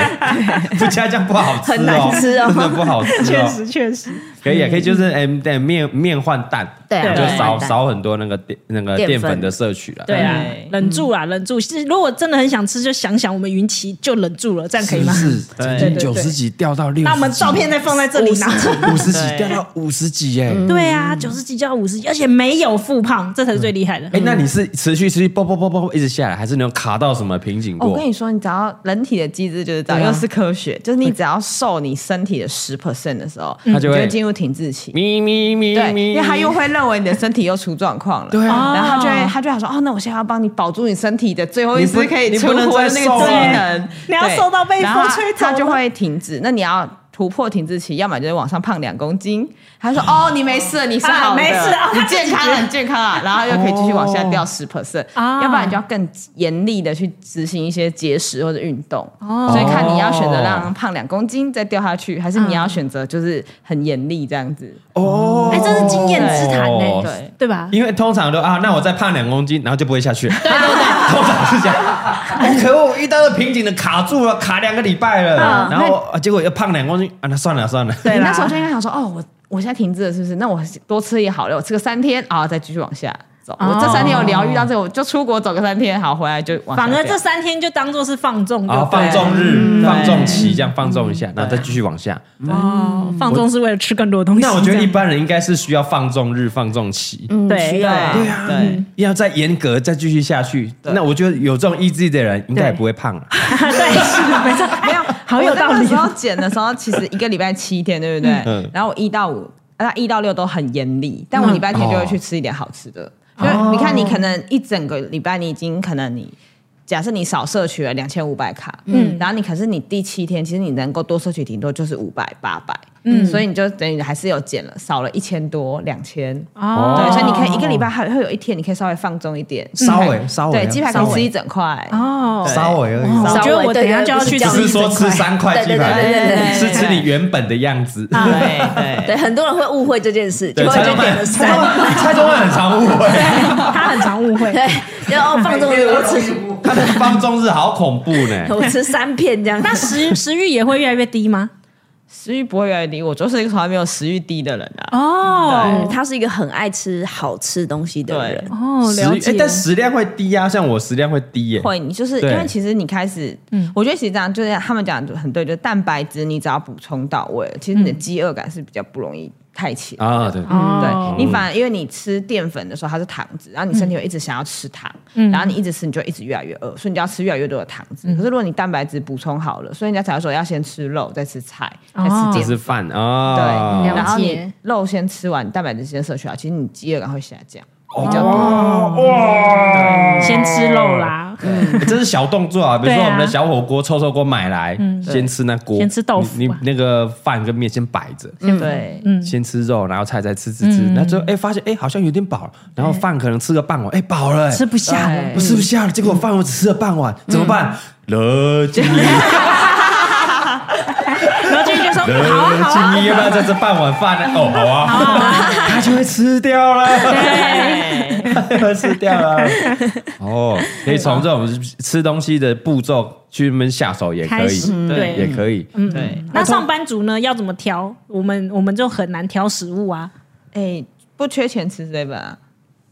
不加酱不好吃哦，
很难吃哦
真的不好吃哦。
确实确实，
可以啊，可以就是哎，对面面换蛋，
对啊
就
对
少
换蛋
少很多那个淀那个
淀
淀粉
粉
的摄取了。
对啊
对，
忍住啦，忍住。是如果真的很想吃，就想想我们云奇就忍住了，这样可以吗？
是曾经
对对
九十几掉到六，
那我们照片再放在这里拿。
五 十几掉到五十几哎。
对啊，九十几加五十几，而且没有复胖，这才是最厉害的。
哎，那你是持续持续啵啵啵啵啵一直下来，还是你有卡到什么瓶颈
哦我
过
跟？你说，你只要人体的机制就是这样，
啊
又是科学，就是你只要瘦你身体的十 percent 的时候，
它
你
就
就
会
会进入停滞期。
咪咪咪
对，
咪，
因为他又会认为你的身体又出状况了，对
啊
然后他就会他就想说，哦，那我现在要帮你保住你身体的最后一
你不
丝可以
你不
存
能
活的
再
那
瘦
个机
了
能，
你要
对
瘦到被
然后
风
他
吹走
他就
吗
会停止。那你要突破停滞期，要么就是往上胖两公斤，他说，哦，你没事了，哦你是
啊
好的，
没事哦
你健康 了，你健康了，然后又可以继续往下掉十 percent，
啊
要不然你就要更严厉的去执行一些节食或者运动，
哦
所以看你要选择让胖两公斤再掉下去，还是你要选择就是很严厉这样子。
哦，
哎，这是经验之谈
哦
呢，
对
对吧？
因为通常都啊，那我再胖两公斤，然后就不会下去。对对对，通常是这 样。哦、可恶，我遇到了瓶颈的卡住了，卡两个礼拜了，然后啊，结果又胖两公斤啊，那算了算了。
嗯对，那时候就应该想说，哦，我我现在停滞了，是不是？那我多吃也好了，我吃个三天啊，再继续往下走。我这三天有疗愈到这个，我就出国走个三天，好，回来就往下
反而这
掉
三天就当做是放纵就对
啊，
了，
放纵
嗯
日、放纵期，这样放纵一下，然后再继续往下。
哦，放纵是为了吃更多的东西。
那我觉得
这
一
样
般人应该是需要放纵日、放纵期，
对
需要啊
对嗯对
要再严格再继续下去。那我觉得有这种意志的人，应该也不会胖了。
没有，
好有道
我
理
那个时候减的时候，其实一个礼拜七天，对不对？
哦嗯
然后我一到五，那一到六都很严厉，但我礼拜天
哦
就会去吃一点好吃的。因为你看，你可能一整个礼拜，你已经可能你。假设你少摄取了两千五百卡，嗯，然后你可是你第七天，其实你能够多摄取顶多就是五百八百，嗯，所以你就等于还是有减了，少了一千多两千，
哦
对，所以你可以一个礼拜还会有一天，你可以稍微放纵一点，
稍微稍微啊
对，鸡排可以
稍微
吃一整块，
哦，
稍微而已，
我觉得我等一下就要 去
不
吃
是
一
说
整
吃
块。
三块鸡
对对对
排，
对啊
是吃你原本的样子。
对对，
对，很多人会误会这件事，结
对，
果
蔡
就
宗
点了
汉，
三
蔡，宗汉很常误会，
他很常误会，
对，然后放纵了我吃，
他的方中日好恐怖呢
我吃三片这样。
那食食欲也会越来越低吗？
食欲不会越来越低，我就是一个从来没有食欲低的人啊。
哦
嗯他是一个很爱吃好吃东西的人，
哦，
食
了
欲
解
哎，。但食量会低啊，像我食量会低耶。
会，你就是因
对
为其实你开始，
嗯
我觉得其实这样就是他们讲的很对，就是蛋白质你只要补充到位了，其实你的
嗯
饥饿感是比较不容易太强。
啊，对，
哦
哦
对你反而因为你吃淀粉的时候它是糖质，然后你身体会一直想要吃糖，
嗯
然后你一直吃你就一直越来越饿，所以你就要吃越来越多的糖质。可是如果你蛋白质补充好了，所以人家才会说要先吃肉，再吃菜，再吃
这
淀
是饭
粉。
啊。
对，
哦了
然后
解
你肉先吃完，蛋白质先摄取啊好，其实你饥饿感会下降。
哦
比
哦
较
先吃肉啦，
欸这是小动作啊，比如
对
说
啊嗯
我们的小火锅、臭臭锅买来，先吃那锅，
先吃豆腐啊
你你那个饭跟面先摆着，
嗯
对，
先吃肉，然后菜再吃吃吃，然后最后哎发现哎好像有点饱，然后饭可能吃个半碗，哎饱了，哎
吃不下了。嗯
我吃不下了，结果饭我只吃了半碗，怎么 办？乐金怡，
然后就就说好啊
乐
好啊，
金怡，要不要再吃半碗饭呢？哦，好啊，他就会吃掉 了，他就会吃掉了。哦，可以从这种吃东西的步骤去们下手也可
开
以
始，对嗯
也可以。
对。
那上班族呢要怎么挑？我们我们就很难挑食物啊。
哎、不缺钱吃 seven 啊，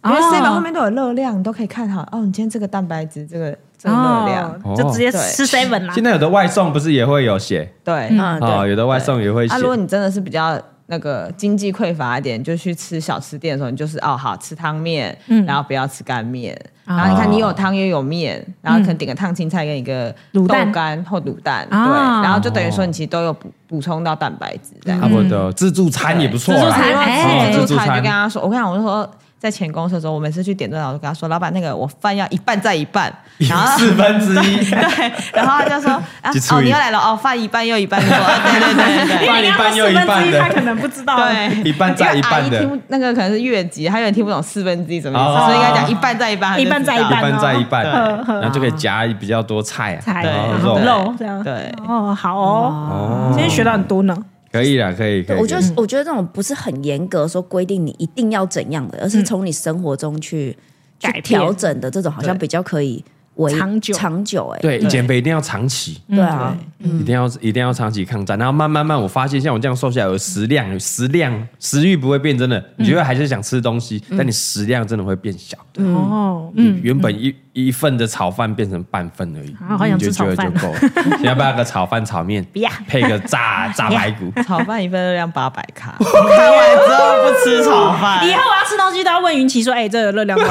哦
因为 seven 后面都有热量，你都可以看好哦。你今天这个蛋白质，这个这个热量，
哦就直接吃 seven 啦
现。在有的外送不是也会有写
对。
嗯，
啊，
对，
有的外送也会写
啊，如果你真的是比较那个经济匮乏一点，就去吃小吃店的时候，你就是哦好吃汤面，
嗯
然后不要吃干面。
哦
然后你看，你有汤也有面，然后可能点个烫青菜跟一个
卤
豆
蛋
干或卤蛋，对，
啊
然后就等于说你其实都有补补充到蛋白质这样。
差啊不多自助餐也不错
自助
啦哦
餐。哎
自助餐就
自助餐
跟他说，我跟你讲，我就说在前公司的时候，我每次去点餐，我就跟他说，老板那个我饭要一半再一半，然
啊
后
四分之一，
对，然后他就说 啊
一次
哦你又来了哦，饭一半又一半，我 说啊对对对对对。
半一半又一半
他可
的，
能不知道。
对，
一半再一半的
因为阿姨听不那个可能是越级，还有人听不懂四分之一什么意
哦
思，所以应该讲一半再一半，
一半再一
一
半哦嗯
半再一半，
对
然后就可以夹比较多菜啊，
菜，
然
然
后
后
肉，
肉这样。
对
哦，好哦，
哦
今天学到很多呢。
可以了，可以，可以。
我觉
可以
得我觉得这种不是很严格说规定你一定要怎样的，而是从你生活中去
改
去
变
调整的，这种好像比较可以维
长久
长久，哎，
对减肥一定要长期，
对啊，
嗯
一定要一定要长期抗战，然后慢慢慢，我发现像我这样瘦下来，有食量，有食量，食欲不会变，真的，
嗯
你觉得还是想吃东西，但你食量真的会变小。
哦，
嗯，原本一一份的炒饭变成半份而已，
啊好想吃
你就觉得
炒饭
就够了。你要不要个炒饭炒面
要，
配个炸炸排骨？
炒饭一份热量八百卡，看完之后不吃炒饭
以，后我要吃东西都要问云奇说：“哎，这个热 量高。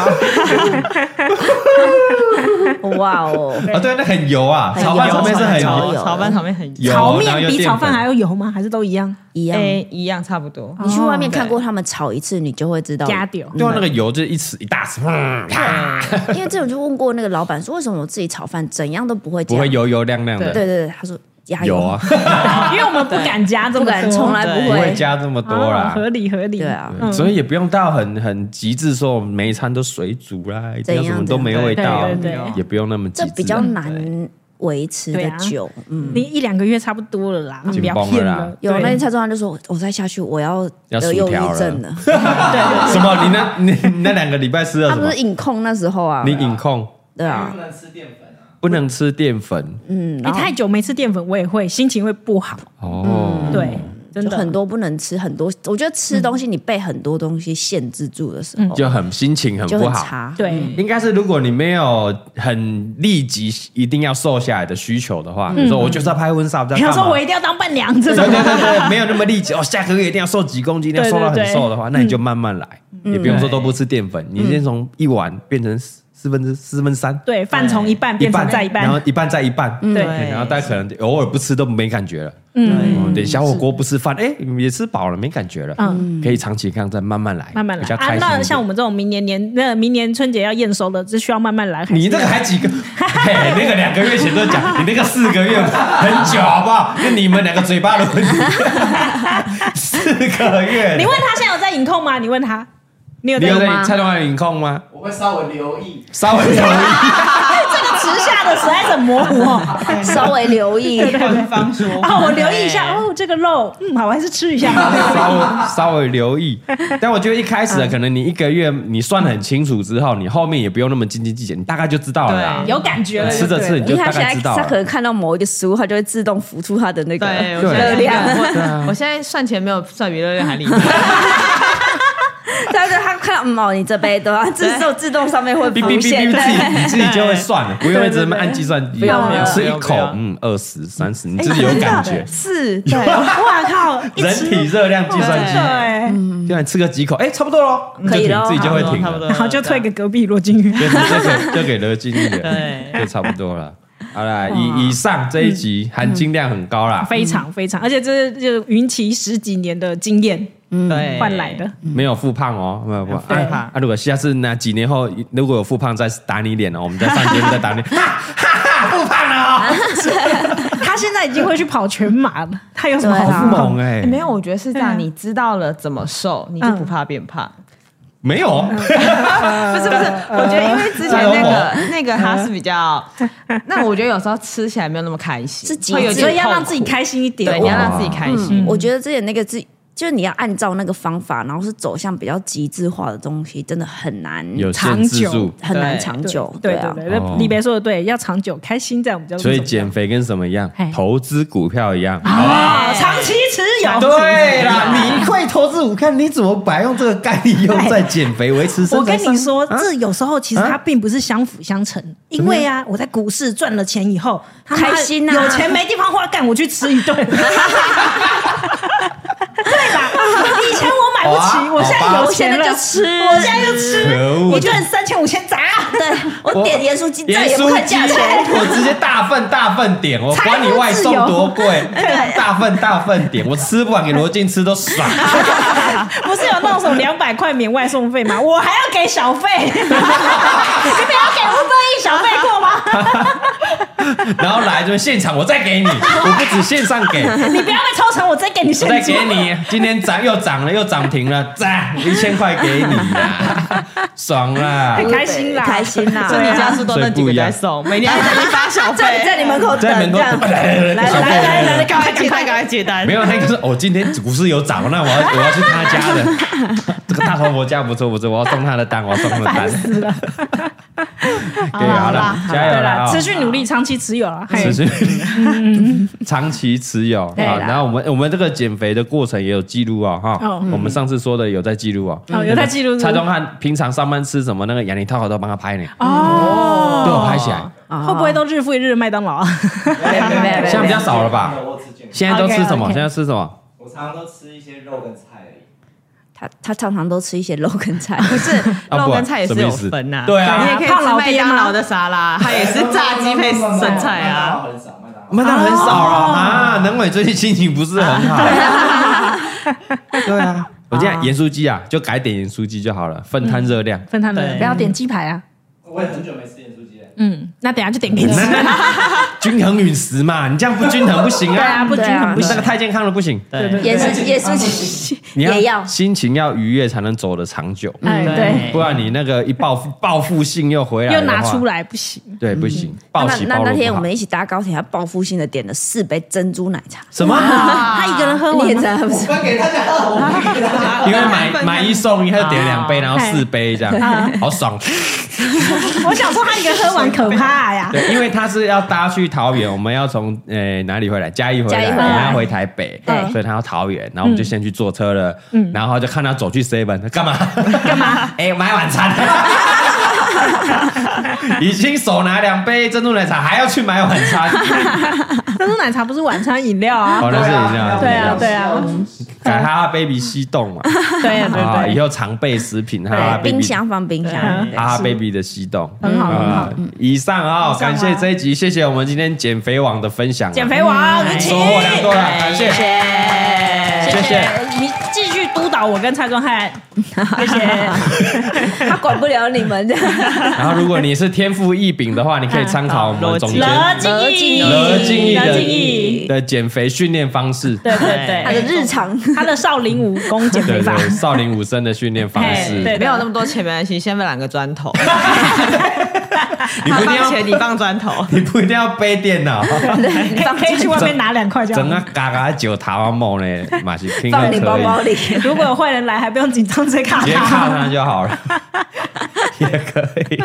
哇哦，
啊，对，那很油啊，
很油
炒饭炒面是很
炒
油，
炒饭炒面很油，
油
炒
然后
面
又
比
淀
炒饭
粉
还要油吗？还是都一样？
一样。
哎一样差不多。
你去外面看过他们炒一次，你就会知道。
哦加丢
对啊，那个油就一匙一大匙，嗯啪
因为这种就问过那个老板说，为什么我自己炒饭怎样都不会
不
加？
会油油亮亮的。
对对对，他说加
有
油
啊，，
因为我们不敢加这
不
么
敢，
多，
从来
对
不
不 会
会。
加这么多
哦
啦。
合理嗯合理。
对啊，
对所以也不用到很很极致，说我们每一餐都水煮啦，一定要
怎样
什么都没味道
对对对，
也不用那么极
这
致。
比较难维持
对
的
啊
久。嗯，
你一两个月差不多了啦，
嗯紧
不要
绷了
骗
啦
了。
有
对
那天蔡宗翰就说，我再下去我要
要
得
薯
忧
条
郁
了
症了。
什么？你那你你那两个礼拜吃了
他
什
不
么
是？隐控那时候啊
你，饮控，
因
对
为
啊
不，能吃淀粉啊。
不能吃淀粉
嗯，
你
然后
太久没吃淀粉，我也会心情会不好。
哦。
对，真
就
的
很多不能吃，很多我觉得吃东西你被很多东西限制住的时候，
就很心情很
就
不
很
好。
差。
对。
应该是如果你没有很立即一定要瘦下来的需求的
嗯
话，比如说我就是要拍婚纱，我在
比方
干
说，
嘛
我？一定要当伴娘这
对
种
对，对对，没有那么立即哦，下个月一定要瘦几公斤，一定要瘦到很瘦的话，那你
嗯
就慢慢来，也不用说都不吃淀粉，你先从一碗变成四四分之四分之三，
对，饭从一半变成再一半嗯
然，后一半再一半，
对
然后大家可能偶尔不吃都没感觉了，嗯，对，小火锅不吃饭，哎，也吃饱了没感觉了，嗯，可以长期抗战，慢慢来，
慢慢来
比较
啊。
开心一
那
点。
像我们这种明年年那明年春节要验收的，这需要慢慢来。还
你
是
这个还几 个？嘿，那个两个月前都讲，你那个四个月很久好不好？那你们两个嘴巴的问题， 四个月，
你问他现在有在影控吗？你问他，你有
你
在
有
影
在
吗？
蔡东汉影控吗？
我会稍微留意，
稍微留意，
这个吃下下的实在是很模糊哦。
稍微留意。
官方说
啊，我留意 一下哦，这个肉，嗯，好，我还是吃一下。
稍微稍微留意。 但我觉得一开始可能你一个月你算得很清楚之后，你后面也不用那么斤斤计较，你大概就知道了啦。
有感觉了，
吃着吃你
因
就
为他
大
现
概
在
知道
他可
了。
能看到某一个食物，他就会自动浮出他的那个。
对，我
对
现在
热量
我我现在算钱没有算比热量还厉害。
但是他看到嗯哦，你这杯的话，自动自动上面会
哔哔
浮
哔
现。
哔，自己
对
你自 己就会算了，不用一直按计算机，
不用不用
吃
不
一
用
口
不用，
嗯，二十、三十，你
哎
自己有感觉。
是，
对， 哇靠，一
人
吃
体热量计算机，
对，
对，你吃个几口，哎，差不多咯，
可以咯
就停自己就会停
差不多，
了，
然后就退给隔壁罗金宇。
对， 就给就给了金鱼了，
对。
就差不多了。好啦，以以上这一
嗯
集含金量很高啦，
非常非常，而且这是就云奇十几年的经验
对，
换来的。
没有复胖哦，没有
嗯
复
没
胖。
有复胖
啊啊，如果下次那几年后如果有复胖，再打你脸哦，我们再上节目再打 你。
他现在已经会去跑全马了，他有什么好
好
不
猛哎，
没有，我觉得是这
对啊
样，你知道了怎么瘦，你就不怕变胖。
没有，
嗯
不是不是， 我觉得因为之前那
哦
嗯
个那个他是比较，那我觉得有时候吃起来没有那么开心，
是极
会有
致
所以
点
要
痛
让
苦
自己，开心一点。
对，你要让自己开心。
嗯
我觉得之前那个是，就是你要按照那个方法，然后是走向比较极致化的东西，真的很难，
有限制
长
住
久，
很难
对
长久。
对
啊，
对对，
哦
那李白说的对，要长久开心，这样比较。
所以减肥跟什么一样
嘿？
投资股票一样。
哎
哦
啊，长期持有。
对啦，你会投资股票，你怎么把用这个概念用在减肥、维持身
哎我
材
跟
上
你说，这有时候其实
啊
它并不是相辅相成，因为啊，我在股市赚了钱以后，他妈
开心啊
有钱没地方花，干我去吃 一顿。对吧？以前我买不起，
哇
我现在
好吧
有
我现
钱
在
了，
就吃
我现在就吃，
可恶
我就三千五千砸。
对我点盐酥鸡再也不看价钱。
我直接大份大份点，我
财务
管你外送
自由
多贵，大份大份点，我吃不完给罗晋吃都爽。
不是有那种什么两百块免外送费吗？我还要给小费， 你们要给五百亿小费过吗？
然后来这边现场，我再给你，我不止线上给，我
你不要被抽成，我再给你现
再
金。
给你。今天涨又涨了，又涨停了，赞一千块给你啦，爽啊啦！
很开心啦，
开心啦
所以你家是都那几个在送，每年在那边发啊
啊
小
在
费，
在你门口等，
在门口
这样
来来来
来
小
来
费
来来来，
赶快
赶快
接
赶
单，
快！
赶快接 单
没。有，那个是哦，今天股市有涨，那我要我要去他家的。这个大头佛家不错不错，我要送他的单，我要送他的单。 可以好了，加油
对
啦！
啦，
哦
持续努力，长期持有啊。嘿
持续长期持有啊。
对啦
然后我们我们这个减肥的过程也有记录啊哈
哦。
我们上次说的有在记录啊。
哦有在记录是不是
蔡宗汉平常上班吃什么，那个杨林套好都帮他拍呢，
哦，
都有拍起来。
会不会都日复一日的麦当劳啊？
现在比较少了吧
没？有我吃健康，
现在都吃什么？
OK，OK
现在吃什么？
我常常都吃一些肉跟菜而已。
他他常常都吃一些肉跟菜，
不是
啊
肉
不
跟菜也是
什么
有
意思
分呐，
对啊
你也可以
胖
吃
老
麦
爹吗
当劳的沙 拉，它也是炸鸡配生菜啊。
麦当劳很少，麦当劳。
麦当劳很少了啊，能伟最近心情不是很好。对啊，我这样盐酥鸡啊，就改点盐酥鸡就好了，分摊热量。
分他们
对
不要点鸡排啊。
我也很久没吃盐酥鸡了。
嗯，那等一下就点给你吃。
均衡饮食嘛，你这样不均衡不行
对啊，
啊，
不均衡
不
不
是那
行
个。太健康了不行。
对
也是也是
你
也要
心情要愉悦才能走得长久，
哎，对，
不然你那个一报复报复性又回来，
又拿出，来嗯不行。
对，不行，
那
报喜
那
报
那
忧
天
不
我
好。
们一起搭高铁，他报复性的点了四杯珍珠奶茶，
什么？
他一个人喝
你也
完
真
吗？
的不是
分给大家，我给大家。
因为 买买一送一，他就点了两
啊
杯，然后四杯这样，好爽。
我想说他一个人喝完可怕呀。
对，因为他是要搭去桃园，我们要从呃哪里回来？嘉义回
嘉
来，
义
我
回
们
来
要回台北，
对
所以他要桃园，然后我们就先去坐车了，
嗯
然后就看他走去 seven，他干嘛？干嘛？ 哎，买晚餐，已经手拿两杯珍珠奶茶，还要去买晚 餐，
珍珠奶茶不是晚餐饮料啊。
哦，那是你这样，
对啊对啊
改哈哈 baby 西冻嘛，
对
啊，
对
以
对，
后常备食品哈哈
对，冰
baby。
箱放冰箱，对
哈哈 baby 的西冻，
啊很好很
啊
好。嗯
以上啊，感谢这一集，谢谢我们今天减肥网的分享啊，
减肥王，一起
收获良多了，啊感谢。谢谢
你继续督导我跟蔡宗 翰，谢谢。
他管不了你们的。
然后，如果你是天赋异禀的话，你可以参考我们总监
罗敬义，
罗敬义
罗敬义
的的减肥训练方式，
对对对，
他的日常，
他的少林武功减肥
对
法，
对，少林武僧的训练方
嘿
式。
对
没有那么多钱没关系，先买两个砖头。
你不一定
放钱
要，
你放砖头，
你不一定要背电脑，
可以去外面拿两块就好
整。个嘎嘎酒桃啊梦嘞，马是拼
放
个
你包包
可以，
里。
如果有坏人来，还不用紧张，直接卡
直接靠
他。
它就好了，也可以。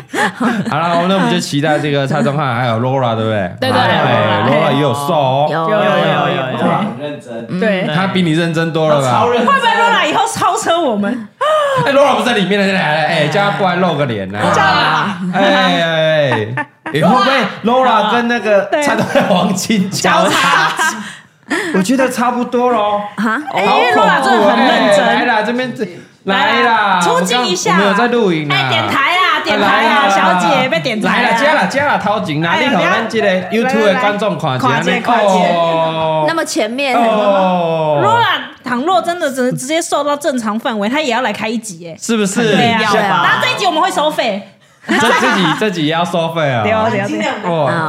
好了，那我们就期待这个蔡宗翰还有 Laura，对不对？
对对
哎
Laura
，Laura 也有瘦
哎
哦，
有
有有有
我很认真，
对，
他比你认真多了吧
超？认
会不会
真。
露娜以后超车我们？
哎，Laura 不在里面了，来来，哎，叫他过来露个脸啊呐！哎哎哎，哎会不会 Laura 跟那个
对啊
蔡宗翰黄金交叉？我觉得差不多喽。
哈，
哎
因为 Laura 真的很认真
来啦，这边这来啦，
出镜一下，
我们有在录影
哎，
啊。
点台啊，点
来
台啊，
啦
小姐被点台啊
来啦，加啦加啦，掏钱啦！
哎
你
呀
头咱这个 YouTube 的观众看一下
看一下看一下
哦
那么前面
哦，
Laura 倘若真的直直接瘦到正常范围，她也要来开一集哎。
是不是？啊
对呀，
下
然后这一集我们会收费，
这自己自己要收费啊！
对
哦，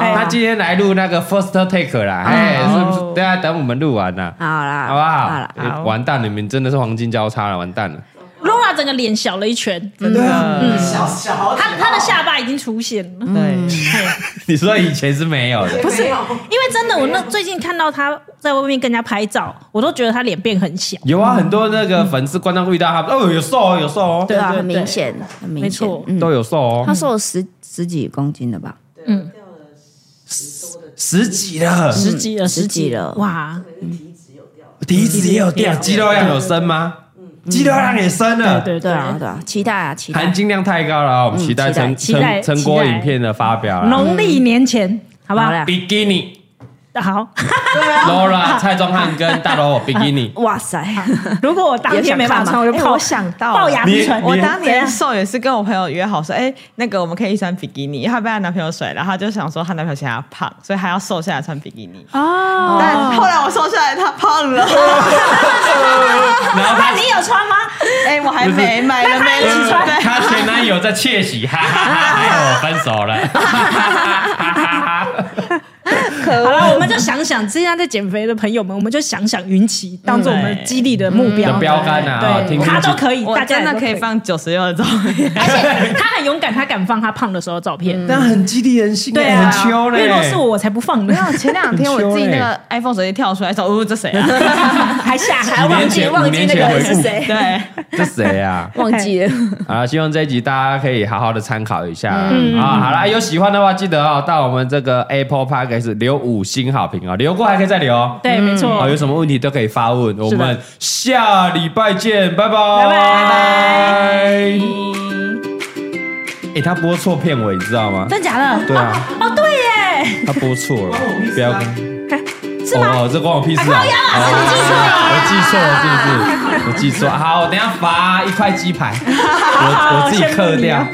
哎
他今天来录那个 first take 啦，哎，是不是？对啊，等我们录完啦，
好啦，
好不好
好啦，？
哎完蛋，你们真的是黄金交叉了，完蛋了。
，Laura 整个脸小了一圈，
啊
小小
她她的下巴已经出现了。
嗯
对，
你说以前是没有的，
不是，因为真的，我那最近看到她在外面跟人家拍照，我都觉得她脸变很小。
有啊，很多那个粉丝观众遇到他，哦，有瘦哦，有瘦哦，
对啊，
对
很
对
明显，很明
没
显
错。
嗯，
都有瘦
他
哦，
瘦了十十几公斤了吧？
嗯，
十几了，
十几了，
十几了
哇！
体脂也有掉，肌肉量有升吗？肌肉量也升了，
对
对啊，对啊，期待啊，期
含
待。
金量太高了啊，我们期待
期待
成
期待
成成
期
果
待
影片的发表啦。
农历年前，好不好
好？啦，
比基尼
好，
，Laura、蔡宗翰跟大头比基 尼。
哇塞，
如果我当天没办法穿，我就
哎
泡
我想到了
龅牙之唇。
你
我
你
当
对啊
年瘦也是跟我朋友约好说，哎、那个我们可以穿比基尼，因为她被她男朋友甩了，她就想说她男朋友嫌她胖，所以她要瘦下来穿比基尼。哦，但后来我瘦下来，她胖了，
然后
啊，
他
你有穿吗？
哎、我还没买了没
一起
几
穿
对
他前男友在窃喜，哈哈哈，还我分手了，哈哈哈哈
好了，我们就想想，现在在减肥的朋友们，我们就想想云奇，当做我们激励的目 标哦
的标杆啊，
对，
听
他
进
都
去。
可 以，
我
大家
真
也
的
都
可
可
以
以。
放九十六的照片。
而且他很勇敢，他敢放他胖的时候的照片。
嗯
那很激励人心，
对啊
很，欸秋
因
嘞。
为如果是我，我才不放呢
没， 有，前两天我自己那个 iPhone 手机跳出来说，哦，这谁 啊？
还下
五
还
年
忘记
前
忘记那个人
五
是
年
谁。
对，
这谁 啊？
忘记了，
啊，希望这一集大家可以好好的参考一下啊、
嗯
好啦，有喜欢的话，记得哦，到我们这个 Apple Podcast 留五星好评哦，留过还可以再留哦。
对，没错
好，。有什么问题都可以发问。我
是的
们下礼拜见，拜拜，
拜拜
拜。哎，他播错片尾，你知道吗？
真假的？
对啊，
哦，对耶，
他播错了
关我屁，事啊
不要跟。
哎是吗？哎
哦，这关我屁事啊！我记错了，
哦
是不是？我记错。好，我等一下罚一块鸡排，我我自己刻掉。